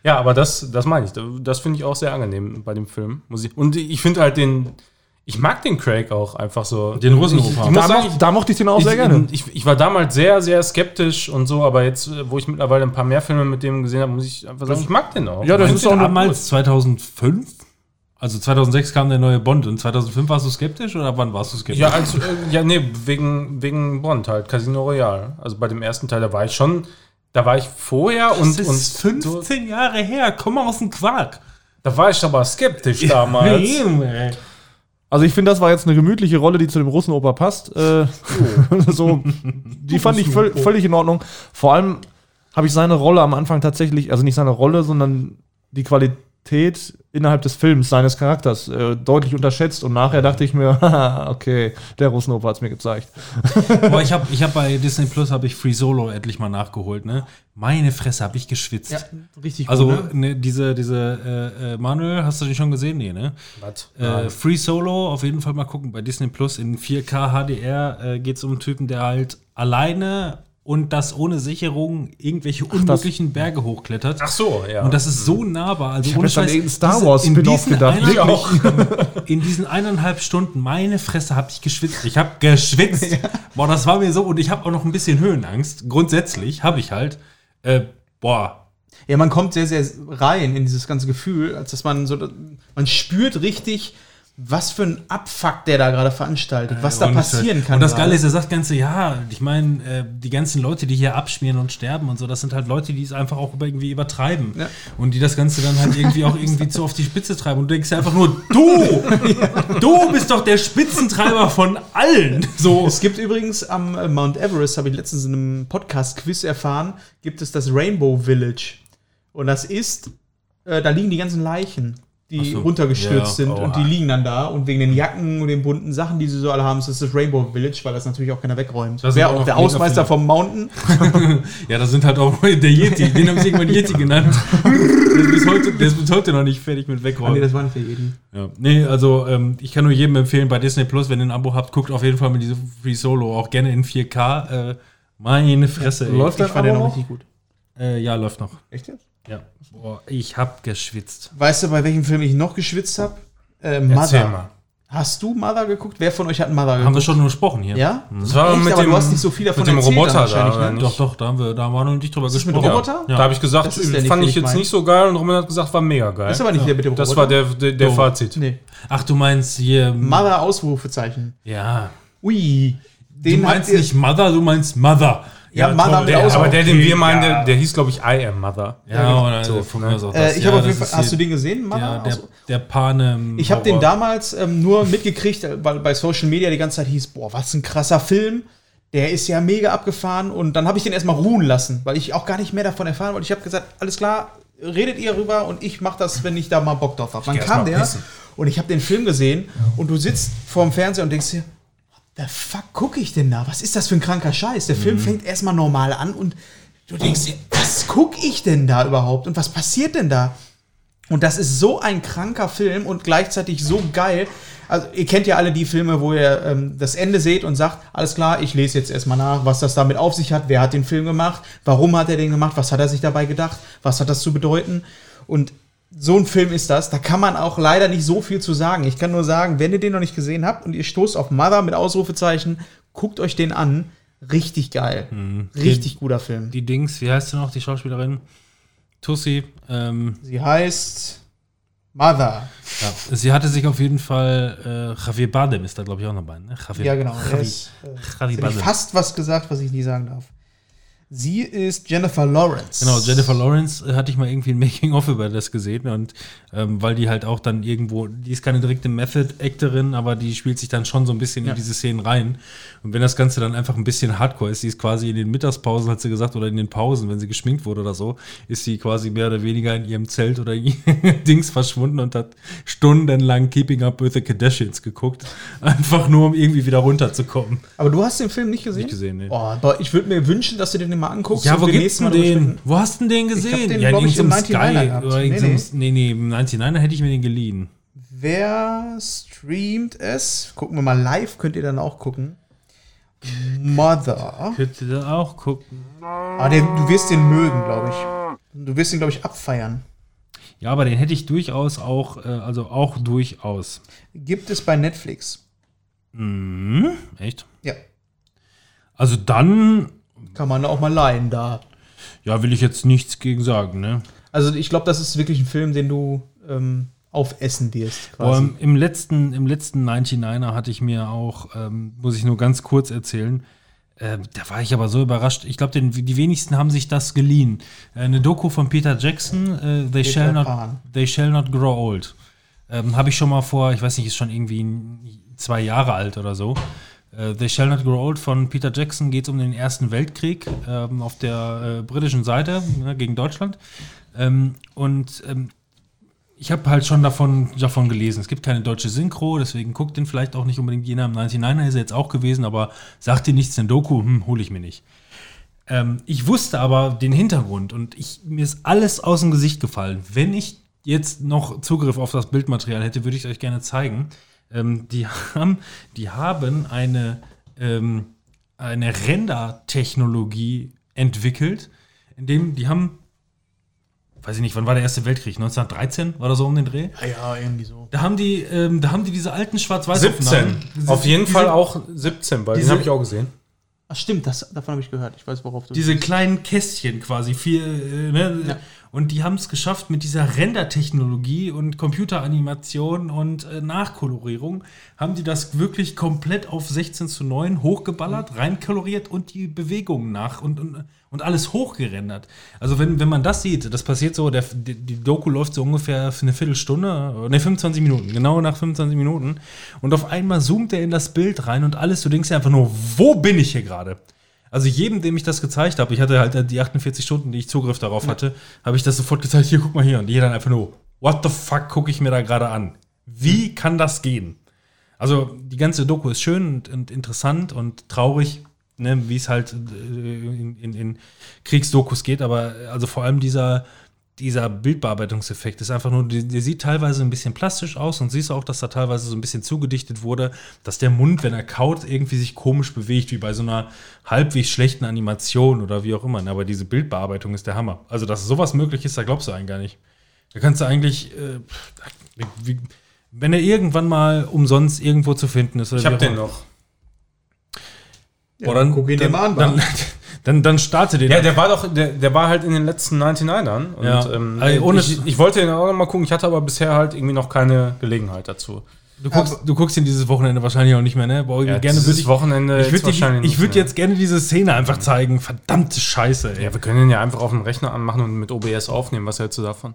Ja, aber das, das meine ich. Das finde ich auch sehr angenehm bei dem Film. Muss ich- Und ich finde halt den, ich mag den Craig auch einfach so. Den Russenhofer. Ich, ich Da muss Da, sagen, moch, da mochte ich den auch ich, sehr gerne. Ich, ich, ich war damals sehr, sehr skeptisch und so, aber jetzt, äh, wo ich mittlerweile ein paar mehr Filme mit dem gesehen habe, muss ich einfach sagen, ich mag den auch. Ja, das Meinst ist du auch eine, damals 2005? Also 2006 kam der neue Bond und 2005 warst du skeptisch oder wann warst du skeptisch? Ja, als, äh, ja, nee, wegen, wegen Bond halt, Casino Royale. Also bei dem ersten Teil, da war ich schon, da war ich vorher und, und so, Jahre her, komm mal aus dem Quark. da war ich aber skeptisch damals. also ich finde, das war jetzt eine gemütliche Rolle, die zu dem Russenoper passt. Äh, so, die fand ich völ völlig in Ordnung. Vor allem habe ich seine Rolle am Anfang tatsächlich, also nicht seine Rolle, sondern die Qualität Komplexität innerhalb des Films, seines Charakters, äh, deutlich unterschätzt. Und nachher dachte ich mir, haha, okay, der Russenhofer hat es mir gezeigt. Boah, ich habe ich hab bei Disney Plus habe ich Free Solo endlich mal nachgeholt, ne? Meine Fresse, habe ich geschwitzt. richtig Also gut, ne? ne, diese, diese äh, äh, Manuel, hast du den schon gesehen? Nee, ne? Was? Äh, Free Solo, auf jeden Fall mal gucken. Bei Disney Plus in 4K HDR äh, geht es um einen Typen, der halt alleine und das ohne Sicherung irgendwelche unmöglichen Berge hochklettert. Ach so, ja. Und das ist so nahbar. Also ich jetzt an irgendeinen Star Wars Spin-off gedacht. Eineinhalb, Ich auch. In diesen eineinhalb Stunden, meine Fresse, habe ich geschwitzt. Ich habe geschwitzt. Boah, das war mir so. Und ich habe auch noch ein bisschen Höhenangst. Grundsätzlich habe ich halt. Äh, boah. Ja, man kommt sehr, sehr rein in dieses ganze Gefühl, als dass man so, man spürt richtig, was für ein Abfuck der da gerade veranstaltet, was da Und, äh, passieren kann. Und das gerade. Geile ist, er sagt ganze, ja, ich meine, äh, die ganzen Leute, die hier abschmieren und sterben und so, das sind halt Leute, die es einfach auch irgendwie übertreiben. Ja. Und die das Ganze dann halt irgendwie auch irgendwie zu auf die Spitze treiben. Und du denkst dir einfach nur, du! Du bist doch der Spitzentreiber von allen! So. Es gibt übrigens am äh, Mount Everest, habe ich letztens in einem Podcast-Quiz erfahren, gibt es das Rainbow Village. Und das ist, äh, da liegen die ganzen Leichen, die so. runtergestürzt Ja, sind und die oha. liegen dann da. Und wegen den Jacken und den bunten Sachen, die sie so alle haben, ist das das Rainbow Village, weil das natürlich auch keiner wegräumt. Das sind Wer auch auch noch der mega Ausmeister viele. vom Mountain? Ja, das sind halt auch der Yeti. Den haben sie irgendwann Yeti genannt. Der ist bis heute, der ist bis heute noch nicht fertig mit nee, wegräumen. das war nicht für jeden. Ja. Nee, also ähm, ich kann nur jedem empfehlen, bei Disney Plus, wenn ihr ein Abo habt, guckt auf jeden Fall mit diesem Free Solo auch gerne in 4K. Äh, meine Fresse, ey. Läuft Ich fand den aber noch noch? richtig gut. Äh, ja, läuft noch. Echt jetzt? Ja. Boah, ich hab geschwitzt. Weißt du, bei welchem Film ich noch geschwitzt habe? Äh, Erzähl Mother. mal. Hast du Mother geguckt? Wer von euch hat Mother geguckt? Haben wir schon nur gesprochen hier? ja? Das war Echt? mit Aber dem, du hast nicht so viel davon mit dem erzählt dann Roboter da, wahrscheinlich, oder ne? nicht? Doch, doch, da haben wir, da haben wir noch nicht drüber das mit gesprochen. Roboter? Ja. Da habe ich gesagt, Das ist der nicht, fand den ich ich jetzt meine. nicht so geil und Roman hat gesagt, war mega geil. Das ist aber nicht der mit dem das war Roboter. der, der, der So. Fazit. Nee. Ach, du meinst hier. Mother Ausrufezeichen. ja. Ui. Du Den meinst habt ihr- nicht Mother, du meinst Mother. Ja, Mother mit der, Der, Ausruf- aber der, den okay, wir meinen, ja. der, der hieß, glaube ich, I Am Mother. Ja, oder So, so, von ne? mir aus auch genau. Äh, das. ich ja, habe auf das jeden Fall. ist Hast du hier- den gesehen, Mother? Ja, der, Ausruf- der Panem. Ah, also ich habe den damals ähm, nur mitgekriegt, äh, weil bei Social Media die ganze Zeit hieß, boah, was ein krasser Film. Der ist ja mega abgefahren und dann habe ich den erstmal ruhen lassen, weil ich auch gar nicht mehr davon erfahren wollte. Ich habe gesagt, alles klar, redet ihr rüber und ich mache das, wenn ich da mal Bock drauf habe. Dann geh kam erst mal der pissen. und ich habe den Film gesehen und du sitzt vorm Fernseher und denkst dir, the fuck gucke ich denn da? Was ist das für ein kranker Scheiß? Der Mhm. Film fängt erstmal normal an und du denkst dir, was gucke ich denn da überhaupt? Und was passiert denn da? Und das ist so ein kranker Film und gleichzeitig so geil. Also, ihr kennt ja alle die Filme, wo ihr ähm, das Ende seht und sagt, alles klar, ich lese jetzt erstmal nach, was das damit auf sich hat, wer hat den Film gemacht, warum hat er den gemacht, was hat er sich dabei gedacht, was hat das zu bedeuten. Und so ein Film ist das. Da kann man auch leider nicht so viel zu sagen. Ich kann nur sagen, wenn ihr den noch nicht gesehen habt und ihr stoßt auf Mother mit Ausrufezeichen, guckt euch den an. Richtig geil. Richtig guter Film. Die Dings, wie heißt sie noch, die Schauspielerin? Tussi. Ähm, Sie heißt Mother. ja. Sie hatte sich auf jeden Fall. Äh, Javier Bardem ist da, glaube ich, auch noch bei. Ne? Javier, Ja, genau. Er Javi, ist, äh, Javi Jetzt hab ich Bardem. fast was gesagt, was ich nie sagen darf. Sie ist Jennifer Lawrence. Genau, Jennifer Lawrence äh, hatte ich mal irgendwie ein Making-of über das gesehen und ähm, weil die halt auch dann irgendwo, die ist keine direkte Method-Actorin, aber die spielt sich dann schon so ein bisschen in diese Szenen rein. Und wenn das Ganze dann einfach ein bisschen hardcore ist, die ist quasi in den Mittagspausen, hat sie gesagt, oder in den Pausen, wenn sie geschminkt wurde oder so, ist sie quasi mehr oder weniger in ihrem Zelt oder in ihren Dings verschwunden und hat stundenlang Keeping Up with the Kardashians geguckt, einfach nur um irgendwie wieder runterzukommen. Aber du hast den Film nicht gesehen? Nicht gesehen, nee. Oh, aber ich würde mir wünschen, dass du den mal anguckst. Ja, und wo wir gibt's nächstes denn Mal drüber den? sprechen. Wo hast du den gesehen? den, ja, glaub in ich, im irgendeinem 99er gehabt. Oder Nee, irgendeinem, nee, nee, im 99er hätte ich mir den geliehen. Wer streamt es? Gucken wir mal live, könnt ihr dann auch gucken. Mother. Könnte da auch gucken. Aber der, du wirst den mögen, glaube ich. Du wirst ihn, glaube ich, abfeiern. Ja, aber den hätte ich durchaus auch, äh, also auch durchaus. Gibt es bei Netflix. Mhm, echt? Ja. Also dann, Kann man auch mal leihen da. ja, will ich jetzt nichts gegen sagen, ne? Also ich glaube, das ist wirklich ein Film, den du ähm, aufessen wirst. Boah, im, im letzten, im letzten 99er hatte ich mir auch, ähm, muss ich nur ganz kurz erzählen, ähm, da war ich aber so überrascht. Ich glaube, die wenigsten haben sich das geliehen. Äh, eine Doku von Peter Jackson, äh, They, shall not, Pan. They Shall Not Grow Old. Ähm, Habe ich schon mal vor, ich weiß nicht, ist schon irgendwie ein- zwei Jahre alt oder so. Äh, They Shall Not Grow Old von Peter Jackson geht es um den Ersten Weltkrieg ähm, auf der äh, britischen Seite ne, gegen Deutschland. Ähm, und ähm, ich habe halt schon davon, davon gelesen. Es gibt keine deutsche Synchro, deswegen guckt den vielleicht auch nicht unbedingt jener im 99er ist er jetzt auch gewesen, aber sagt dir nichts, den Doku, hm, hole ich mir nicht. Ähm, ich wusste aber den Hintergrund und ich, mir ist alles aus dem Gesicht gefallen. Wenn ich jetzt noch Zugriff auf das Bildmaterial hätte, würde ich es euch gerne zeigen. Ähm, die, haben, die haben eine, ähm, eine Render-Technologie entwickelt, in dem die haben, weiß ich nicht, wann war der Erste Weltkrieg? 1913 war das so um den Dreh? Ah Ja, ja, irgendwie so. Da haben die, ähm, da haben die diese alten Schwarz-Weiß-Aufnahmen. 17. Auf jeden diese- Fall auch 17, weil den diese- habe ich auch gesehen. Ach, stimmt, das, davon habe ich gehört. Ich weiß, worauf du. diese kleinen Kästchen quasi vier äh, ne? Ja. und die haben es geschafft mit dieser Render-Technologie und Computeranimation und äh, Nachkolorierung haben die das wirklich komplett auf 16 zu 9 hochgeballert, reinkoloriert und die Bewegungen nach und, und, und alles hochgerendert. Also wenn, wenn man das sieht, das passiert so, der, die, die Doku läuft so ungefähr für eine Viertelstunde, ne 25 Minuten, genau nach 25 Minuten und auf einmal zoomt er in das Bild rein und alles, du denkst dir einfach nur, wo bin ich hier gerade? Also jedem, dem ich das gezeigt habe, ich hatte halt die 48 Stunden, die ich Zugriff darauf hatte, habe ich das sofort gezeigt, hier, guck mal hier. Und jeder dann einfach nur, what the fuck gucke ich mir da gerade an? Wie kann das gehen? Also die ganze Doku ist schön und, und interessant und traurig, ne, wie es halt äh, in, in, in Kriegsdokus geht, aber äh, also vor allem dieser, dieser Bildbearbeitungseffekt ist einfach nur, der, der sieht teilweise ein bisschen plastisch aus und siehst auch, dass da teilweise so ein bisschen zugedichtet wurde, dass der Mund, wenn er kaut, irgendwie sich komisch bewegt, wie bei so einer halbwegs schlechten Animation oder wie auch immer. Aber diese Bildbearbeitung ist der Hammer. Also, dass sowas möglich ist, da glaubst du eigentlich gar nicht. Da kannst du eigentlich, äh, wie, wenn er irgendwann mal umsonst irgendwo zu finden ist oder Ich habe auch den immer. noch. Boah, dann, guck ihn dir dann, mal an, Dann, dann, dann starte den. Ja, der war doch, der, der war halt in den letzten 99ern. Und, Ja. ähm, Also ohne- ich, ich wollte den auch noch mal gucken, ich hatte aber bisher halt irgendwie noch keine Gelegenheit dazu. du, guckst, du guckst ihn dieses Wochenende wahrscheinlich auch nicht mehr, ne? Boah, gerne dieses würde ich, Wochenende ich Äh, jetzt würde wahrscheinlich ich nicht würd mehr. jetzt gerne diese Szene einfach zeigen. Verdammte Scheiße, ey. Ja, wir können den ja einfach auf dem Rechner anmachen und mit OBS aufnehmen. Was hältst du davon?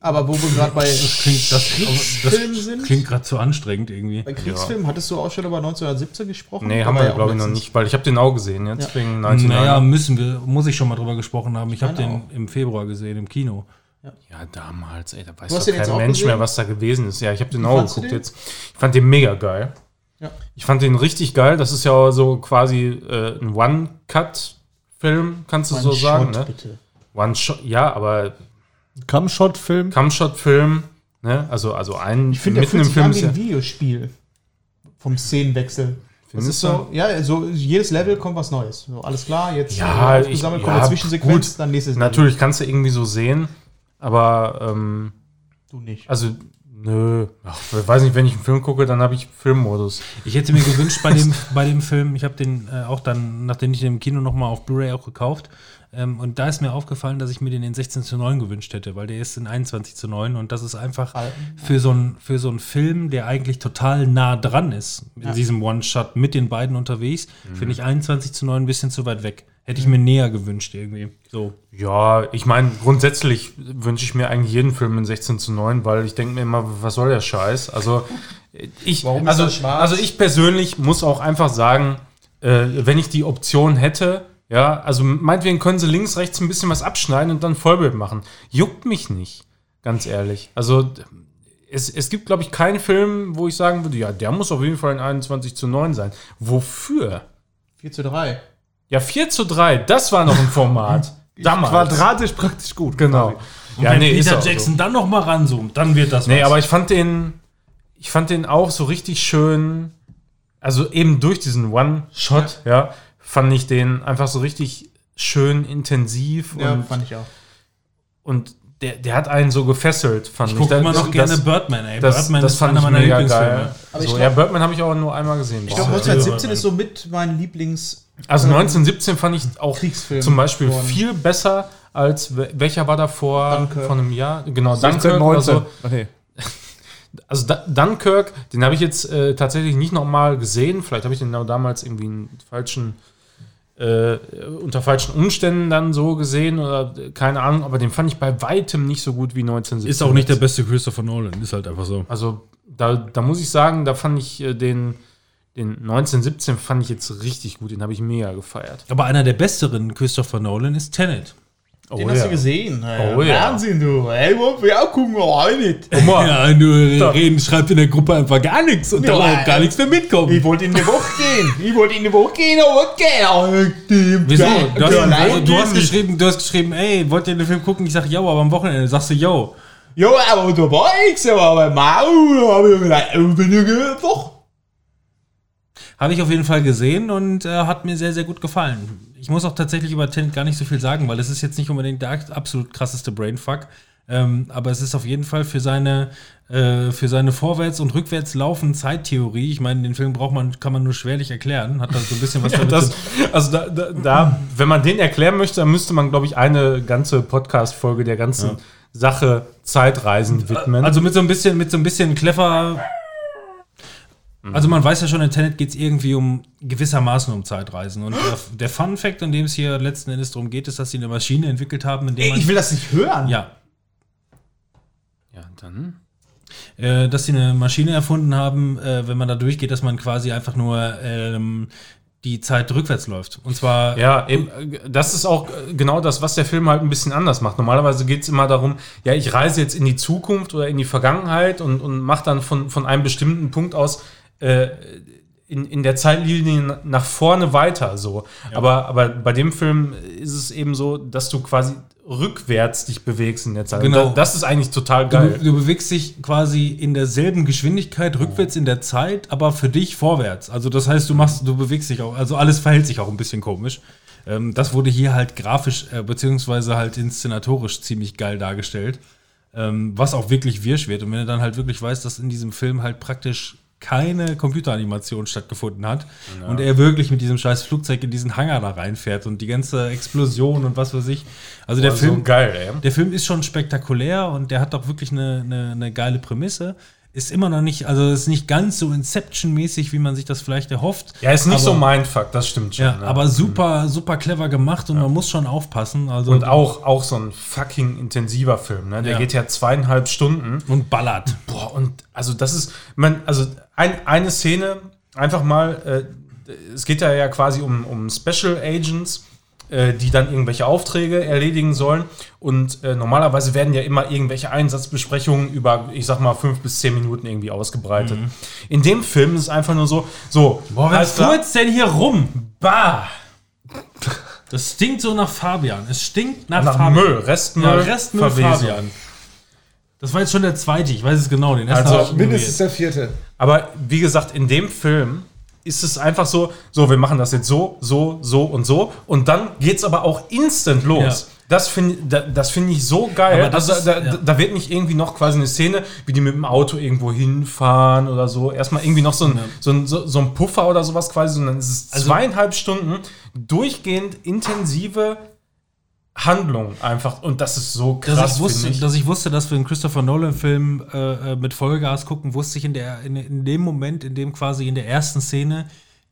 Aber wo wir gerade bei, Das klingt, das, Kriegsfilm das sind? klingt gerade zu anstrengend irgendwie. bei Kriegsfilmen hattest du auch schon über 1917 gesprochen? Nee, Da haben war wir, ja auch glaube ich, noch letztens- nicht, weil ich habe den auch gesehen Ja. jetzt wegen 99. Naja, müssen wir, muss ich schon mal drüber gesprochen haben. Ich habe Meine den im Februar gesehen, im Kino. Ja, damals, ey, da weiß Du hast doch den jetzt kein auch Mensch gesehen? mehr, was da gewesen ist. Ja, ich habe den auch fandst du geguckt den? jetzt. Ich fand den mega geil. Ja. Ich fand den richtig geil. Das ist ja so quasi äh, ein One-Cut-Film, kannst du so One-Shot, sagen, ne? bitte. One-Shot, ja, aber Come-Shot-Film. Come-Shot-Film, ne? Also, also ein, Ich finde, der fühlt im sich an Film ist wie ja. ein Videospiel. Vom Szenenwechsel. Das Findest ist so, ja, so jedes Level kommt was Neues. So, alles klar, jetzt Ja, äh, ich- aufgesammelt, ja, kommt eine Zwischensequenz, gut. dann nächstes Level. Natürlich kannst du irgendwie so sehen, aber, ähm, Du nicht. also, nö. Ach, ich weiß nicht, wenn ich einen Film gucke, dann habe ich Filmmodus. Ich hätte mir gewünscht bei dem, bei dem Film, ich habe den äh, auch dann, nachdem ich den im Kino nochmal auf Blu-ray auch gekauft. Ähm, und da ist mir aufgefallen, dass ich mir den in 16 zu 9 gewünscht hätte, weil der ist in 21 zu 9 und das ist einfach für so einen für so einen Film, der eigentlich total nah dran ist, in diesem One-Shot mit den beiden unterwegs, Mhm. finde ich 21 zu 9 ein bisschen zu weit weg. Hätte ich mir näher gewünscht irgendwie. So. Ja, ich meine, grundsätzlich wünsche ich mir eigentlich jeden Film in 16 zu 9, weil ich denke mir immer, was soll der Scheiß? Also ich, Warum ist also, das schwarz? also ich persönlich muss auch einfach sagen, äh, wenn ich die Option hätte, ja, also meinetwegen können sie links, rechts ein bisschen was abschneiden und dann Vollbild machen. Juckt mich nicht, ganz ehrlich. Also es, es gibt, glaube ich, keinen Film, wo ich sagen würde, ja, der muss auf jeden Fall in 21 zu 9 sein. Wofür? 4 zu 3. Ja, 4 zu 3, das war noch ein Format. Damals. Quadratisch praktisch gut. Genau. Und wenn Peter auch so. Jackson dann nochmal ranzoomt, dann wird das Nee, was. aber ich fand den, ich fand den auch so richtig schön. Also eben durch diesen One-Shot, ja. fand ich den einfach so richtig schön intensiv Ja, und, fand ich auch. und der, der hat einen so gefesselt, fand ich. Ich gucke Da- immer noch das, gerne das, Birdman, ey. das, Birdman das fand ich mega geil. Aber ich so, glaub- ja, Birdman habe ich auch nur einmal gesehen. Ich glaube, Boah. 1917 ist so mit mein Lieblings... also 1917 fand ich auch Kriegsfilm zum Beispiel geworden. viel besser als we- welcher war da vor, Dunkirk. vor einem Jahr? Genau, 16, Dunkirk oder so. 19. Ach, nee. Also Da- Dunkirk, den habe ich jetzt äh, tatsächlich nicht nochmal gesehen. Vielleicht habe ich den damals irgendwie in falschen, äh, unter falschen Umständen dann so gesehen oder äh, keine Ahnung, aber den fand ich bei weitem nicht so gut wie 1917. Ist auch nicht der beste Christopher Nolan, ist halt einfach so. Also da, da muss ich sagen, da fand ich äh, den, den 1917 fand ich jetzt richtig gut, den habe ich mega gefeiert. Aber einer der besseren Christopher Nolan ist Tenet. Den hast du gesehen. Oh ja. Wahnsinn, du. Ey, wollen wir auch gucken, oh, auch nicht. Ja, nur reden, schreibt in der Gruppe einfach gar nichts und da auch gar nichts mehr mitkommen. Ich wollte in die Woche gehen. Ich wollte in die Woche gehen, aber was geht? Oh, die- Wieso? Ja, Du hast, ja, nein, du, hast geht nicht. geschrieben, du hast geschrieben, ey, wollt ihr den Film gucken? Ich sag, yo, aber am Wochenende. Sagst du, yo. Ja, aber da war ich, aber Mau, hab ich gedacht, oh, bin ich in Woche. Habe ich auf jeden Fall gesehen und äh, hat mir sehr, sehr gut gefallen. Ich muss auch tatsächlich über Tenet gar nicht so viel sagen, weil es ist jetzt nicht unbedingt der ak- absolut krasseste Brainfuck. Ähm, aber es ist auf jeden Fall für seine, äh, für seine vorwärts- und rückwärts laufende Zeittheorie. Ich meine, den Film braucht man, kann man nur schwerlich erklären. Hat da so ein bisschen was damit zu Das, also da, da, da, wenn man den erklären möchte, dann müsste man, glaube ich, eine ganze Podcast-Folge der ganzen Sache Zeitreisen widmen. Also mit so ein bisschen, mit so ein bisschen clever. Also man weiß ja schon, in Tenet geht es irgendwie um gewissermaßen um Zeitreisen. Und der, der Fun Fact, in dem es hier letzten Endes darum geht, ist, dass sie eine Maschine entwickelt haben, in der man. Ich will das nicht hören. ja, ja, dann. äh, dass sie eine Maschine erfunden haben, äh, wenn man da durchgeht, dass man quasi einfach nur ähm, die Zeit rückwärts läuft. Und zwar Ja, eben, äh, das ist auch äh, genau das, was der Film halt ein bisschen anders macht. Normalerweise geht es immer darum, ja, ich reise jetzt in die Zukunft oder in die Vergangenheit und, und mache dann von, von einem bestimmten Punkt aus äh, in, in der Zeitlinie nach vorne weiter so. Aber, aber bei dem Film ist es eben so, dass du quasi rückwärts dich bewegst in der Zeit. Und Genau. da- Das ist eigentlich total du, geil. Also du bewegst dich quasi in derselben Geschwindigkeit rückwärts in der Zeit, aber für dich vorwärts. Also das heißt, du machst, du bewegst dich auch, also alles verhält sich auch ein bisschen komisch. Ähm, das wurde hier halt grafisch äh, beziehungsweise halt inszenatorisch ziemlich geil dargestellt, ähm, was auch wirklich wirsch wird. Und wenn du dann halt wirklich weißt, dass in diesem Film halt praktisch keine Computeranimation stattgefunden hat und er wirklich mit diesem scheiß Flugzeug in diesen Hangar da reinfährt und die ganze Explosion und was weiß ich. Also der Also Film geil, ey. der Film ist schon spektakulär und der hat auch wirklich eine, eine, eine geile Prämisse. Ist immer noch nicht, also ist nicht ganz so Inception-mäßig, wie man sich das vielleicht erhofft. Ja, ist nicht aber, so mein Fuck, das stimmt schon. Ja, ne? aber super, super clever gemacht und man muss schon aufpassen. Also und auch, auch so ein fucking intensiver Film, ne? Der Ja. geht ja zweieinhalb Stunden. und ballert. Boah, und also das ist, man, also ein, eine Szene, einfach mal, äh, es geht da ja quasi um, um Special Agents, äh, die dann irgendwelche Aufträge erledigen sollen. Und äh, normalerweise werden ja immer irgendwelche Einsatzbesprechungen über, ich sag mal, fünf bis zehn Minuten irgendwie ausgebreitet. In dem Film ist es einfach nur so, Mhm. so, halt Boah, was alles klar. fuhrt's denn hier rum? bah, Das stinkt so nach Fabian. Es stinkt nach, nach Fabian. Müll, Restmüll, Ja, Restmüll Verwesung. Fabian. Das war jetzt schon der zweite, ich weiß es genau. Den ersten Also hab ich ignoriert. der vierte. Aber wie gesagt, in dem Film ist es einfach so, so, wir machen das jetzt so, so, so und so. Und dann geht's aber auch instant los. Ja. Das finde da, das finde ich so geil. Aber das also, ist- da, ja. da wird nicht irgendwie noch quasi eine Szene, wie die mit dem Auto irgendwo hinfahren oder so. Erstmal irgendwie noch so ein, so ein, so, so ein Puffer oder sowas quasi, sondern es Also ist zweieinhalb Stunden durchgehend intensive Handlung einfach. Und das ist so krass. dass ich, finde wusste, dass ich wusste, dass wir einen Christopher Nolan-Film äh, äh, mit Vollgas gucken, wusste ich in, der, in, in dem Moment, in dem quasi in der ersten Szene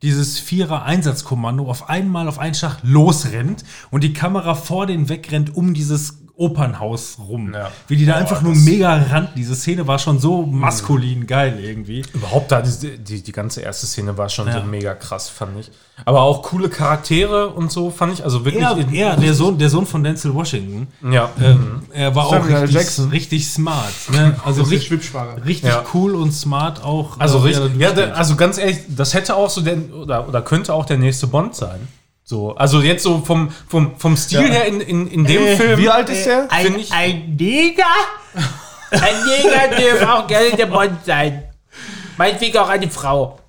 dieses Vierer-Einsatzkommando auf einmal auf einen Schach losrennt und die Kamera vor den wegrennt um dieses Opernhaus rum. Ja. Wie die da einfach nur mega rannten. Diese Szene war schon so maskulin Mhm. geil irgendwie. Überhaupt da, die, die, die ganze erste Szene war schon Ja. so mega krass, fand ich. Aber auch coole Charaktere und so, fand ich. Also wirklich. Er, in- er der, Sohn, der Sohn von Denzel Washington, ja. ähm, er war Samuel auch L. richtig, Jackson. richtig smart. Ne? Also richtig, Schwibschwager. richtig Ja. cool und smart auch. Also äh, wie er richtig. da Ja, durchgeht. da, also ganz ehrlich, das hätte auch so der, oder, oder könnte auch der nächste Bond sein. So, also jetzt so vom, vom, vom Stil her in, in, in Äh. dem Film. Wie alt ist der? Finde ich, Ein Neger? Ein Neger dürfte auch gerne der Bond sein. Meinetwegen auch eine Frau.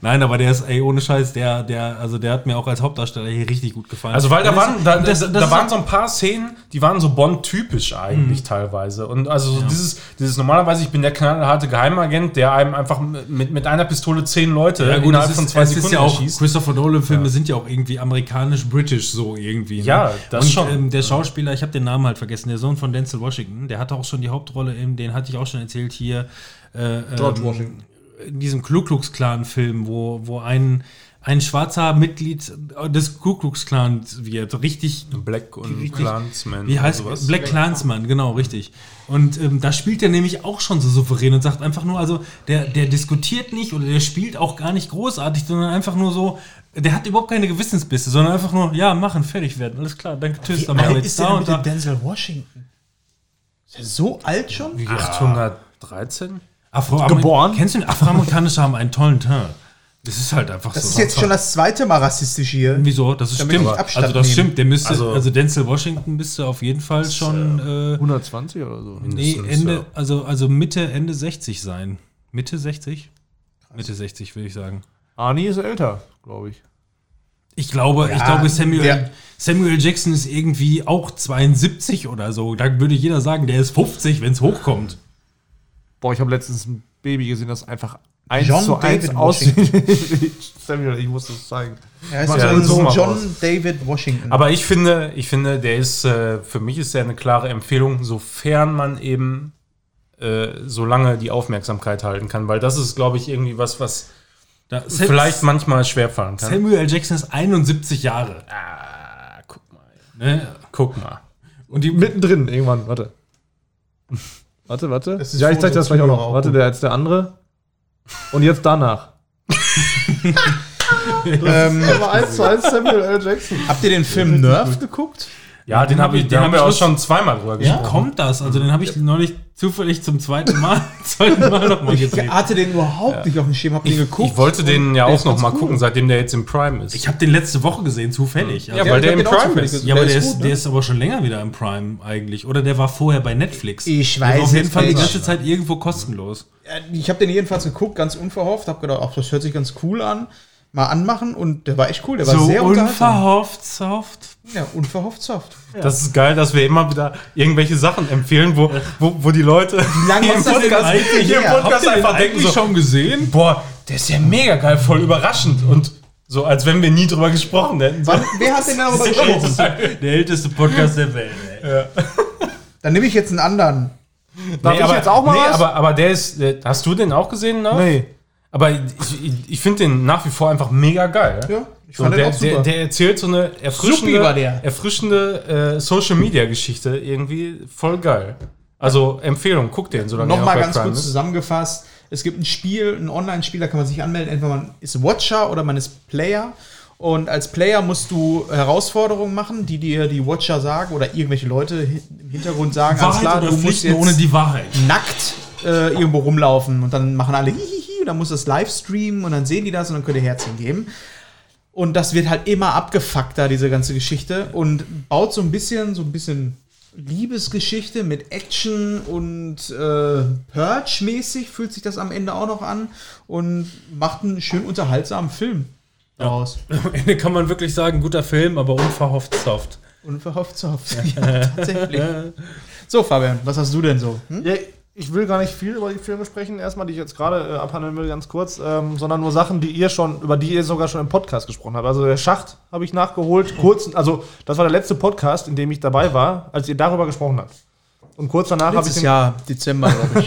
Nein, aber der ist, ey, ohne Scheiß, der, der, also der hat mir auch als Hauptdarsteller hier richtig gut gefallen. also weil da Und waren, da, das- das da ist- Mhm. waren so ein paar Szenen, die waren so Bond-typisch eigentlich teilweise. Und also so dieses, dieses normalerweise, ich bin der knallharte Geheimagent, der einem einfach mit, mit einer Pistole zehn Leute ja, gut, innerhalb es ist, von zwei es Sekunden ist ja auch, erschießt. Christopher Nolan-Filme sind ja auch irgendwie amerikanisch-britisch so irgendwie. ne? Ja, das Und, schon. Ähm, der Schauspieler, ich habe den Namen halt vergessen, der Sohn von Denzel Washington, der hatte auch schon die Hauptrolle im, den hatte ich auch schon erzählt hier, äh, ähm, Washington. in diesem Klu Klux Klan-Film, wo, wo ein, ein schwarzer Mitglied des Ku Klux Klans wird. Richtig Black und Richtig. Clansman. Wie heißt oder was? Black Clansman, genau, richtig. Und ähm, da spielt er nämlich auch schon so souverän und sagt einfach nur, also der, der diskutiert nicht oder der spielt auch gar nicht großartig, sondern einfach nur so, der hat überhaupt keine Gewissensbisse, sondern einfach nur, ja, machen, fertig werden, alles klar, danke, tschüss, dann machen wir jetzt da und da. Denzel Washington? Ist der so alt schon? 813? Afroamer- Geboren? Kennst du den? Afroamerikanische haben einen tollen Teint. Das ist halt einfach Das so. ist jetzt schon das zweite Mal rassistisch hier. Wieso? Das ist Damit stimmt. ich Abstand Also das nehmen. stimmt. Der müsste, also, Also- Denzel Washington müsste auf jeden Fall schon äh, 120 oder so. nee, mindestens, Ende, ja. also, also Mitte, Ende 60 sein. Mitte 60? Mitte 60 würde ich sagen. Arnie ist älter, glaube ich. Ich glaube, ich Ja, glaube Samuel, der- Samuel Jackson ist irgendwie auch 72 oder so. Da würde jeder sagen, der ist 50, wenn es hochkommt. Boah, ich habe letztens ein Baby gesehen, das einfach 1 John zu 1 David aussieht. Samuel, ich muss das zeigen. Er ist Mach ja, so ein such mal John raus. David Washington. Aber ich finde, ich finde, der ist, äh, für mich ist der eine klare Empfehlung, sofern man eben äh, so lange die Aufmerksamkeit halten kann, weil das ist, glaube ich, irgendwie was, was Da, vielleicht manchmal schwerfallen kann. Samuel Jackson ist 71 Jahre. Ah, guck mal. Ne? Guck mal. Und die Mittendrin, irgendwann, warte. Warte, warte. Das ist Ja, ich vor zeig dir das unserem gleich auch Zuhörer noch. auch Warte, gut. der jetzt der andere. Und jetzt danach. ähm, Aber 1 zu 1 Samuel L. Jackson. Habt ihr den Film Nerf geguckt? Ja, den habe ich, den den haben wir hab auch ich schon zweimal drüber Wie gesprochen. kommt das? Also den habe ich neulich zufällig zum zweiten Mal, zweiten Mal nochmal ich gesehen. hatte den überhaupt nicht auf dem Schirm, hab den geguckt. Ich wollte den ja Der auch ist noch ganz mal cool. gucken, seitdem der jetzt im Prime ist. Ich habe den letzte Woche gesehen, zufällig. Also, weil der ich hab den im auch Prime zufällig ist. ne- gesehen. ja, aber der, Der ist ist, ne? gut, der ist aber schon länger wieder im Prime eigentlich. Oder der war vorher bei Netflix. Ich Der war weiß auf jeden es Fall die nicht. ganze Zeit irgendwo kostenlos. Äh, Ich habe den jedenfalls geguckt, ganz unverhofft. Hab gedacht, ach, das hört sich ganz cool an. Mal anmachen und der war echt cool. Der war sehr unterhaltsam. soft. Ja, unverhofft soft. Das ist geil, dass wir immer wieder irgendwelche Sachen empfehlen, wo, wo, wo die Leute lange ist das denn eigentlich hier im her? Podcast einfach denken so, schon gesehen? boah, der ist ja mega geil, voll überraschend. Und so, als wenn wir nie drüber gesprochen hätten. Wann, wer hat denn darüber Der gesprochen? älteste, der älteste Podcast der Welt. ey. Dann nehme ich jetzt einen anderen. Darf ich aber, jetzt auch mal nee, was? Aber, aber der ist, äh, hast du den auch gesehen? Ne? Nee. Aber ich, ich, ich finde den nach wie vor einfach mega geil. Ja, ich So, fand den der, auch super. Der, der erzählt so eine erfrischende, Supi war der. erfrischende äh, Social-Media-Geschichte irgendwie voll geil. Also Empfehlung, guck den, solange er noch Nochmal bei ganz Prime kurz ist. zusammengefasst. Es gibt ein Spiel, ein Online-Spiel, da kann man sich anmelden. Entweder man ist Watcher oder man ist Player. Und als Player musst du Herausforderungen machen, die dir die Watcher sagen oder irgendwelche Leute hi- im Hintergrund sagen. alles Wahrheit klar, oder du musst Pflichten jetzt ohne die Wahrheit? nackt äh, irgendwo rumlaufen. Und dann machen alle hihihi und dann muss das live streamen und dann sehen die das und dann könnt ihr Herzchen geben. Und das wird halt immer abgefuckter, diese ganze Geschichte. Und baut so ein bisschen, so ein bisschen Liebesgeschichte mit Action und äh, Purge-mäßig fühlt sich das am Ende auch noch an. Und macht einen schön unterhaltsamen Film daraus. Am Ende kann man wirklich sagen, guter Film, aber unverhofft soft. Unverhofft zu hoffen. Ja, tatsächlich. So, Fabian, was hast du denn so? Hm? Ja, ich will gar nicht viel über die Filme sprechen, erstmal, die ich jetzt gerade äh, abhandeln will, ganz kurz, ähm, sondern nur Sachen, die ihr schon, über die ihr sogar schon im Podcast gesprochen habt. Also der Schacht habe ich nachgeholt, kurz, also das war der letzte Podcast, in dem ich dabei war, als ihr darüber gesprochen habt. Und kurz danach habe ich Letztes den Jahr, Dezember, glaube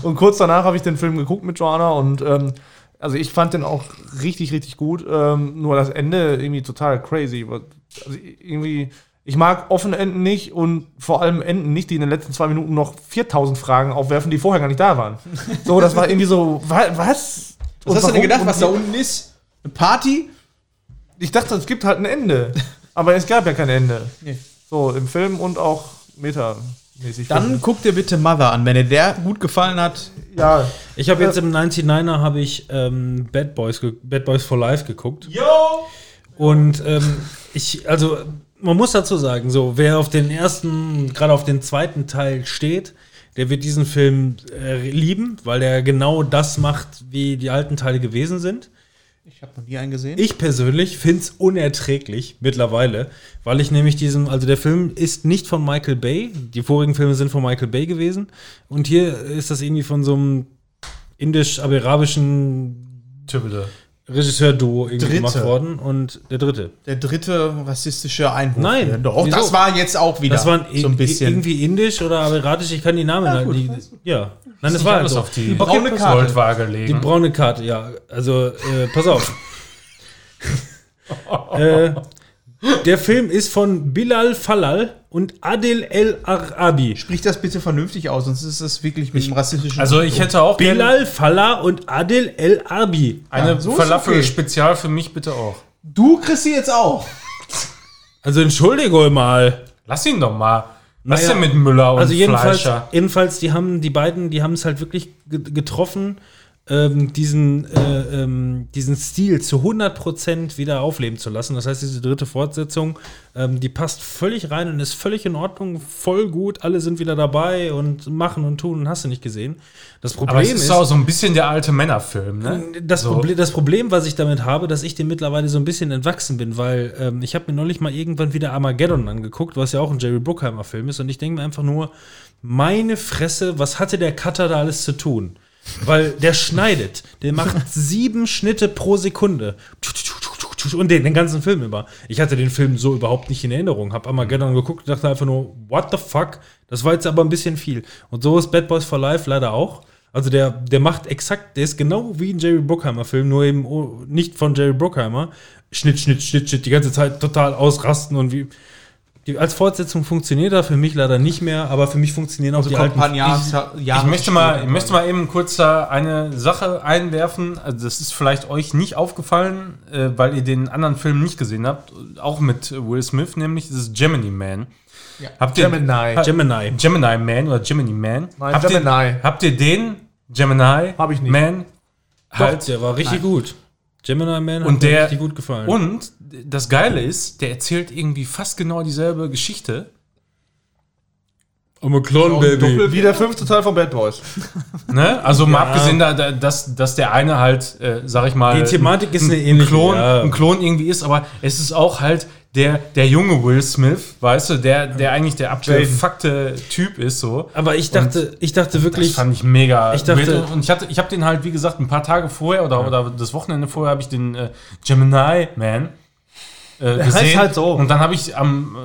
ich. und kurz danach habe ich den Film geguckt mit Joanna und ähm, also ich fand den auch richtig, richtig gut. Ähm, nur das Ende irgendwie total crazy. Also irgendwie, ich mag offene Enden nicht und vor allem Enden nicht, die in den letzten zwei Minuten noch 4000 Fragen aufwerfen, die vorher gar nicht da waren. So, das war irgendwie so, wa was? Was hast du denn gedacht, was da unten? unten ist? Eine Party? Ich dachte, es gibt halt ein Ende. Aber es gab ja kein Ende. Nee. So, im Film und auch metamäßig. Dann guck dir bitte Mother an, wenn dir der gut gefallen hat. ja. Ich habe jetzt im 99er habe ich ähm, Bad Boys ge- Bad Boys for Life geguckt. Yo! Und ähm, ich also man muss dazu sagen, so wer auf den ersten gerade auf den zweiten Teil steht, der wird diesen Film äh, lieben, weil der genau das macht, wie die alten Teile gewesen sind. Ich habe noch nie einen gesehen. Ich persönlich finde es unerträglich mittlerweile, weil ich nämlich diesem, also der Film ist nicht von Michael Bay, die vorigen Filme sind von Michael Bay gewesen und hier ist das irgendwie von so einem indisch-arabischen Tübele. Regisseur-Duo irgendwie Dritte. gemacht worden und der dritte. Der dritte rassistische Einwurf. Nein, hier. Doch, wieso? das war jetzt auch wieder Das waren so ein bisschen. irgendwie indisch oder arabisch, ich kann die Namen ja, die, ja. Nein, das war halt alles so. auf die braune Goldwaage Hm? Karte. Goldwaage Die legen. braune Karte, ja. Also, äh, pass auf. Äh, der Film ist von Bilal Falal und Adil El Arabi. Sprich das bitte vernünftig aus, sonst ist das wirklich mit dem rassistischen. Also ich hätte auch gerne Bilal Falal und Adil El Arabi. eine so ist okay. Falafel-Spezial für mich bitte auch. du kriegst sie jetzt auch. Also entschuldige mal. Lass ihn doch mal. Was Naja, ist denn mit Müller und Also jedenfalls, Fleischer? jedenfalls, die haben die beiden, die haben es halt wirklich ge- getroffen, ähm, diesen, äh, ähm, diesen Stil zu 100% wieder aufleben zu lassen. Das heißt, diese dritte Fortsetzung, ähm, die passt völlig rein und ist völlig in Ordnung, voll gut, alle sind wieder dabei und machen und tun und hast du nicht gesehen. Das Problem Aber es ist, ist auch so ein bisschen der alte Männerfilm, ne? das, so. Proble das Problem, was ich damit habe, dass ich dem mittlerweile so ein bisschen entwachsen bin, weil ähm, ich habe mir neulich mal irgendwann wieder Armageddon angeguckt, was ja auch ein Jerry Bruckheimer Film ist und ich denke mir einfach nur, meine Fresse, was hatte der Cutter da alles zu tun? Weil der schneidet, der macht sieben Schnitte pro Sekunde und den, den ganzen Film über. Ich hatte den Film so überhaupt nicht in Erinnerung, habe Armageddon geguckt und dachte einfach nur, what the fuck, das war jetzt aber ein bisschen viel. Und so ist Bad Boys for Life leider auch. Also der, der macht exakt, der ist genau wie ein Jerry Bruckheimer-Film, nur eben oh, nicht von Jerry Bruckheimer. Schnitt, Schnitt, Schnitt, Schnitt, die ganze Zeit total ausrasten und wie. Die, als Fortsetzung funktioniert er für mich leider nicht mehr, aber für mich funktionieren auch die alten. Ich möchte, mal, ich möchte mal eben kurz da eine Sache einwerfen. Also das ist vielleicht euch nicht aufgefallen, äh, weil ihr den anderen Film nicht gesehen habt. Auch mit Will Smith, nämlich das ist Gemini Man. Habt ihr, Gemini. Ha- Gemini. Gemini Man oder Gemini Man. Nein, habt Gemini. Ihr, habt ihr den Gemini Hab ich nicht. Man Halt, der war richtig gut. Gemini Man Und mir der- richtig gut gefallen. Und das Geile ist, der erzählt irgendwie fast genau dieselbe Geschichte. Omicron Baby. Wie der fünfte Teil von Bad Boys. Ne? Also mal abgesehen, da, da, dass, dass der eine halt, äh, sag ich mal, Die Thematik ist eine ein ähnliche. Klon, ja. ein Klon irgendwie ist, aber es ist auch halt der, der junge Will Smith, weißt du, der, der eigentlich der abgefuckte Typ ist so. Aber ich dachte, ich dachte Das wirklich, fand ich mega. Ich dachte- wild. und ich hatte, ich habe den halt wie gesagt ein paar Tage vorher oder, oder das Wochenende vorher habe ich den äh, Gemini Man äh, gesehen. heißt halt so. Und dann habe ich am,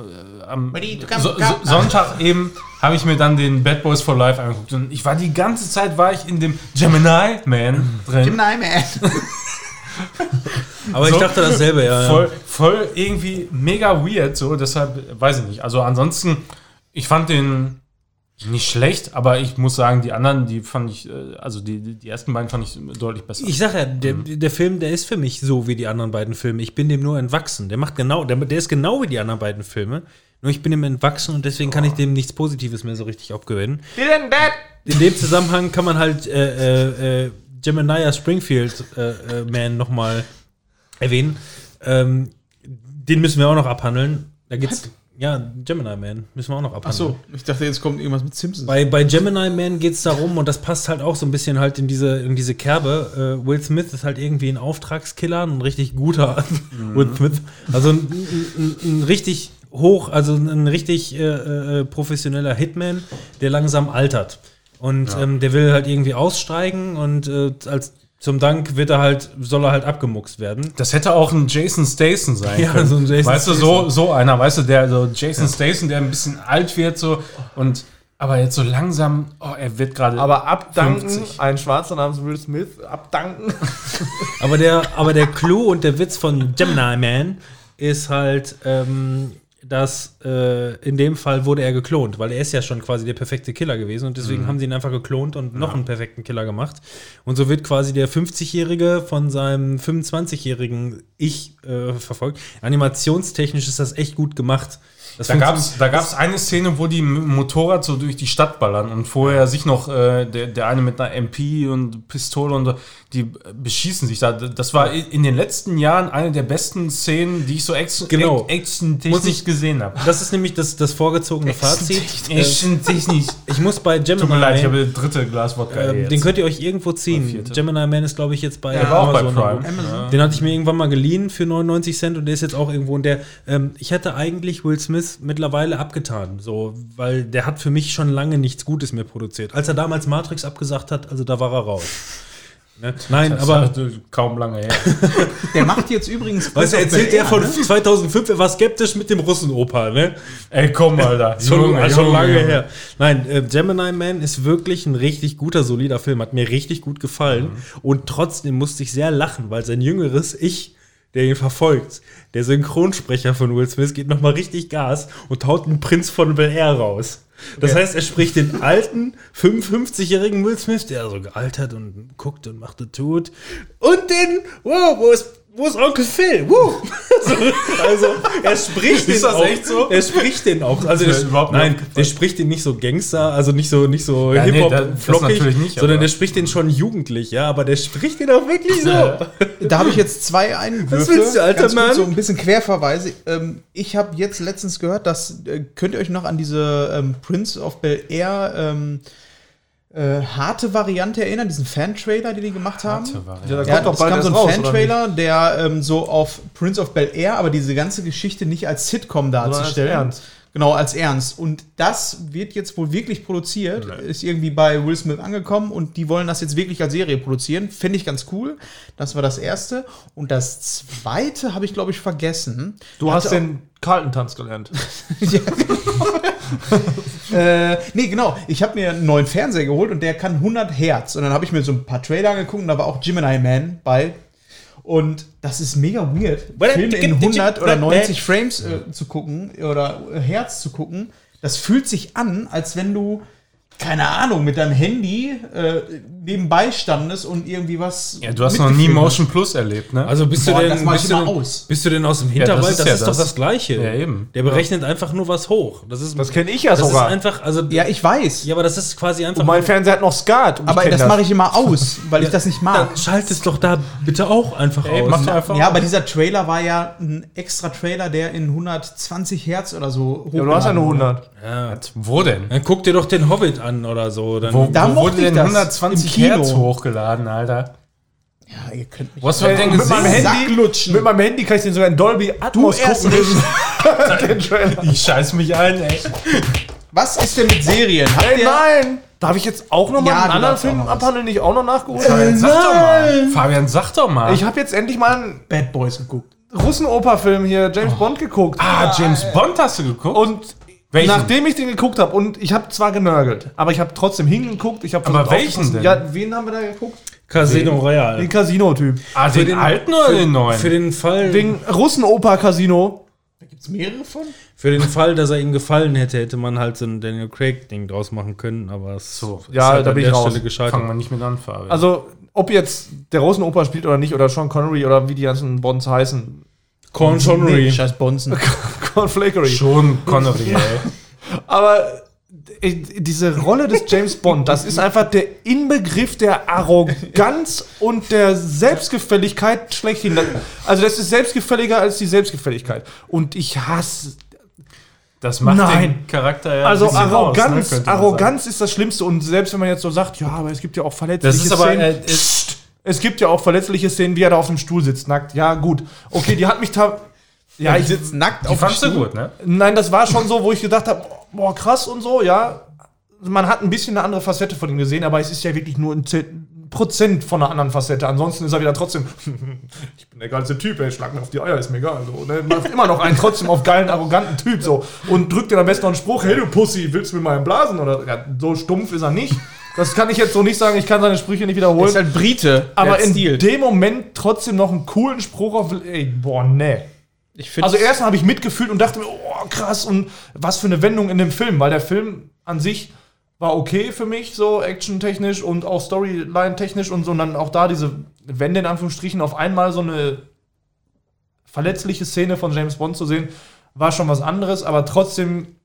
äh, am so, so, Sonntag eben habe ich mir dann den Bad Boys for Life angeguckt und ich war die ganze Zeit war ich in dem Gemini Man drin. Nein, man. aber ich so- dachte dasselbe, ja. ja. voll, voll irgendwie mega weird, so deshalb weiß ich nicht. Also ansonsten, ich fand den nicht schlecht, aber ich muss sagen, die anderen, die fand ich, äh, also die, die die ersten beiden fand ich deutlich besser. Ich sag ja, der, Mhm. der Film, der ist für mich so wie die anderen beiden Filme. Ich bin dem nur entwachsen. Der macht genau, der, der ist genau wie die anderen beiden Filme. Nur ich bin dem entwachsen und deswegen kann ich dem nichts Positives mehr so richtig abgewinnen. In dem Zusammenhang kann man halt äh, äh, äh, Gemini Springfield äh, äh, Man nochmal erwähnen. Ähm, den müssen wir auch noch abhandeln. Da geht's. Ja, Gemini Man müssen wir auch noch abhandeln. So, ich dachte, jetzt kommt irgendwas mit Simpsons. Bei, bei Gemini Man geht es darum, und das passt halt auch so ein bisschen halt in diese, in diese Kerbe. Äh, Will Smith ist halt irgendwie ein Auftragskiller, ein richtig guter Will Smith. Also ein, ein, ein, ein richtig hoch, also ein richtig äh, äh, professioneller Hitman, der langsam altert. Und ähm, der will halt irgendwie aussteigen und äh, als zum Dank wird er halt, soll er halt abgemuckst werden. Das hätte auch ein Jason Statham sein Ja, können. so ein Jason weißt du, so, so einer, weißt du, der so Jason Statham, der ein bisschen alt wird, so und aber jetzt so langsam, oh, er wird gerade. Aber abdanken, 50. ein Schwarzer namens Will Smith, abdanken. Aber der, aber der Clou und der Witz von Gemini Man ist halt, ähm, dass äh, in dem Fall wurde er geklont, weil er ist ja schon quasi der perfekte Killer gewesen und Mhm. deswegen haben sie ihn einfach geklont und noch einen perfekten Killer gemacht. Und so wird quasi der 50-Jährige von seinem 25-jährigen Ich äh, verfolgt. Animationstechnisch ist das echt gut gemacht. Das Da gab es da gab's eine Szene, wo die mit dem Motorrad so durch die Stadt ballern und vorher sich noch äh, der, der eine mit einer MP und Pistole und so, die beschießen sich da. Das war i- in den letzten Jahren eine der besten Szenen, die ich so ex Genau. ex actiontechnisch gesehen habe. das ist nämlich das, das vorgezogene Fazit. Äh, Actiontechnisch. ich muss bei Gemini Tut mir leid, ich Man- habe das dritte Glas Wodka. Ähm, jetzt. Den könnt ihr euch irgendwo ziehen. vierte. Gemini Man ist, glaube ich, jetzt bei Der war auch bei irgendwo. Prime. Den hatte ich mir irgendwann mal geliehen für 99 Cent und der ist jetzt auch irgendwo. Und der, ähm, ich hätte eigentlich Will Smith mittlerweile abgetan, so, weil der hat für mich schon lange nichts Gutes mehr produziert. Als er damals Matrix abgesagt hat, also da war er raus. Ne? Nein, Das aber ist halt kaum lange her. Der macht jetzt übrigens. weißt Prince du, of erzählt er Bel-Air, von ne? 2005, er war skeptisch mit dem Russen-Opa, ne? Ey, komm, Alter. Schon, Junge, schon Junge, lange Junge. her. Nein, äh, Gemini Man ist wirklich ein richtig guter, solider Mhm. Film. Hat mir richtig gut gefallen. Und trotzdem musste ich sehr lachen, weil sein jüngeres Ich der ihn verfolgt. Der Synchronsprecher von Will Smith geht nochmal richtig Gas und haut den Prinz von Bel Air raus. Das heißt, er spricht den alten 55-jährigen Will Smith, der so gealtert und guckt und macht und tut. Und den, wow, wo ist, wo ist Onkel Phil? Woo! Also, also er spricht den das auch. echt so? Er spricht den auch. Also ist mir der, überhaupt nicht nein, aufgefallen. der spricht den nicht so Gangster, also nicht so nicht so Ja, nee, Hip-Hop da- das flockig, natürlich nicht, sondern aber- der spricht den schon jugendlich, ja, aber der spricht den auch wirklich so. Da habe ich jetzt zwei Einwürfe. Was willst du, alter Ganz kurz Mann? So ein bisschen Querverweise. Ähm, ich habe jetzt letztens gehört, dass äh, könnt ihr euch noch an diese ähm, Prince of Bel Air ähm, äh, harte Variante erinnern, diesen Fan-Trailer, den die gemacht haben? Ja, da Ja, es kam so erst ein raus, oder Fan-Trailer, der ähm, so auf Prince of Bel Air, aber diese ganze Geschichte nicht als Sitcom darzustellen. ernst. Genau, als ernst. Und das wird jetzt wohl wirklich produziert. Ist irgendwie bei Will Smith angekommen und die wollen das jetzt wirklich als Serie produzieren. Finde ich ganz cool. Das war das Erste. Und das Zweite habe ich, glaube ich, vergessen. Du Hatte hast auch- den Carlton-Tanz gelernt. genau. Äh, nee, genau. Ich habe mir einen neuen Fernseher geholt und der kann 100 Hertz. Und dann habe ich mir so ein paar Trailer angeguckt und da war auch Gemini Man bei. Und das ist mega weird, Filme in 100 oder 90 Frames äh, zu gucken oder äh, Hertz zu gucken. Das fühlt sich an, als wenn du, keine Ahnung, mit deinem Handy äh, nebenbei standest und irgendwie was. Ja, du hast noch nie mitgefilmt Motion Plus erlebt, ne? Also bist Boah, du das denn, mach bist ich du immer denn aus. Bist du denn aus dem das Hinterwald? ist das ist, ja doch das. das Gleiche. Ja, eben. Der berechnet einfach nur was hoch. Das ist Das kenne ich ja das ist sogar. einfach, also Ja, ich weiß. ja, aber das ist quasi einfach. und Oh mein Fernseher hat noch Skat. und ich aber kenn das, mache ich immer aus, weil ich das nicht mag. dann schalt es doch da bitte auch einfach aus. mach doch einfach. Ja, aber dieser Trailer war ja ein extra Trailer, der in 120 Hertz oder so hoch Ja, du hast ja nur 100. Ja. Wo denn? Dann guck dir doch den Hobbit an oder so. Dann Da mochte wurde ich denn das. 120 Im Kino. Hertz hochgeladen, Alter? Ja, ihr könnt mich Was hast du denn mit meinem, gesehen? Handy, mit meinem Handy kann ich den sogar in Dolby Atmos erst den Trailer. Ich scheiß mich ein, ey. Was ist denn mit Serien? Habt Ey, ihr- nein! Darf ich jetzt auch nochmal Ja, einen du anderen darfst auch Film noch was. abhandeln, den ich auch noch nachgeholt habe? Fabian, sag doch mal. Fabian, sag doch mal. Ich habe jetzt endlich mal einen Bad Boys geguckt. Russen-Oper-Film hier, James Oh. Bond, geguckt. ah, James Bond hast du geguckt? Und Welchen? nachdem ich den geguckt habe, und ich habe zwar genörgelt, aber ich habe trotzdem hingeguckt. Ich hab Aber versucht welchen aufzupassen. denn? Ja, wen haben wir da geguckt? Casino Royale. Den Casino-Typ. ah, den, alten oder für, den neuen? Für den Fall, Den Russen-Oper-Casino. Gibt's mehrere von? für den Fall, dass er ihm gefallen hätte, hätte man halt so ein Daniel Craig Ding draus machen können, aber es so, ist halt ja, da an bin ich der raus. Stelle gescheitert. Fangen wir nicht mit an, Fabian. Also, ob jetzt der Russen-Oper spielt oder nicht, oder Sean Connery oder wie die ganzen Bonds heißen. Corn Connery. scheiß Bonzen. Sean Flakery. schon Connery, ey. Aber ich- diese Rolle des James Bond, das ist einfach der Inbegriff der Arroganz und der Selbstgefälligkeit schlechthin. Das- Also das ist selbstgefälliger als die Selbstgefälligkeit. Und ich hasse. Das macht Nein. den Charakter ja Also ein bisschen Arroganz, raus, ne, könnte man Arroganz ist das Schlimmste. Und selbst wenn man jetzt so sagt, ja, aber es gibt ja auch verletzliche Das ist aber, Szenen. äh, ist- Psst. es gibt ja auch verletzliche Szenen, wie er da auf dem Stuhl sitzt, nackt. Ja, gut. Okay, die hat mich da. Ja, ich sitze nackt sagen. Die dem fandst du Stuhl. gut, ne? Nein, das war schon so, wo ich gedacht habe, boah, krass und so, ja. Man hat ein bisschen eine andere Facette von ihm gesehen, aber es ist ja wirklich nur ein Prozent von einer anderen Facette. Ansonsten ist er wieder trotzdem, ich bin der geilste Typ, ey, schlag mir auf die Eier, ist mir egal. So, ne? Macht immer noch einen trotzdem auf geilen, arroganten Typ so und drückt dir am besten noch einen Spruch, hey du Pussy, willst du mit meinem Blasen? Oder ja, so stumpf ist er nicht. Das kann ich jetzt so nicht sagen, ich kann seine Sprüche nicht wiederholen. Ist halt Brite. aber Der in Stil. dem Moment trotzdem noch einen coolen Spruch auf, ey, boah, nee. Ich finde Also erstmal habe ich mitgefühlt und dachte mir, oh krass und was für eine Wendung in dem Film, weil der Film an sich war okay für mich, so actiontechnisch und auch Storyline-technisch und so. Und dann auch da diese Wende in Anführungsstrichen auf einmal so eine verletzliche Szene von James Bond zu sehen, war schon was anderes, aber trotzdem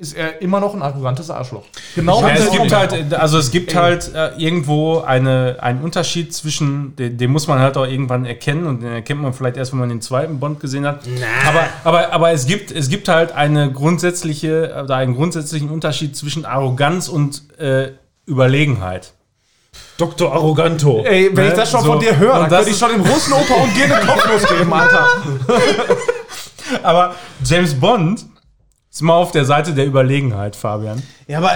ist er immer noch ein arrogantes Arschloch. Genau, Ja, wie es er gibt auch- halt, also es gibt halt äh, irgendwo eine, einen Unterschied zwischen, den, den muss man halt auch irgendwann erkennen und den erkennt man vielleicht erst, wenn man den zweiten Bond gesehen hat. Aber, aber, aber es, gibt, es gibt halt eine grundsätzliche, oder einen grundsätzlichen Unterschied zwischen Arroganz und äh, Überlegenheit. Dr. Arroganto. Ey, wenn ich das schon Ne? so. von dir höre, Und dann das könnte ich ist- schon im Russenoper und dir den Kopf losgeben, Alter. Aber James Bond ist mal auf der Seite der Überlegenheit, Fabian. ja, aber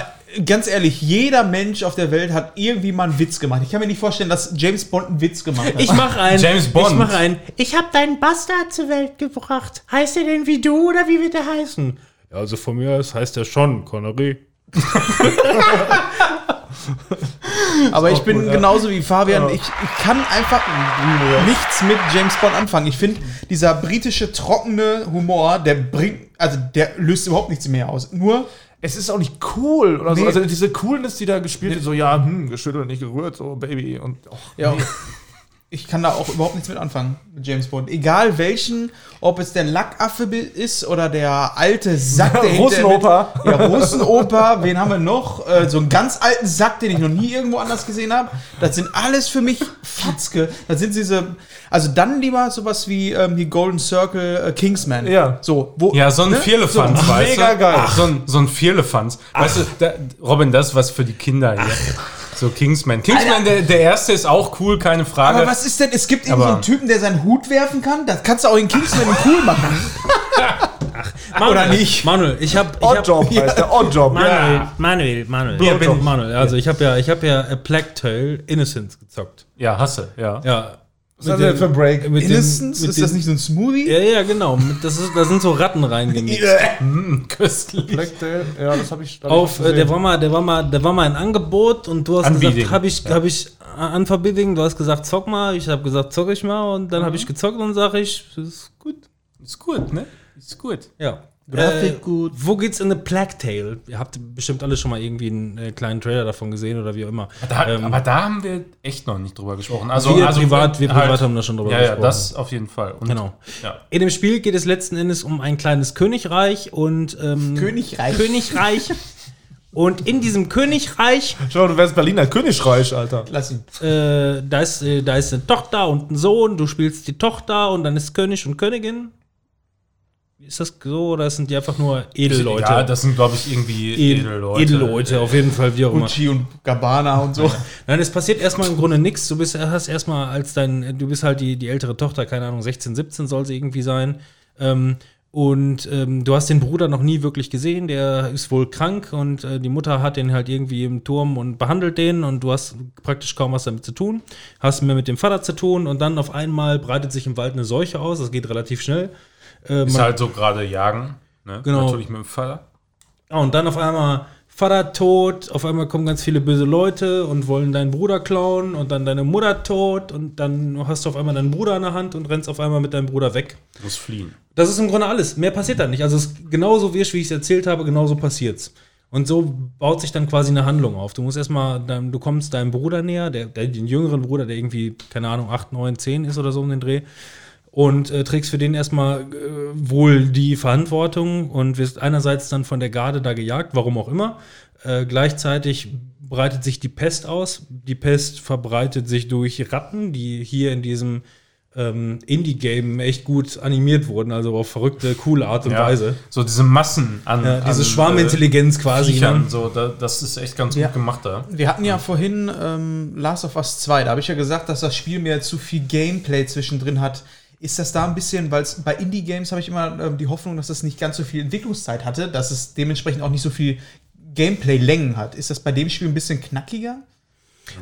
ganz ehrlich, jeder Mensch auf der Welt hat irgendwie mal einen Witz gemacht. Ich kann mir nicht vorstellen, dass James Bond einen Witz gemacht hat. Ich mach einen. James Bond. Ich mach einen. Ich hab deinen Bastard zur Welt gebracht. Heißt er denn wie du oder wie wird er heißen? Ja, also von mir aus heißt er schon Connery. Aber ich bin gut, ja. genauso wie Oh. Fabian. Ich, ich kann einfach nichts mit James Bond anfangen. Ich finde, dieser britische trockene Humor, der bringt, also der löst überhaupt nichts mehr aus. Nur Es ist auch nicht cool oder Nee. so. Also diese Coolness, die da gespielt wird, so ja, hm, geschüttelt, nicht gerührt, so Baby und oh. och, Ja. Ich kann da auch überhaupt nichts mit anfangen, mit James Bond. Egal welchen, ob es der Lackaffe bi- ist oder der alte Sack, der hinter- Russenoper. Ja, Russenoper, wen haben wir noch? Äh, so einen ganz alten Sack, den ich noch nie irgendwo anders gesehen habe. Das sind alles für mich Fatzke. Das sind diese, also dann lieber sowas wie ähm, die Golden Circle äh, Kingsman. Ja. So, wo, Ja, so ein ne? Vierlefanz, So, weißt mega du? geil. Ach, so ein, so ein Vierlefanz. Weißt du, da, Robin, das ist was für die Kinder hier. So Kingsman. Kingsman, der, der erste ist auch cool, keine Frage. Aber was ist denn, es gibt eben so Aber- einen Typen, der seinen Hut werfen kann? Das kannst du auch in Kingsman cool machen. Manuel, Oder nicht? Manuel, ich habe ich hab, Oddjob heißt der, Oddjob. Manuel, Manuel, Manuel, ja, bin ich. Manuel. Also ich habe ja, ich habe ja A Plague Tale Innocence gezockt. Ja, hasse, ja. Ja. Was ist das denn für ein Break? Mit Innocence, den, mit ist das nicht so ein Smoothie? Ja, ja, genau. Mit- Das ist, da sind so Ratten reingemixt. Köstlich. Blacktail, ja, das habe ich. hab ich Auf, äh, gesehen. der war mal, der war mal, der war mal ein Angebot und du hast Unbeating, gesagt, habe ich, habe ich unverbidding, du hast gesagt, zock mal, ich habe gesagt, zock ich mal und dann habe ich gezockt und sage ich, das ist gut. Ist gut, ne? Ist gut. Ja. Grafik äh, gut. Wo geht's in eine Plague Tale? Ihr habt bestimmt alle schon mal irgendwie einen äh, kleinen Trailer davon gesehen oder wie auch immer. Da, Ähm, aber da haben wir echt noch nicht drüber gesprochen. Also, wir also privat, wir privat halt- haben da schon drüber ja, gesprochen. Ja, das auf jeden Fall. Und- Genau. Ja. In dem Spiel geht es letzten Endes um ein kleines Königreich und ähm, Königreich. Königreich. und in diesem Königreich Schau, du wärst Berliner Königreich, Alter. Lass ihn. äh, da, ist, äh, da ist eine Tochter und ein Sohn, du spielst die Tochter und dann ist König und Königin. Ist das so oder sind die einfach nur Edelleute? Ja, das sind, glaube ich, irgendwie Ed- Edelleute. Edelleute, auf jeden Fall, wie auch immer. Gucci und Gabbana und so. Nein, es passiert erstmal im Grunde nichts. Du bist hast erstmal als dein, du bist halt die, die ältere Tochter, keine Ahnung, 16, 17 soll sie irgendwie sein. Ähm, und ähm, du hast den Bruder noch nie wirklich gesehen, der ist wohl krank und äh, die Mutter hat den halt irgendwie im Turm und behandelt den und du hast praktisch kaum was damit zu tun. Hast mehr mit dem Vater zu tun und dann auf einmal breitet sich im Wald eine Seuche aus, das geht relativ schnell. Äh, Ist man- halt so gerade jagen. Ne? Genau. Natürlich mit dem Faller. Ja, Ah, und dann auf einmal Vater tot, auf einmal kommen ganz viele böse Leute und wollen deinen Bruder klauen und dann deine Mutter tot und dann hast du auf einmal deinen Bruder an der Hand und rennst auf einmal mit deinem Bruder weg. Muss fliehen. Das ist im Grunde alles. Mehr passiert da nicht. Also es ist genauso wirsch, wie ich es erzählt habe, genauso passiert's. Und so baut sich dann quasi eine Handlung auf. Du musst erstmal, dein- du kommst deinem Bruder näher, der, der, den jüngeren Bruder, der irgendwie, keine Ahnung, 8, 9, 10 ist oder so um den Dreh. Und äh, trägst für den erstmal äh, wohl die Verantwortung und wirst einerseits dann von der Garde da gejagt, warum auch immer. Äh, gleichzeitig breitet sich die Pest aus. Die Pest verbreitet sich durch Ratten, die hier in diesem ähm, Indie-Game echt gut animiert wurden, also auf verrückte, coole Art und Weise. So diese Massen an. Ja, diese an, Schwarmintelligenz quasi. Viechern, Ne? so, da, das ist echt ganz Ja. gut gemacht da. Wir hatten ja vorhin ähm, Last of Us 2, da habe ich ja gesagt, dass das Spiel mir zu viel Gameplay zwischendrin hat. Ist das da ein bisschen, weil es bei Indie-Games habe ich immer ähm, die Hoffnung, dass es nicht ganz so viel Entwicklungszeit hatte, dass es dementsprechend auch nicht so viel Gameplay-Längen hat. Ist das bei dem Spiel ein bisschen knackiger?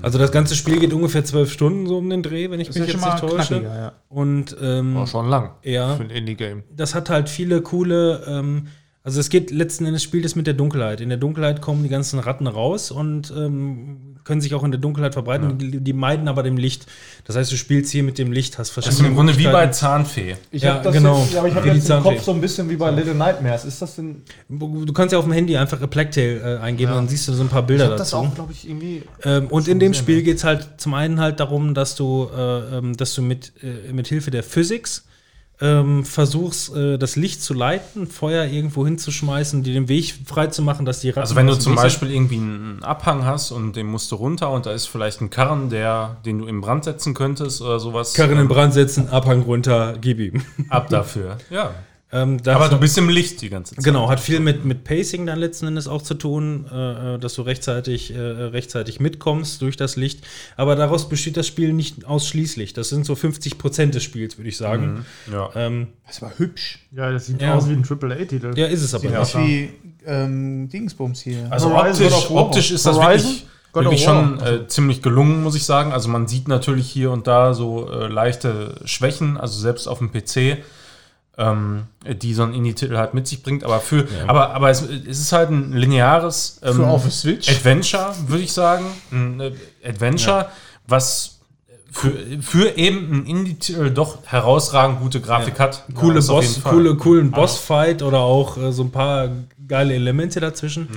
Also das ganze Spiel geht ungefähr zwölf Stunden so um den Dreh, wenn ich Das mich jetzt nicht täusche. knackiger, ja. Und ähm, War schon lang. ja, Für ein Indie-Game. das hat halt viele coole. Ähm, also es geht letzten Endes spielt es mit der Dunkelheit. In der Dunkelheit kommen die ganzen Ratten raus und ähm, können sich auch in der Dunkelheit verbreiten. Die, die meiden aber dem Licht. Das heißt, du spielst hier mit dem Licht, hast Das ist im Grunde wie bei Möglichkeiten. Zahnfee. Ich Ja, hab das genau. Jetzt, ja, aber ich habe Wie die jetzt im Zahnfee. Kopf so ein bisschen wie bei Little Nightmares. Ist das denn. Du kannst ja auf dem Handy einfach A Plague Tale äh, eingeben, dann siehst du so ein paar Bilder dazu. glaube ich, irgendwie. Ähm, und in dem Spiel geht es halt zum einen halt darum, dass du, äh, ähm, dass du mit, äh, mit Hilfe der Physics ähm, versuchst, äh, das Licht zu leiten, Feuer irgendwo hinzuschmeißen, dir den Weg frei zu machen, dass die Ratten Also wenn du aus dem zum Weg sind. Beispiel irgendwie einen Abhang hast und den musst du runter und da ist vielleicht ein Karren, der, den du in Brand setzen könntest oder sowas. Karren in Brand setzen, Abhang runter, gib ihm. Ab dafür. Ja. ähm, das Aber du bist im Licht die ganze Zeit. Genau, hat viel mit, mit Pacing dann letzten Endes auch zu tun, äh, äh, dass du rechtzeitig, äh, rechtzeitig mitkommst durch das Licht. Aber daraus besteht das Spiel nicht ausschließlich. Das sind so 50 Prozent des Spiels, würde ich Mhm. sagen. Ja. Ähm, Das war hübsch. Ja, das sieht Ja. aus wie ein AAA-Titel. ja, ist es aber Das ist wie ähm, Dingsbums hier. Also Horizon, God optisch, of War. optisch ist das Horizon, wirklich, God of wirklich War. schon äh, ziemlich gelungen, muss ich sagen. Also man sieht natürlich hier und da so äh, leichte Schwächen, also selbst auf dem PC. ähm, die so ein Indie-Titel halt mit sich bringt. Aber für, aber, aber es, es ist halt ein lineares ähm, Für auf der Switch? Adventure, würde ich sagen. Ein äh, Adventure, was für, für eben einen Indie-Titel doch herausragend gute Grafik hat. coole das auf Boss, jeden Fall. coole, coolen Bossfight oder auch äh, so ein paar geile Elemente dazwischen.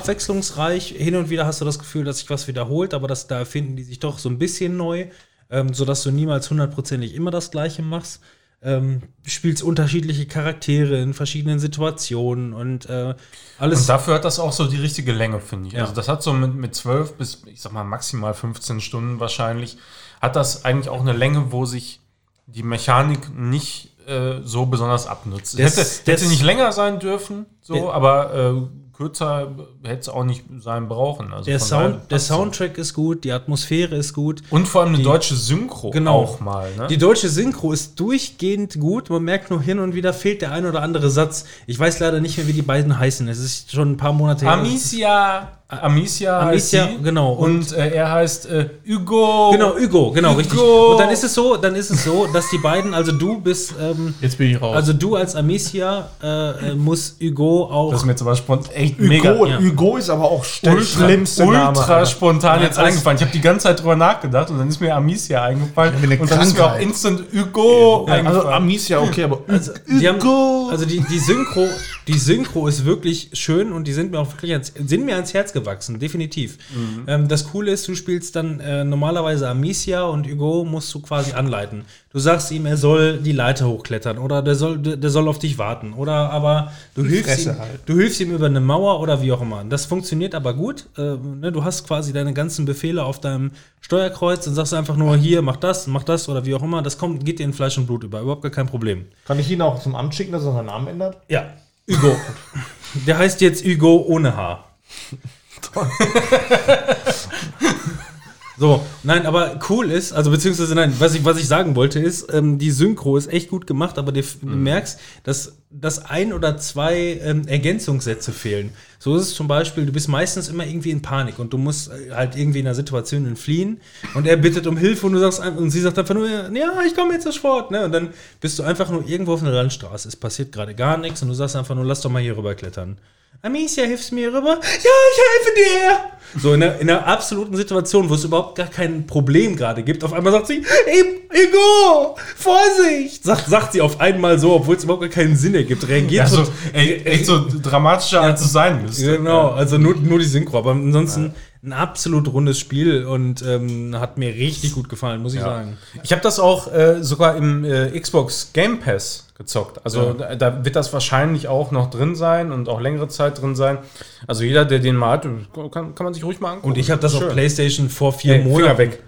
Abwechslungsreich. Hin und wieder hast du das Gefühl, dass sich was wiederholt, aber das, da erfinden die sich doch so ein bisschen neu, ähm, sodass du niemals hundertprozentig immer das Gleiche machst. Ähm, spielst unterschiedliche Charaktere in verschiedenen Situationen und äh, alles. Und dafür hat das auch so die richtige Länge, finde ich. Ja. Also das hat so mit, mit 12 bis, ich sag mal, maximal 15 Stunden wahrscheinlich, hat das eigentlich auch eine Länge, wo sich die Mechanik nicht äh, so besonders abnutzt. Es Das- hätte, das- hätte nicht länger sein dürfen, so, Der- aber äh, kürzer hätte es auch nicht sein brauchen. Also der, von daher Sound, der passt so. Soundtrack ist gut, die Atmosphäre ist gut. Und vor allem eine deutsche Synchro Genau. auch mal. Ne? Die deutsche Synchro ist durchgehend gut. Man merkt nur hin und wieder fehlt der ein oder andere Satz. Ich weiß leider nicht mehr, wie die beiden heißen. Es ist schon ein paar Monate her. Amicia, Amicia, Amicia, heißt sie. genau. Und, äh, er heißt äh, Hugo. Genau, Hugo, genau, Hugo. richtig. Und dann ist es so, dann ist es so, dass die beiden, also du bist, ähm, Jetzt bin ich raus. also du als Amicia äh, äh, muss Hugo auch. Das ist mir jetzt aber spontan echt mega. Hugo, ja. Hugo ist aber auch der ultra, schlimmste ultra Name. Alter. spontan jetzt alles- eingefallen. Ich habe die ganze Zeit drüber nachgedacht und dann ist mir Amicia eingefallen. Ja, wie eine und dann ist mir auch Krankheit. instant Hugo Also eingefallen. Amicia, okay, aber also, die haben, also die, die Synchro, die Synchro ist wirklich schön und die sind mir auch wirklich ans, sind mir ans Herz gewachsen, definitiv. Ähm, das Coole ist, du spielst dann äh, normalerweise Amicia und Hugo musst du quasi anleiten. Du sagst ihm, er soll die Leiter hochklettern oder der soll, der, der soll auf dich warten oder aber du hilfst, Fresse ihm, halt. du hilfst ihm über eine Mauer oder wie auch immer. Das funktioniert aber gut. Äh, ne, du hast quasi deine ganzen Befehle auf deinem Steuerkreuz und sagst einfach nur hier, mach das, mach das oder wie auch immer. Das kommt, geht dir in Fleisch und Blut über. Überhaupt gar kein Problem. Kann ich ihn auch zum Amt schicken, dass er seinen Namen ändert? Ja, Hugo. Der heißt jetzt Hugo ohne Haar. So, nein, aber cool ist, also beziehungsweise nein, was ich, was ich sagen wollte ist, ähm, die Synchro ist echt gut gemacht, aber du, f- du merkst, dass, dass ein oder zwei ähm, Ergänzungssätze fehlen. So ist es zum Beispiel, du bist meistens immer irgendwie in Panik und du musst äh, halt irgendwie in einer Situation entfliehen und er bittet um Hilfe und du sagst ein- und sie sagt einfach nur, ja, ich komme jetzt sofort, ne? Und dann bist du einfach nur irgendwo auf einer Landstraße, es passiert gerade gar nichts und du sagst einfach nur, lass doch mal hier rüber klettern. Amicia, hilfst du mir rüber? Ja, ich helfe dir! So, in einer, in einer absoluten Situation, wo es überhaupt gar kein Problem gerade gibt, auf einmal sagt sie, "Ey, Ego, Vorsicht! Sagt, sagt sie auf einmal so, obwohl es überhaupt gar keinen Sinn ergibt, reagiert ja, so, tot- Also, ey, echt so dramatischer, als es sein müsste. Genau, also nur, nur die Synchro, aber ansonsten ein absolut rundes Spiel und ähm, hat mir richtig gut gefallen, muss ich sagen. Ich habe das auch äh, sogar im äh, Xbox Game Pass gezockt. Also da, da wird das wahrscheinlich auch noch drin sein und auch längere Zeit drin sein. Also jeder, der den mal hat, kann, kann man sich ruhig mal angucken. Und ich habe das auf Schön. PlayStation vor vier Ey, Finger Monaten weg.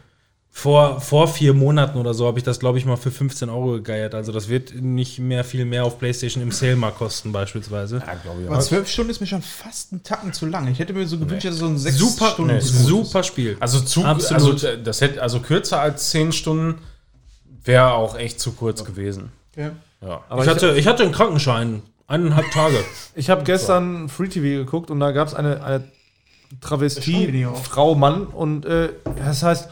vor, vor vier Monaten oder so habe ich das, glaube ich, mal für 15 Euro gegeiert. Also das wird nicht mehr viel mehr auf PlayStation im Sale mal kosten beispielsweise. Aber zwölf Stunden ist mir schon fast einen Tacken zu lang. Ich hätte mir so gewünscht, dass so ein sechs super, Stunden nee, super Spiel. Also zu Absolut. Also, äh, das hätte, also kürzer als 10 Stunden wäre auch echt zu kurz gewesen. Ja. Ja. ich, hatte, ich hatte einen Krankenschein. Eineinhalb Tage. Ich habe gestern Free TV geguckt und da gab es eine, Da eine stehen wir Travestie, nicht auf. Frau, Mann und äh, das heißt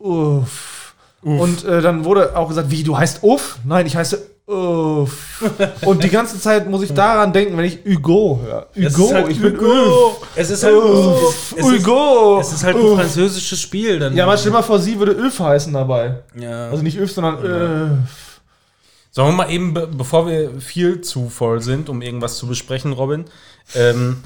Uff. Und äh, dann wurde auch gesagt, wie, du heißt Uff? Nein, ich heiße Uff. und die ganze Zeit muss ich daran denken, wenn ich Hugo höre. Es Hugo, ist halt ich bin Hugo. Uff. Es ist halt, Uff. es ist, Hugo. es ist halt ein Uff. französisches Spiel. Dann Ja, aber stell mal vor, sie würde Öf heißen dabei. Ja. Also nicht Öf, sondern äh, Öf. Sollen wir mal eben, be bevor wir viel zu voll sind, um irgendwas zu besprechen, Robin, ähm,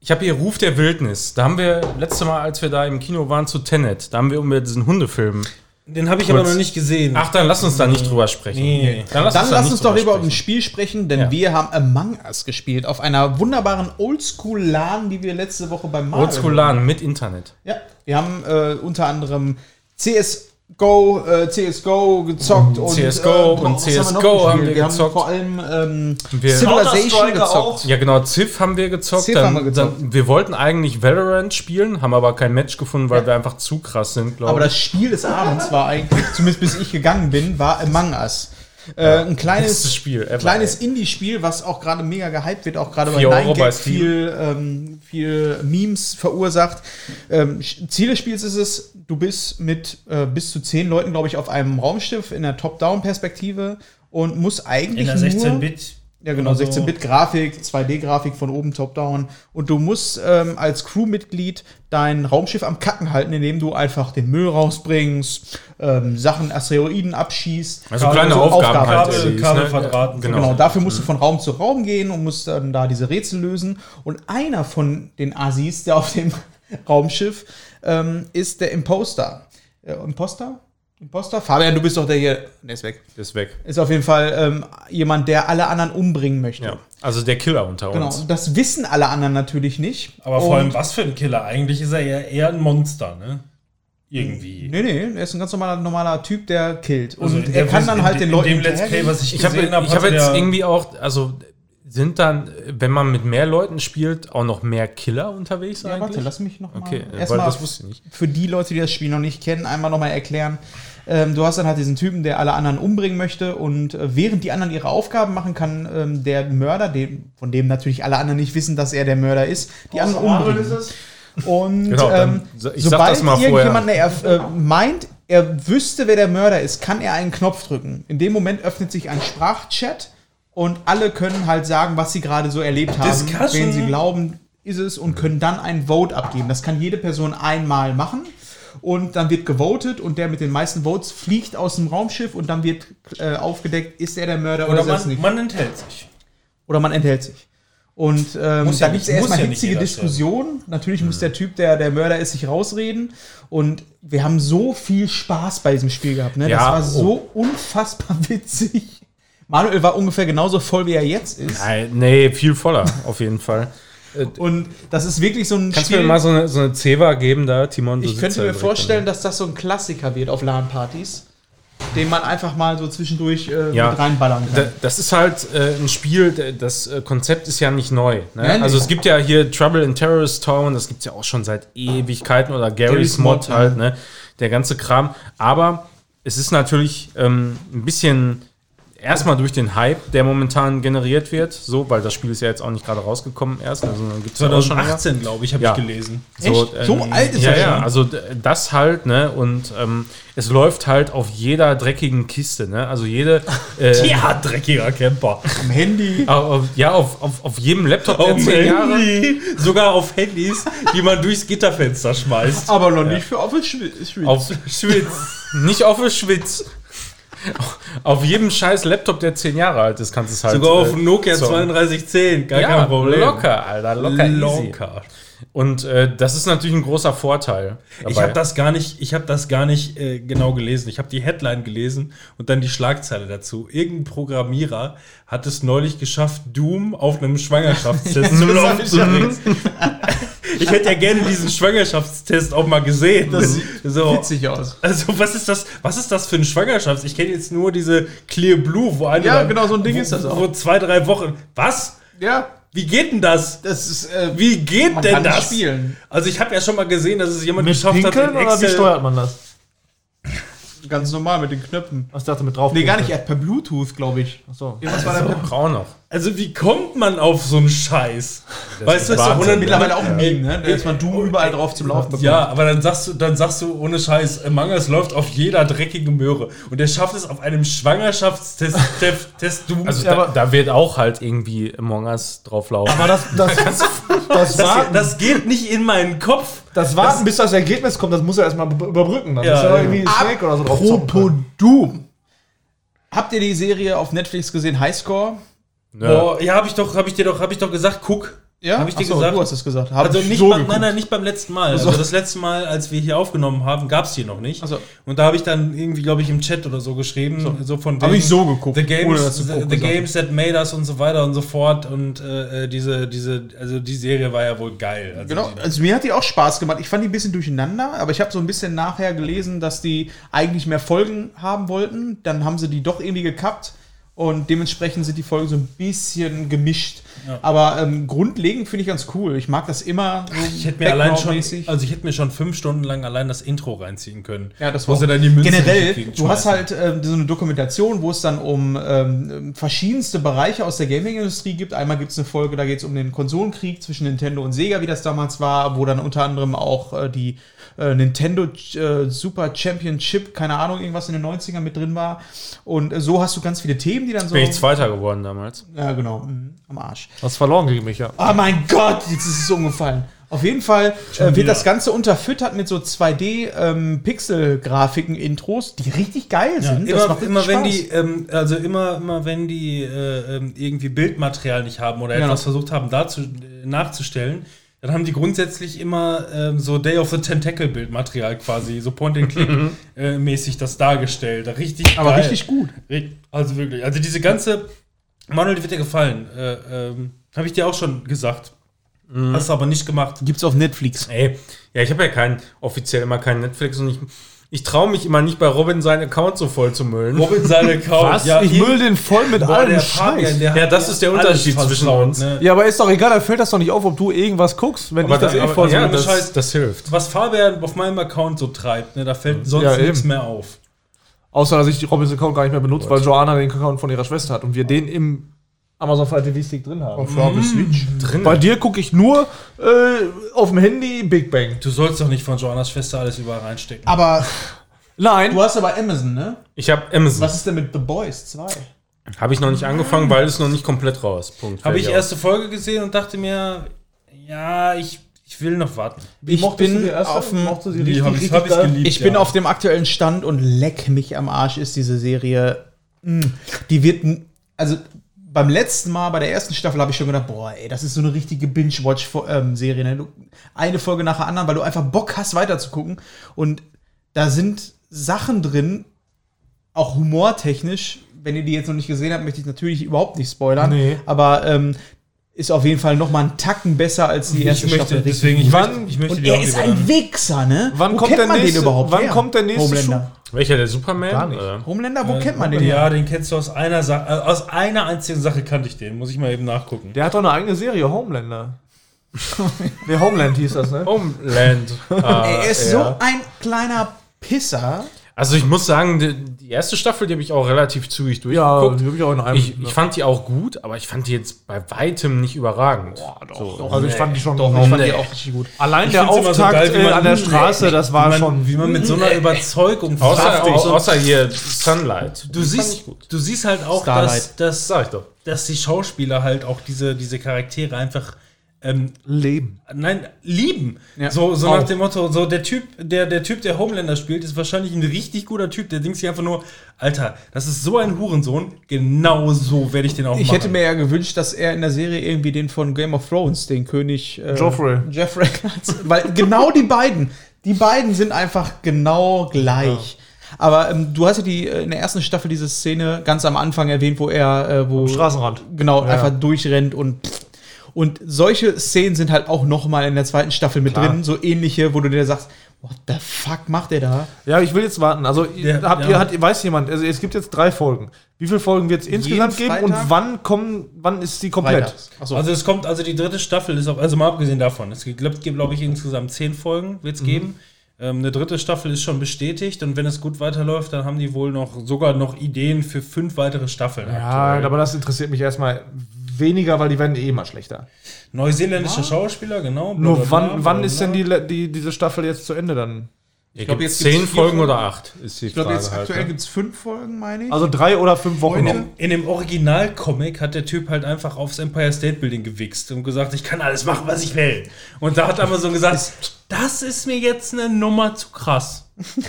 ich habe hier Ruf der Wildnis. Da haben wir letzte Mal, als wir da im Kino waren, zu Tenet, da haben wir über diesen Hundefilm. den habe ich aber kurz. noch nicht gesehen. Ach, dann lass uns da nicht drüber sprechen. Nee. Dann lass Dann da lass nicht uns doch drüber lieber über ein sprechen. Spiel sprechen, denn wir haben Among Us gespielt auf einer wunderbaren Oldschool-LAN, die wir letzte Woche beim Mario Oldschool-Laden mit Internet. Ja, wir haben äh, unter anderem CSGO, äh, CSGO gezockt Mhm, und CSGO äh, und was haben wir, CSGO noch haben gespielt? wir gezockt. vor allem ähm, Wir- Civilization Counter-Strike gezockt. auch. Ja, genau, Ziff haben wir gezockt. Civ dann, haben wir gezockt. Dann, wir wollten eigentlich Valorant spielen, haben aber kein Match gefunden, weil wir einfach zu krass sind, glaube ich. Aber das Spiel des Abends war eigentlich, zumindest bis ich gegangen bin, war Among Us. Äh, ein kleines, Spiel. ever, kleines Indie-Spiel, was auch gerade mega gehypt wird, auch gerade bei Vier Euro bei 9gag Steam. viel, ähm, viel Memes verursacht. Ähm, Sch- Ziel des Spiels ist es, du bist mit äh, bis zu zehn Leuten, glaube ich, auf einem Raumschiff in der Top-Down-Perspektive und musst eigentlich In der nur 16-Bit. ja, genau, Also- 16-Bit-Grafik, 2D-Grafik von oben top-down. Und du musst ähm, als Crewmitglied dein Raumschiff am Kacken halten, indem du einfach den Müll rausbringst, ähm, Sachen, Asteroiden abschießt. Also kleine Aufgaben halt. Kabel, LEDs, Kabel ne? verdrahten. Genau. Genau, dafür musst du von Raum zu Raum gehen und musst dann da diese Rätsel lösen. Und einer von den Assis, der auf dem Raumschiff ähm, ist der Imposter. Äh, Imposter? Imposter? Fabian, du bist doch der hier. Ne, ist weg. Ist weg. Ist auf jeden Fall ähm, jemand, der alle anderen umbringen möchte. Ja. Also der Killer unter Genau, uns. und das wissen alle anderen natürlich nicht. Aber vor allem, Und- was für ein Killer? Eigentlich ist er ja eher ein Monster, ne? Irgendwie. Nee, nee, er ist ein ganz normaler, normaler Typ, der killt. Und Also in er der- kann dann in halt de- den Leuten. In dem Let's Play, hinterhergehen. was ich Ich habe gesehen habe, ich hab hatte jetzt der- irgendwie auch, also sind dann, wenn man mit mehr Leuten spielt, auch noch mehr Killer unterwegs ja, warte, eigentlich? lass mich noch mal. okay, äh, weil erstmal das wusste ich nicht. für die Leute, die das Spiel noch nicht kennen, einmal nochmal erklären. Ähm, du hast dann halt diesen Typen, der alle anderen umbringen möchte und äh, während die anderen ihre Aufgaben machen, kann ähm, der Mörder, dem, von dem natürlich alle anderen nicht wissen, dass er der Mörder ist, die anderen umbringen. Und Genau, dann- ähm, so- ich sag sobald das mal vorher. irgendjemand ne, er, äh, meint, er wüsste, wer der Mörder ist, kann er einen Knopf drücken. In dem Moment öffnet sich ein Sprachchat und alle können halt sagen, was sie gerade so erlebt haben, Discussion. wen sie glauben, ist es und können dann ein Vote abgeben. Das kann jede Person einmal machen. Und dann wird gewotet und der mit den meisten Votes fliegt aus dem Raumschiff und dann wird äh, aufgedeckt, ist er der Mörder oder, Oder ist er es man, nicht. man enthält sich. Oder man enthält sich. Und ähm, Muss da ja gibt nicht- muss es erstmal ja nicht hitzige jeder Diskussionen. Natürlich muss der Typ, der der Mörder ist, sich rausreden. Und wir haben so viel Spaß bei diesem Spiel gehabt. Ne? Ja, das war oh. so unfassbar witzig. Manuel war ungefähr genauso voll, wie er jetzt ist. Nein, nee, viel voller, auf jeden Fall. Und das ist wirklich so ein Kannst du mir mal so eine, so eine Zewa geben da, Timon? So ich sitzt könnte er mir direkt vorstellen, dass das so ein Klassiker wird auf LAN-Partys, den man einfach mal so zwischendurch äh, Ja. mit reinballern Da- kann. Das ist halt äh, ein Spiel, d- das äh, Konzept ist ja nicht neu. Ne? Nein, also nee. es gibt ja hier Trouble in Terrorist Town, das gibt es ja auch schon seit Ewigkeiten oder Gary's Gary's Mod, Mod halt, ne? der ganze Kram. Aber es ist natürlich ähm, ein bisschen erstmal durch den Hype, der momentan generiert wird, so, weil das Spiel ist ja jetzt auch nicht gerade rausgekommen erst, also dann gibt es ja auch schon länger. 2018, glaube ich, habe Ja. ich gelesen. So, äh, Echt? So alt ist ja, er ja, schon? also d- das halt, ne? Und ähm, es läuft halt auf jeder dreckigen Kiste, ne? Also jede. Äh, Ja, dreckiger Camper. Am Handy. Auf, auf- ja, auf, auf, auf jedem Laptop der Auf dem 10 Jahre. Handy. Sogar auf Handys, die man durchs Gitterfenster schmeißt. Aber noch nicht für Office Schwitz. Auf Schwitz. Nicht auf den Schwitz. Auf jedem scheiß Laptop, der 10 Jahre alt ist, kannst du es halt. Sogar auf äh, dem Nokia zocken. 3210, gar ja, kein Problem. Locker, Alter, locker, easy. Locker. Und äh, das ist natürlich ein großer Vorteil. Ich habe das gar nicht, ich habe das gar nicht äh, genau gelesen. Ich habe die Headline gelesen und dann die Schlagzeile dazu. Irgendein Programmierer hat es neulich geschafft, Doom auf einem Schwangerschaftstest zu laufen zu bringen. Ich hätte ja gerne diesen Schwangerschaftstest auch mal gesehen. so. Witzig aus. Also was ist das? Was ist das für ein Schwangerschafts? Ich kenne jetzt nur diese Clear Blue, wo eine Ja, dann- genau, so ein Ding wo, ist das auch. Wo zwei drei Wochen. Was? Ja, Wie geht denn das? das ist. Äh, Wie geht Man denn kann nicht das? spielen. Also ich habe ja schon mal gesehen, dass es jemand geschafft Pinkeln hat. in oder wie Excel- steuert man das? Ganz normal mit den Knöpfen. Was dachte mit drauf? Nee, gar nicht, er hat per Bluetooth, glaube ich. Achso. Irgendwas war da per auch noch. Also wie kommt man auf so einen Scheiß? weißt du, Wahnsinn. und dann, Mittlerweile auch ein Meme, ne? Da ist man Doom überall drauf zum Laufen bekommen. Ja, aber dann sagst du, dann sagst du ohne Scheiß, äh, Mangas läuft auf jeder dreckigen Möhre und der schafft es auf einem Schwangerschaftstest Test, Test Doom. Also Ja, da, aber- da wird auch halt irgendwie Among Us drauflaufen. Aber das, das, das, das das, Warten, das, das geht nicht in meinen Kopf. Warten bis das Ergebnis kommt, das muss er erstmal be- überbrücken. Dann Ja, muss er ja. irgendwie Snake oder so drauf zocken Apropos können. Doom. Habt ihr die Serie auf Netflix gesehen, Highscore? Nö. Boah, ja, habe ich doch, habe ich dir doch, habe ich doch gesagt, guck. Ja? Hab ich dir Achso, gesagt? du hast es gesagt. Hab Also ich nicht, so beim- geguckt. nein, nein, nicht beim letzten Mal. Also, das letzte Mal, als wir hier aufgenommen haben, gab's die noch nicht. Also. Und da habe ich dann irgendwie, glaube ich, im Chat oder so geschrieben, so, von Hab wegen, ich so geguckt, The ohne das Games, zu the, gucken, the sag ich. games that made us und so weiter und so fort. Und äh, äh, diese, diese, also die Serie war ja wohl geil. Also Genau, Die, also mir hat die auch Spaß gemacht. Ich fand die ein bisschen durcheinander, aber ich habe so ein bisschen nachher gelesen, dass die eigentlich mehr Folgen haben wollten. Dann haben sie die doch irgendwie gekappt Und dementsprechend sind die Folgen so ein bisschen gemischt. Aber ähm, grundlegend finde ich ganz cool. Ich mag das immer so Ich hätte mir allein schon, background-mäßig. also ich hätte mir schon fünf Stunden lang allein das Intro reinziehen können. Ja, das wo war sie dann die Münze in die generell. Gegend Du hast schmeißen. halt ähm, so eine Dokumentation, wo es dann um ähm, verschiedenste Bereiche aus der Gaming-Industrie gibt. Einmal gibt es eine Folge, da geht es um den Konsolenkrieg zwischen Nintendo und Sega, wie das damals war, wo dann unter anderem auch äh, die äh, Nintendo äh, Super Championship, keine Ahnung, irgendwas in den 90ern mit drin war. Und äh, so hast du ganz viele Themen, die dann so. Bin ich Zweiter geworden damals. Ja, genau. Mhm, am Arsch. Hast verloren gegen mich, ja. Oh mein Gott, jetzt ist es umgefallen. Auf jeden Fall äh, wird das Ganze unterfüttert mit so 2D-Pixel-Grafiken-Intros, die richtig geil sind. Das Immer, macht immer richtig wenn Spaß. die, ähm, also immer, immer wenn die äh, ähm, irgendwie Bildmaterial nicht haben oder Genau. etwas versucht haben, dazu, äh, nachzustellen, dann haben die grundsätzlich immer ähm, so Day of the Tentacle Bildmaterial quasi, so Point-and-Click-mäßig äh, das dargestellt. Richtig Aber geil. richtig gut. Ri- Also wirklich. Also diese ganze. Manuel, die wird dir gefallen. Äh, ähm, Habe ich dir auch schon gesagt. Hast du aber nicht gemacht. Gibt's auf Netflix. Ey, ja, ich habe ja keinen, offiziell immer keinen Netflix und ich, ich traue mich immer nicht bei Robin seinen Account so voll zu müllen. Robin seine Couch. Was? ich müll den voll mit Boah, allem der Scheiß. Fabian, der Ja, hat das ist der alles Unterschied versaut, zwischen uns. ne? Ja, aber ist doch egal, dann fällt das doch nicht auf, ob du irgendwas guckst, wenn ich das eh voll ja, so das, Scheiß- das hilft. was Fabian auf meinem Account so treibt, ne, da fällt sonst Mhm. Ja, nichts eben. mehr auf. Außer, dass ich die Robins Account gar nicht mehr benutze, weil Joanna den Account von ihrer Schwester hat und wir den im Amazon Fire TV Stick drin haben. Mhm. Drin. Bei dir gucke ich nur äh, auf dem Handy Big Bang. Du sollst doch nicht von Joannas Schwester alles überall reinstecken. Ah. Aber Nein. du hast aber Amazon, ne? Ich habe Amazon. Was ist denn mit The Boys 2? Habe ich noch nicht angefangen, weil es noch nicht komplett raus. Punkt. Habe Fertig ich aus. erste Folge gesehen und dachte mir, ja, ich, ich will noch warten. Ich bin, auf dem, Die habe ich, hab ich geliebt. ich bin ja. auf dem aktuellen Stand und leck mich am Arsch ist diese Serie. mm, Die wird, n- also beim letzten Mal, bei der ersten Staffel, habe ich schon gedacht, boah, ey, das ist so eine richtige Binge-Watch-Serie. Ne? Du- Eine Folge nach der anderen, weil du einfach Bock hast, weiterzugucken. Und da sind Sachen drin, auch humortechnisch. Wenn ihr die jetzt noch nicht gesehen habt, möchte ich natürlich überhaupt nicht spoilern. Nee. Aber ähm, ist auf jeden Fall noch mal einen Tacken besser als die erste ich möchte, Staffel. deswegen, ich Wann- möchte, ich möchte Und die er auch ist lieber ein dann. Wichser, ne? Wann kommt der nächste- den überhaupt? wann her? kommt der nächste Äh, Homelander. Welcher, der Superman? Gar nicht. Oder? Homelander, wo kennt man den? her? Ja, den kennst du aus einer Sache, äh, aus einer einzigen Sache kannte ich den, muss ich mal eben nachgucken. Der hat doch eine eigene Serie, Homelander. Der Homeland hieß das, ne? Homeland. Er Ah, ist ja. so ein kleiner Pisser. also ich muss sagen, die, die erste Staffel, die habe ich auch relativ zügig durchgeguckt. die hab ich auch in einem. ich, ich fand die auch gut, aber ich fand die jetzt bei weitem nicht überragend. also ich fand die schon. ich fand die auch richtig gut. allein Ich der find's immer so Auftakt geil, wie äh, man- Hm, an der Straße, das war wie man, schon. Hm, äh, Wie man mit so einer Überzeugung Außer, verhaftet. au, außer hier Sunlight. Du siehst, du siehst halt auch, Starlight. dass, dass, Sag ich doch. dass die Schauspieler halt auch diese, diese Charaktere einfach ähm, Leben. nein, lieben. Ja. So, so Auch. nach dem Motto, so der Typ, der, der Typ, der Homelander spielt, ist wahrscheinlich ein richtig guter Typ. Der denkt sich einfach nur, Alter, das ist so ein Hurensohn, genau so werde ich den auch Ich machen. hätte mir ja gewünscht, dass er in der Serie irgendwie den von Game of Thrones, den König äh, Joffrey. Joffrey als- weil genau die beiden, die beiden sind einfach genau gleich. Aber ähm, du hast ja die äh, in der ersten Staffel diese Szene ganz am Anfang erwähnt, wo er äh, wo Straßenrand. genau einfach durchrennt und und solche Szenen sind halt auch noch mal in der zweiten Staffel mit drin, so ähnliche, wo du dir sagst, what the fuck macht der da? Ja, ich will jetzt warten. Also ihr- Ja, habt ja. ihr, hat, weiß jemand, also es gibt jetzt drei Folgen. Wie viele Folgen wird es insgesamt geben Freitag? und wann kommen, wann ist die komplett? Freitags. Achso. Also es kommt, also die dritte Staffel ist auch, also mal abgesehen davon, es gibt, glaube ich, insgesamt zehn Folgen wird es Mhm. geben. Ähm, eine dritte Staffel ist schon bestätigt und wenn es gut weiterläuft, dann haben die wohl noch sogar noch Ideen für fünf weitere Staffeln. Ja, aber das interessiert mich erstmal weniger, weil die werden eh immer schlechter. Neuseeländischer Schauspieler, genau. bla, Nur bla, bla, wann, bla, wann bla, ist bla. denn die, le- die, diese Staffel jetzt zu Ende dann? glaub, Ich glaube, jetzt jetzt gibt's zehn vier Folgen Folgen. oder acht ist die ich glaube, Frage jetzt halt, aktuell ne? gibt es fünf Folgen, meine ich. Also drei oder fünf Wochen noch. In dem Original-Comic hat der Typ halt einfach aufs Empire State Building gewichst und gesagt, ich kann alles machen, was ich will. Und da hat Amazon gesagt, das ist mir jetzt eine Nummer zu krass.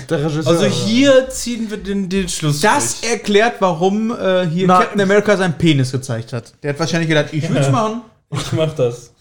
Der Regisseur. Also hier ziehen wir den, den Schluss. Das erklärt, warum äh, hier Nein. Captain America seinen Penis gezeigt hat. Der hat wahrscheinlich gedacht, ich will's machen. ich mach das.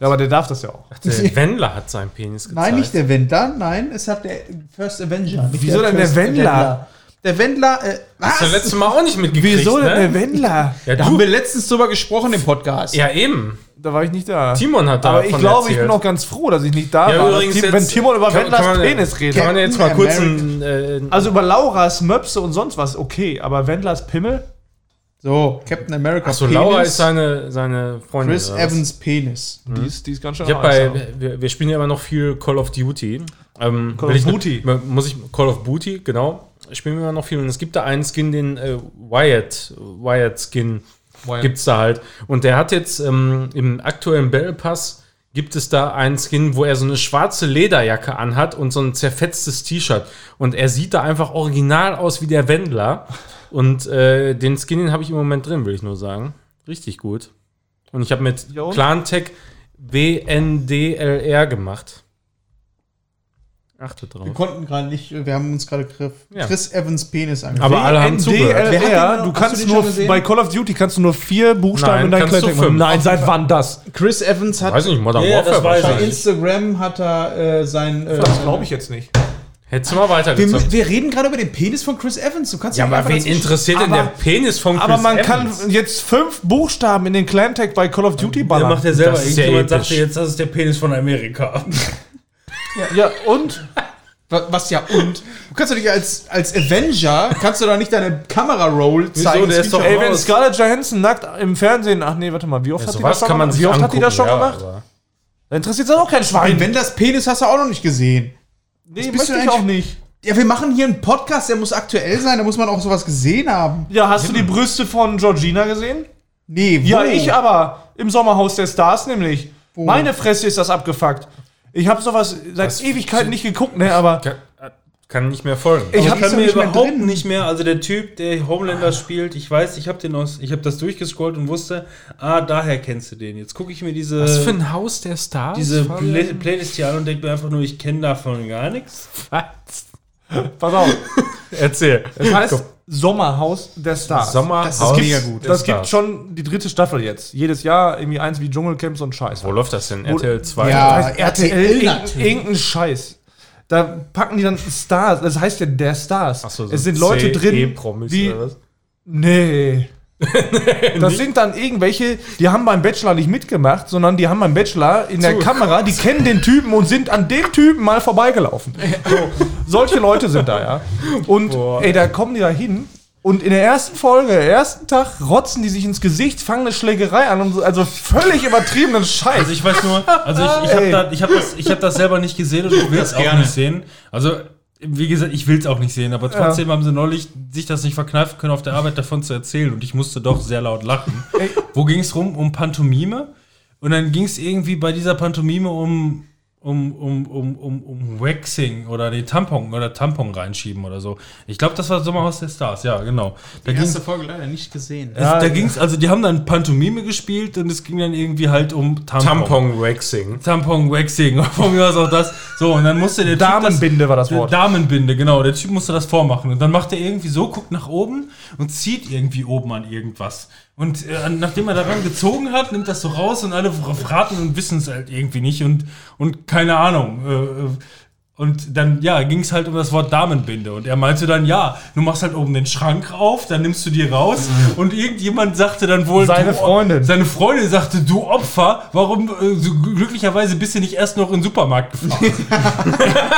ja, aber der darf das ja auch. Der Wendler hat seinen Penis gezeigt. Nein, nicht der Wendler, nein, es hat der First Avenger. nicht Wieso denn der First Wendler? Avenger. Der Wendler, äh, Hast du das letzte was? Mal auch nicht mitgekriegt, Wieso denn der ne? Wendler? Ja, Da haben du, wir letztens drüber gesprochen im Podcast. ja, eben. Da war ich nicht da. Timon hat aber davon ich glaube, ich erzählt. bin auch ganz froh, dass ich nicht da Ja, war. übrigens Tim- jetzt- wenn Timon über kann- kann Wendlers man- Penis redet. Kann man ja jetzt mal kurz ein, äh, Also über Lauras Möpse und sonst was, okay, aber Wendlers Pimmel? So, Captain America Achso, Also Laura ist seine, seine Freundin. Chris oder was? Evans Penis. Die, ist, die ist ganz schön Mhm. Ich hab heiß, ja. bei, wir, wir spielen ja immer noch viel Call of Duty. Ähm, Call will of ich mit- Booty. Muss ich, Call of Booty, genau. Spielen wir immer noch viel. Und es gibt da einen Skin, den äh, Wyatt, Wyatt Skin Wyatt. gibt's da halt. Und der hat jetzt ähm, im aktuellen Battle Pass gibt es da einen Skin, wo er so eine schwarze Lederjacke anhat und so ein zerfetztes T-Shirt. Und er sieht da einfach original aus wie der Wendler. Und äh, den Skin, den habe ich im Moment drin, will ich nur sagen. Richtig gut. Und ich habe mit Ja, und? Clantech WNDLR gemacht. Achte Wir drauf. konnten gerade nicht, wir haben uns gerade Griff. Ja. Chris Evans Penis angeguckt. Aber alle haben zugehört. Wer hat den- DLR, du hast du kannst den nur schon gesehen? bei Call of Duty kannst du nur vier Buchstaben Nein, in deinen kannst du Kleidung machen. fünf. Nein, seit wann das? Chris Evans hat Weiß nicht, Modern Ja, das Warfare weiß ich. bei wahrscheinlich. Instagram hat er äh, sein. Äh, glaube ich jetzt nicht. Hättest du mal wir, weitergezockt. wir reden gerade über den Penis von Chris Evans. Du kannst Ja, doch aber einfach wen dazwischen- interessiert denn der Aber- Penis von Chris Aber man Evans? kann jetzt fünf Buchstaben in den Clantech bei Call of Duty Der ballern. macht ja selber. Das ist ja Irgendjemand episch. sagte jetzt, das ist der Penis von Amerika. ja, und? Wa- Was ja und? Du kannst doch nicht als, als Avenger, kannst du doch nicht deine Kamera-Roll zeigen. der ist doch- Screenshot- Ey, wenn Scarlett Johansson nackt im Fernsehen. Ach nee, warte mal, wie oft, Ja, hat, die sowas das schon kann man gemacht? sich wie oft hat die angucken, das schon ja, gemacht? aber- Da interessiert sich auch kein Ein Schwein. Wenders Penis hast du auch noch nicht gesehen. nee, bist du möchte ich eigentlich- auch nicht. Ja, wir machen hier einen Podcast, der muss aktuell sein, da muss man auch sowas gesehen haben. Ja, hast du die Brüste von Georgina gesehen? Nee, wo? Ja, ich aber. Im Sommerhaus der Stars nämlich. Wo? Meine Fresse ist das abgefuckt. Ich habe sowas seit Ewigkeiten nicht geguckt, ne, aber Kann, kann nicht mehr folgen. ich die habe ist kann mir nicht mehr überhaupt drin. nicht mehr, also der Typ, der Homelander spielt, ich weiß, ich habe den aus, ich habe das durchgescrollt und wusste, ah, daher kennst du den. Jetzt gucke ich mir diese ein Haus der Stars? diese Fabian? Play Playlist hier an und denke mir einfach nur, ich kenne davon gar nichts. Was? pass auf. Erzähl. Das heißt Sommerhaus der Stars. Sommerhaus. das gibt's, mega gut. Das gibt schon die dritte Staffel jetzt. Jedes Jahr irgendwie eins wie Dschungelcamp so ein Scheiß. Wo läuft das denn? RTL 2? Ja. heißt RTL, natürlich. irg- irgendein Scheiß. Da packen die dann Stars, das heißt ja der Stars. es sind E Leute drin, E -Promis die oder was? Nee. das sind dann irgendwelche, die haben beim Bachelor nicht mitgemacht, sondern die haben beim Bachelor in der Kamera, die kennen den Typen und sind an dem Typen mal vorbeigelaufen. So, solche Leute sind da, ja. Und ey, da kommen die da hin und in der ersten Folge, ersten Tag, rotzen die sich ins Gesicht, fangen eine Schlägerei an und so, also völlig übertriebenen Scheiß. Also ich weiß nur, also ich, ich habe Ey. da, ich hab das, ich hab das selber nicht gesehen und ich will es auch nicht sehen. Also wie gesagt, ich will es auch nicht sehen, aber trotzdem haben sie neulich sich das nicht verkneifen können, auf der Arbeit davon zu erzählen und ich musste doch sehr laut lachen. Wo ging es rum? Um Pantomime und dann ging es irgendwie bei dieser Pantomime um um, um, um, um, um Waxing oder den Tampon oder Tampon reinschieben oder so. Ich glaube, das war Sommerhaus der Stars, ja, genau. Da Die ging's- erste Folge leider nicht gesehen. es, da ging's, also die haben dann Pantomime gespielt und es ging dann irgendwie halt um Tampon-Waxing. Tampon-Waxing, von mir aus auch das. So, und dann musste der Typ Damenbinde war das das, Wort. Damenbinde, genau. Der Typ musste das vormachen. Und dann macht er irgendwie so, guckt nach oben und zieht irgendwie oben an irgendwas. Und äh, nachdem er daran gezogen hat, nimmt das so raus und alle raten und wissen es halt irgendwie nicht und, und keine Ahnung. Äh, äh, und dann, ja, ging es halt um das Wort Damenbinde. Und er meinte dann, ja, du machst halt oben den Schrank auf, dann nimmst du die raus. Und irgendjemand sagte dann wohl... Mhm. Seine du- Freundin. Seine Freundin sagte, du Opfer, warum äh, so glücklicherweise bist du nicht erst noch in den Supermarkt gefahren?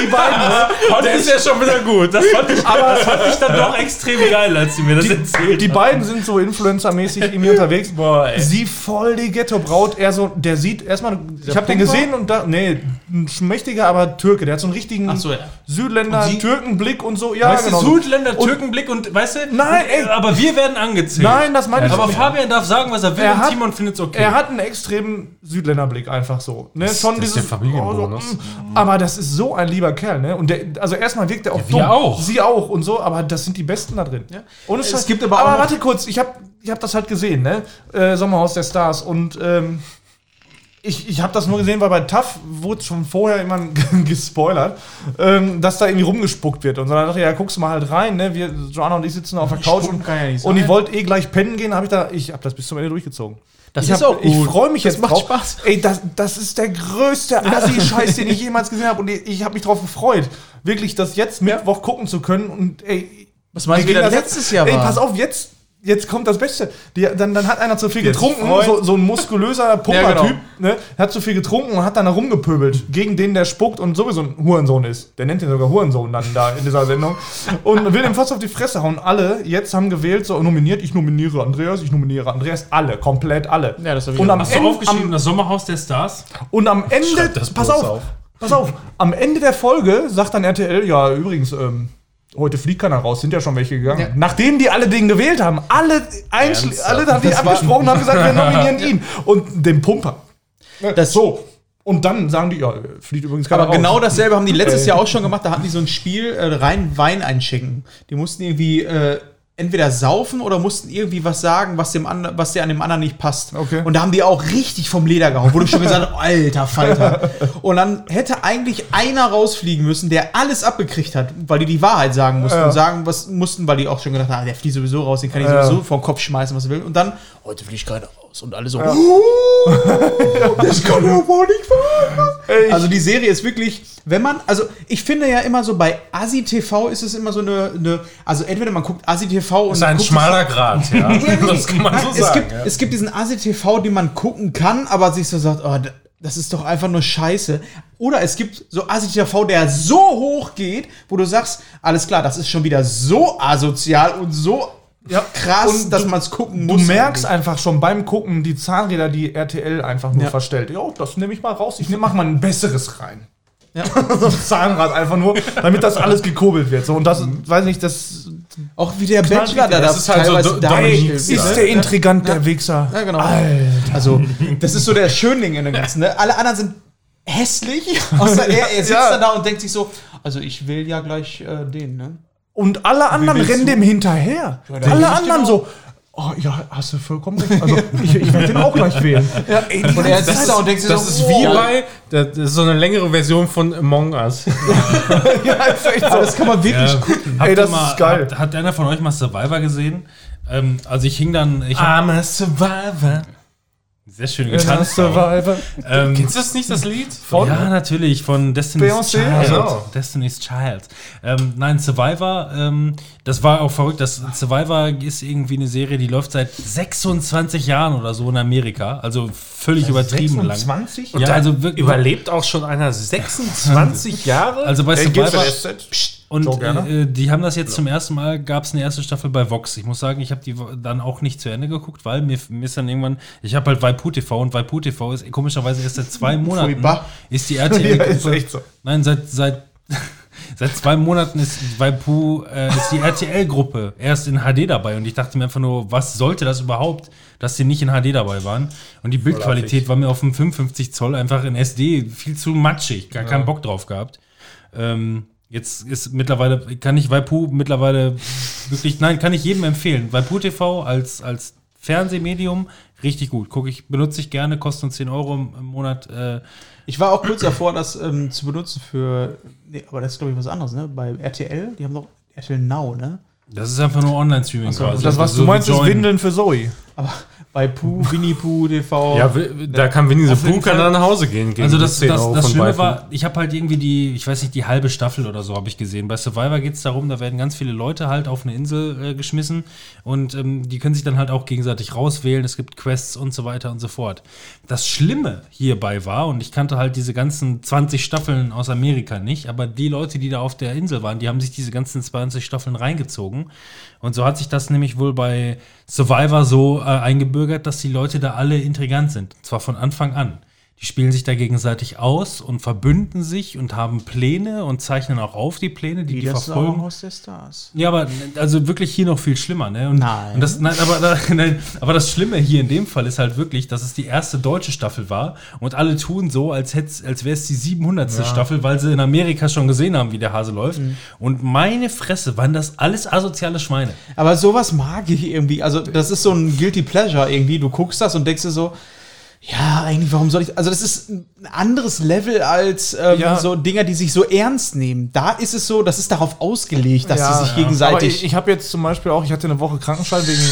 Die beiden, ne? Fand ich, ja schon wieder gut. Das fand ich, das fand ich dann doch extrem geil, als sie mir das erzählt die beiden sind so Influencer-mäßig irgendwie unterwegs. Boah, Äh. ey. Sie voll die Ghetto-Braut. Er so, der sieht erstmal, ich habe den Pumper? gesehen und da, nee, ein schmächtiger, aber Türke. Der hat so einen richtigen Ach so, ja. Südländer, Und sie- Türkenblick und so. Ja, Weißt du, genau. Südländer, Türkenblick und, weißt du? Nein, und, äh, ey. Aber wir werden angezählt. Nein, das meine ich Aber nicht. Fabian darf sagen, was er will Er und hat- Timon findet's okay. Er hat einen extremen Südländerblick einfach so. Ne? Schon das dieses, ist der Familienbonus. oh, so, mm. aber das ist so ein lieber Kerl, ne? Und der, also erstmal wirkt er auch ja, wir auch. Sie auch und so, aber das sind die Besten da drin. Ohne Scheiß. gibt aber auch noch- warte kurz, ich habe ich hab das halt gesehen, ne? Äh, Sommerhaus der Stars und ähm, ich, ich habe das nur gesehen, weil bei TAF wurde schon vorher immer gespoilert, ähm, dass da irgendwie rumgespuckt wird. Und so, dann dachte ich, ja, guckst du mal halt rein, ne? Wir, Joanna und ich sitzen auf der Couch und, kann ja nicht und ich sein. wollte eh gleich pennen gehen, habe ich da, ich habe das bis zum Ende durchgezogen. Das Ich ist hab- auch Ich gut. freue mich Das jetzt macht drauf. Spaß. Ey, das, das ist der größte Assi-Scheiß, den ich jemals gesehen habe. Und ich, ich habe mich drauf gefreut, wirklich das jetzt Mittwoch gucken zu können. Und ey, Was meinst du, mir wie ging das letztes Jahr Ey, war? pass auf, jetzt Jetzt kommt das Beste. Die, dann, dann hat einer zu viel Jetzt getrunken, freut- so, so ein muskulöser Pumpertyp, Ja, genau. ne, hat zu viel getrunken und hat dann da rumgepöbelt, gegen den, der spuckt und sowieso ein Hurensohn ist. Der nennt ihn sogar Hurensohn dann da in dieser Sendung. Und will ihm fast auf die Fresse hauen. Alle jetzt haben gewählt, so nominiert, ich nominiere Andreas, ich nominiere Andreas, alle, komplett alle. Ja, das hab ich und auch. am Hast du Ende- aufgeschrieben, am- das Sommerhaus der Stars? und am Ende, Schreib das pass bloß auf, auf. pass auf, am Ende der Folge sagt dann RTL, ja übrigens, ähm, heute fliegt keiner raus, sind ja schon welche gegangen. Nachdem die alle den gewählt haben, alle, einschl- alle haben die Das war- abgesprochen haben gesagt, wir nominieren ihn und den Pumper. Das- so. Und dann sagen die, ja, fliegt übrigens keiner Aber genau raus. dasselbe haben die letztes Jahr auch schon gemacht. Da hatten die so ein Spiel, äh, rein Wein einschenken. Die mussten irgendwie äh, entweder saufen oder mussten irgendwie was sagen, was, dem ander- was dir an dem anderen nicht passt. Okay. Und da haben die auch richtig vom Leder gehauen. Wurde schon gesagt, alter Falter. Und dann hätte eigentlich einer rausfliegen müssen, der alles abgekriegt hat, weil die die Wahrheit sagen mussten. Und sagen was mussten, weil die auch schon gedacht haben, ah, der fliegt sowieso raus, den kann ich sowieso vom Kopf schmeißen, was er will. Und dann, heute fliegt keiner raus. Und alle so, das kann ja wohl nicht wahr sein. Also die Serie ist wirklich, wenn man, also ich finde ja immer so bei Asi TV ist es immer so eine, eine also entweder man guckt Asi TV und Das ist ein guckt schmaler Grad, ja. Das kann man so es sagen. gibt, ja. es gibt diesen ASI-TV, den man gucken kann, aber sich so sagt, oh, d- das ist doch einfach nur Scheiße. Oder es gibt so ASI-TV, der so hoch geht, wo du sagst, alles klar, das ist schon wieder so asozial und so krass, dass man es gucken Du muss. merkst einfach schon beim Gucken die Zahnräder, die RTL einfach nur Ja. verstellt. Ja, das nehme ich mal raus. Ich nehm- mach mal ein besseres rein. so ein Zahnrad einfach nur, damit das alles gekurbelt wird. So, und das, Mhm. weiß nicht, das Auch wie der Bachelor, da Das ist halt so teilweise Do- dargestellt Dominik wird. Ist der intrigant, der Wichser. Ja, genau. Also, das ist so der Schönling in dem Ganzen. Ne? Alle anderen sind hässlich, außer er, er sitzt Ja. dann da und denkt sich so, also ich will ja gleich äh, den, ne? Und alle anderen rennen dem hinterher. alle anderen so. Oh, ja, hast du vollkommen recht. Also, ich, ich werde den auch gleich wählen. Ja, ey, die Und er ganze sitzt Zeit- da und denkt sich Das so, ist wie bei, das ist so eine längere Version von Among Us. Aber das kann man wirklich Ja. gucken. Habt Ey, ihr das ist geil. Hat, hat einer von euch mal Survivor gesehen? Ähm, also ich hing dann, ich Ah. hab a Survivor. sehr schön getanzt. auch. Survivor. Ähm, Ist das nicht das Lied? ja, natürlich, von Destiny's Beyoncé? Child. Genau. Destiny's Child. Ähm, nein, Survivor, ähm, das war auch verrückt. Das Survivor ist irgendwie eine Serie, die läuft seit 26 Jahren oder so in Amerika. Also völlig übertrieben lang. 20? Ja, also wirklich. Überlebt auch schon einer 26 Jahre? Also bei Survivor. Und Joe Gerner? äh, äh, die haben das jetzt zum ersten Mal, gab es eine erste Staffel bei Vox. Ich muss sagen, ich habe die wo- dann auch nicht zu Ende geguckt, weil mir, mir ist dann irgendwann, ich habe halt Waipu TV und Waipu TV ist komischerweise erst seit zwei Monaten Furchtbar. ist die RTL. Ja, ist echt so. Nein, seit, seit, seit zwei Monaten ist Waipu, äh, ist die RTL-Gruppe erst in HD dabei und ich dachte mir einfach nur, was sollte das überhaupt, dass sie nicht in HD dabei waren? Und die Bildqualität war mir auf dem 55 Zoll einfach in SD viel zu matschig, gar keinen Bock drauf gehabt. Ähm, jetzt ist mittlerweile, kann ich Waipu mittlerweile wirklich, nein, kann ich jedem empfehlen. Waipu TV als, als Fernsehmedium, richtig gut. Guck ich, benutze ich gerne, kostet uns 10 Euro im, im Monat. Äh, Ich war auch kurz davor, das ähm, zu benutzen für. Nee, aber das ist, glaube ich, was anderes, ne? Bei RTL, die haben doch RTL Now, ne? das ist einfach nur Online-Streaming quasi. Das, was Also du meinst, ist Join. Windeln für Zoe. Aber bei Pooh, Winnie Pooh, TV. ja, w- da kann Winnie the jeden Pooh Fall. kann dann nach Hause gehen. Gegen Also die das, 10 das, Euro das von Schlimme Waifu. war, ich habe halt irgendwie die, ich weiß nicht, die halbe Staffel oder so habe ich gesehen. Bei Survivor geht es darum, da werden ganz viele Leute halt auf eine Insel äh, geschmissen und ähm, die können sich dann halt auch gegenseitig rauswählen. Es gibt Quests und so weiter und so fort. Das Schlimme hierbei war, und ich kannte halt diese ganzen 20 Staffeln aus Amerika nicht, aber die Leute, die da auf der Insel waren, die haben sich diese ganzen 20 Staffeln reingezogen. Und so hat sich das nämlich wohl bei Survivor so äh, eingebürgert, dass die Leute da alle intrigant sind. Und zwar von Anfang an. Die spielen sich da gegenseitig aus und verbünden sich und haben Pläne und zeichnen auch auf die Pläne, die die, verfolgen. Haus der Stars. Ja, aber also wirklich hier noch viel schlimmer, ne? Und, Nein. Und das, nein, aber, nein, aber das Schlimme hier in dem Fall ist halt wirklich, dass es die erste deutsche Staffel war und alle tun so, als, hätt's- als wäre es die 700. Staffel, weil sie in Amerika schon gesehen haben, wie der Hase läuft. Und meine Fresse, waren das alles asoziale Schweine. Aber sowas mag ich irgendwie. Also, das ist so ein Guilty Pleasure irgendwie. Du guckst das und denkst dir so, ja, eigentlich, warum soll ich. Also, das ist ein anderes Level als ähm, Ja. so Dinger, die sich so ernst nehmen. Da ist es so, das ist darauf ausgelegt, dass Ja, die sich ja. Aber gegenseitig. ich ich habe jetzt zum Beispiel auch, ich hatte eine Woche Krankenschein wegen.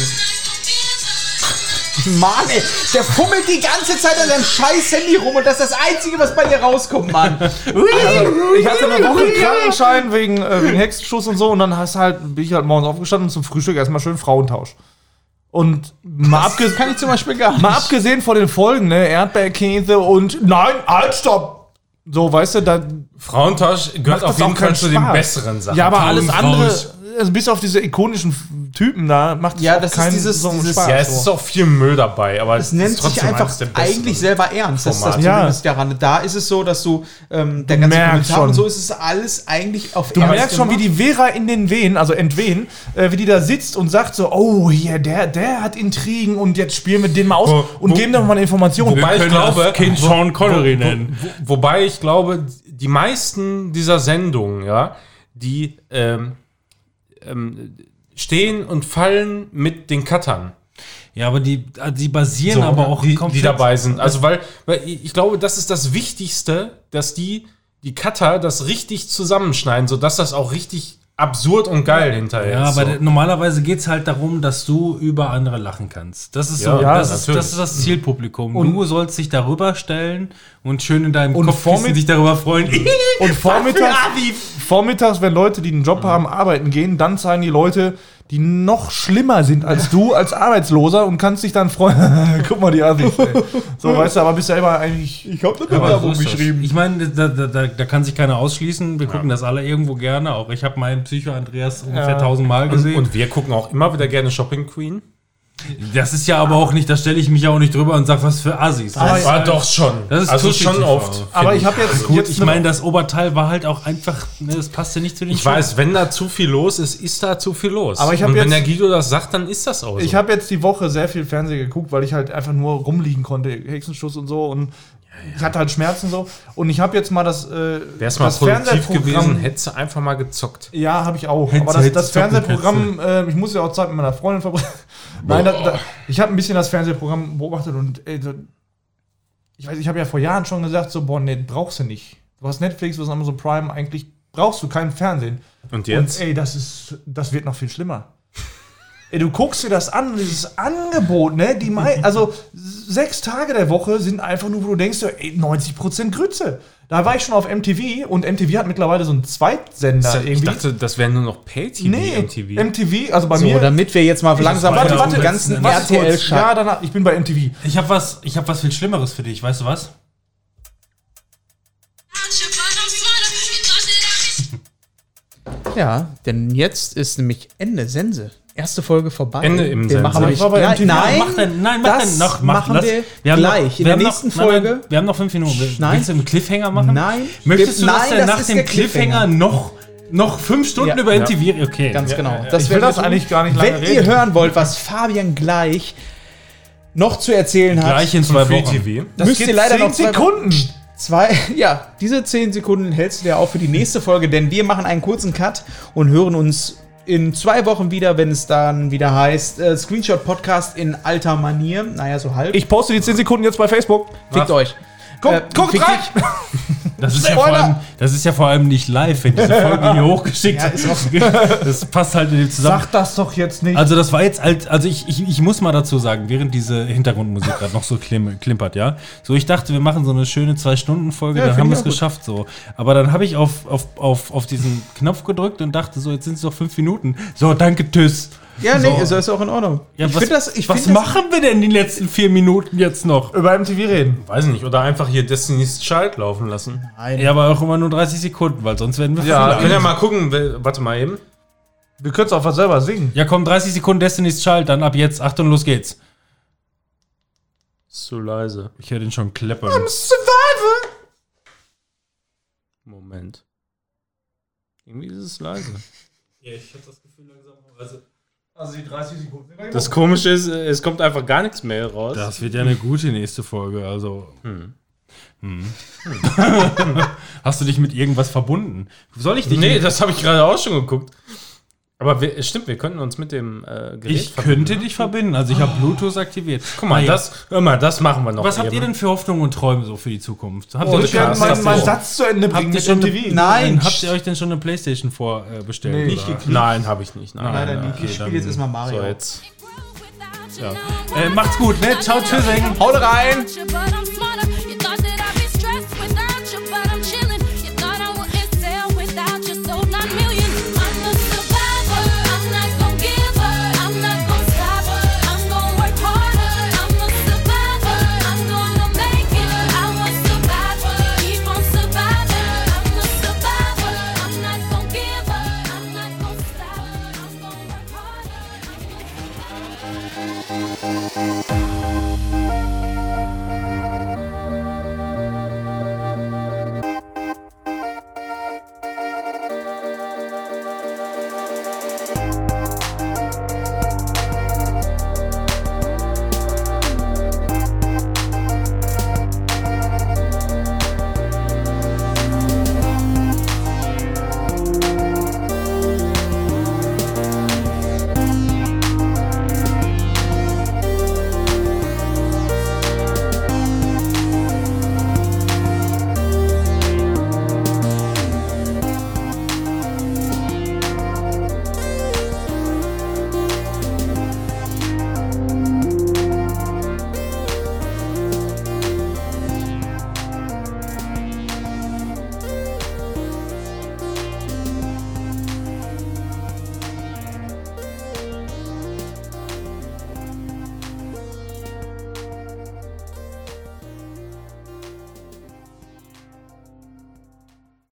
Mann, ey, der fummelt die ganze Zeit an seinem scheiß Handy rum und das ist das Einzige, was bei dir rauskommt, Mann. Also, ich hatte eine Woche Krankenschein wegen, äh, wegen Hexenschuss und so und dann hast halt, bin ich halt morgens aufgestanden und zum Frühstück erstmal schön Frauentausch. Und mal, abge Kann ich zum Beispiel gar nicht. mal abgesehen von den Folgen, ne? Erdbeerkäse und nein, halt, stopp! So, weißt du, da. Frauentausch gehört Macht auf das jeden auch keinen Fall zu den Spaß. besseren Sachen. Ja, aber alles Frauen, andere, Frauen. also bis auf diese ikonischen Typen da, macht Ja, auch das ist keinen dieses- so einen dieses- Spaß. Ja, es ist auch viel Müll dabei, aber Es nennt sich einfach eigentlich selber ernst. Das ist das Formate. Problem daran. Da ist es so, dass du ähm, der ganze merkst Kommentar schon. und so ist es alles eigentlich auf Du merkst schon, wie die Vera in den Wehen, also entwehen, äh, wie die da sitzt und sagt so, oh hier, der, der hat Intrigen und jetzt spielen wir den mal aus Wo- und wo- geben doch mal eine Information. Wobei ich können das glaube, Kind Sean Connery wo, nennen. Wo, wo, wobei ich glaube, die meisten dieser Sendungen, ja, die ähm, ähm, stehen und fallen mit den Cuttern, Ja, aber die, die basieren so, aber auch die, komplett. die dabei sind. Also weil, weil ich ich glaube, das ist das Wichtigste, dass die die Cutter das richtig zusammenschneiden, sodass das auch richtig absurd und geil hinterher Ja, ist. aber so. de- normalerweise geht es halt darum, dass du über andere lachen kannst. Das ist, so, Ja, das, ja, ist, natürlich. das, ist das Zielpublikum. du sollst dich darüber stellen und schön in deinem Und Kopf vormi- Kopfkissen dich darüber freuen. Und vormittags, vormittags, wenn Leute, die einen Job Mhm. haben, arbeiten gehen, dann zeigen die Leute, die noch schlimmer sind als du, als Arbeitsloser und kannst dich dann freuen. Guck mal, die Assis, ey. So, weißt du, aber bist selber eigentlich... Ich habe eine Aber so ist das. Ich meine, da, da, da, da kann sich keiner ausschließen. Wir gucken das alle irgendwo gerne. Auch ich habe meinen Psycho-Andreas ungefähr tausendmal und, gesehen. und wir gucken auch immer wieder gerne Shopping Queen. das ist ja aber auch nicht, da stelle ich mich ja auch nicht drüber und sage, was für Assis. Das, Ah, doch schon. das ist also Tussi schon TV, oft. finde Aber ich habe jetzt, Also Gut, jetzt ich eine- meine, das Oberteil war halt auch einfach, ne, das passte nicht zu den Ich weiß, wenn da zu viel los ist, ist da zu viel los. Aber ich hab Und wenn jetzt- der Guido das sagt, dann ist das auch so. Ich habe jetzt die Woche sehr viel Fernsehen geguckt, weil ich halt einfach nur rumliegen konnte, Hexenschuss und so und ich hatte halt Schmerzen so und ich habe jetzt mal das äh, Wär's mal das produktiv Fernsehprogramm- gewesen, hättest du einfach mal gezockt. Ja, habe ich auch. Hättest- Aber das, hättest das zocken Fernsehprogramm, äh, ich muss ja auch Zeit mit meiner Freundin verbringen. Nein, da, da, ich habe ein bisschen das Fernsehprogramm beobachtet und ey, so, ich weiß, ich habe ja vor Jahren schon gesagt, so, boah, nee, brauchst du nicht. Du hast Netflix, du hast Amazon Prime, eigentlich brauchst du kein Fernsehen. Und jetzt? Und ey, das ist, das wird noch viel schlimmer. ey, du guckst dir das an, dieses Angebot, ne? Die mei also sechs Tage der Woche sind einfach nur, wo du denkst, so, ey, 90% Grütze. Da war ich schon auf MTV und MTV hat mittlerweile so einen Zweitsender irgendwie. ich dachte, das wären nur noch Pay-TV, Nee, MTV. also bei So, mir. damit wir jetzt mal langsam warte, auf warte, den ganzen warte kurz. RTL-Schaden. Ja, danach, ich bin bei MTV. Ich habe was, ich habe was viel Schlimmeres für dich. Weißt du was? Ja, denn jetzt ist nämlich Ende Sense. Erste Folge vorbei. Ende im wir Sense. Machen Aber ich war bei MTV. Nein, mach denn, nein, mach das denn noch, mach, machen lass- wir, haben noch- gleich. wir In der haben noch- nächsten nein, Folge. Nein, wir haben noch fünf Minuten. Will- Nein. Willst du einen Cliffhanger machen? Nein. Möchtest du, Nein, dass der das nach ist dem der Cliffhanger, Cliffhanger. noch, noch fünf Stunden über MTV? Okay. Ganz genau. Ich will werden wir das tun. eigentlich gar nicht lange Wenn ihr reden. hören wollt, was Fabian gleich noch zu erzählen hat, Gleich in zwei Wochen. Free-TV. müsst ihr leider noch zwei, Sekunden. zwei, ja, diese zehn Sekunden hältst du dir auch für die nächste Folge, denn wir machen einen kurzen Cut und hören uns in zwei Wochen wieder, wenn es dann wieder heißt äh, Screenshot Podcast in alter Manier. Naja, so halb. Ich poste die 10 Sekunden jetzt bei Facebook. fickt euch. Guck, Äh, guckt fickt rein! Das ist, ja vor allem, das ist ja vor allem nicht live, wenn diese Folge hier hochgeschickt ja, Das passt halt in dem zusammen. Sag das doch jetzt nicht. Also das war jetzt alt, also ich, ich, ich muss mal dazu sagen, während diese Hintergrundmusik gerade noch so klim, klimpert, ja. So, ich dachte, wir machen so eine schöne Zwei-Stunden-Folge, dann haben wir es geschafft so. Aber dann habe ich auf, auf, auf, auf diesen Knopf gedrückt und dachte, so, jetzt sind es doch fünf Minuten. So, danke, tschüss. Ja, nee, so ist auch in Ordnung. Ja, ich was finde das, ich was find das- machen wir denn die letzten vier Minuten jetzt noch? Über MTV reden. Weiß ich nicht. Oder einfach hier Destiny's Child laufen lassen. Ja, aber auch immer nur 30 Sekunden, weil sonst werden wir Ja, verlangt. können ja mal gucken. we- Warte mal eben. Wir können es auch was selber singen. ja, komm, 30 Sekunden Destiny's Child, dann ab jetzt. Achtung, los geht's. Ist zu leise. Ich höre den schon kleppern. Moment. Irgendwie ist es leise. Also die 30 Sekunden. Das Komische ist, äh, es kommt einfach gar nichts mehr raus. Das wird ja eine gute nächste Folge, also. Hm. Hast du dich mit irgendwas verbunden? Hm. Soll ich dich? nee, das habe ich gerade auch schon geguckt. Aber wir, stimmt, wir könnten uns mit dem äh, Gerät ich verbinden. könnte dich verbinden, also ich habe Bluetooth aktiviert. Guck mal, Naja, das, hör mal, das machen wir noch. Ah, Was habt eben. ihr denn für Hoffnungen und Träume so für die Zukunft? Habt Oh, Ich ihr euch muss schon, ja meinen Podcast meinen davor. Satz zu Ende bringen ihr schon MTV. Nein, habt ihr euch denn schon eine Playstation äh, vorbestellt? Nicht geklickt. Nein, habe ich nicht. Nein, Leider nein, nicht. nein. Okay, ich spiele dann- jetzt erstmal Mario. So, jetzt. Ja. Äh, macht's gut, ne? Ciao, tschüssing. Haut rein! Tschüss.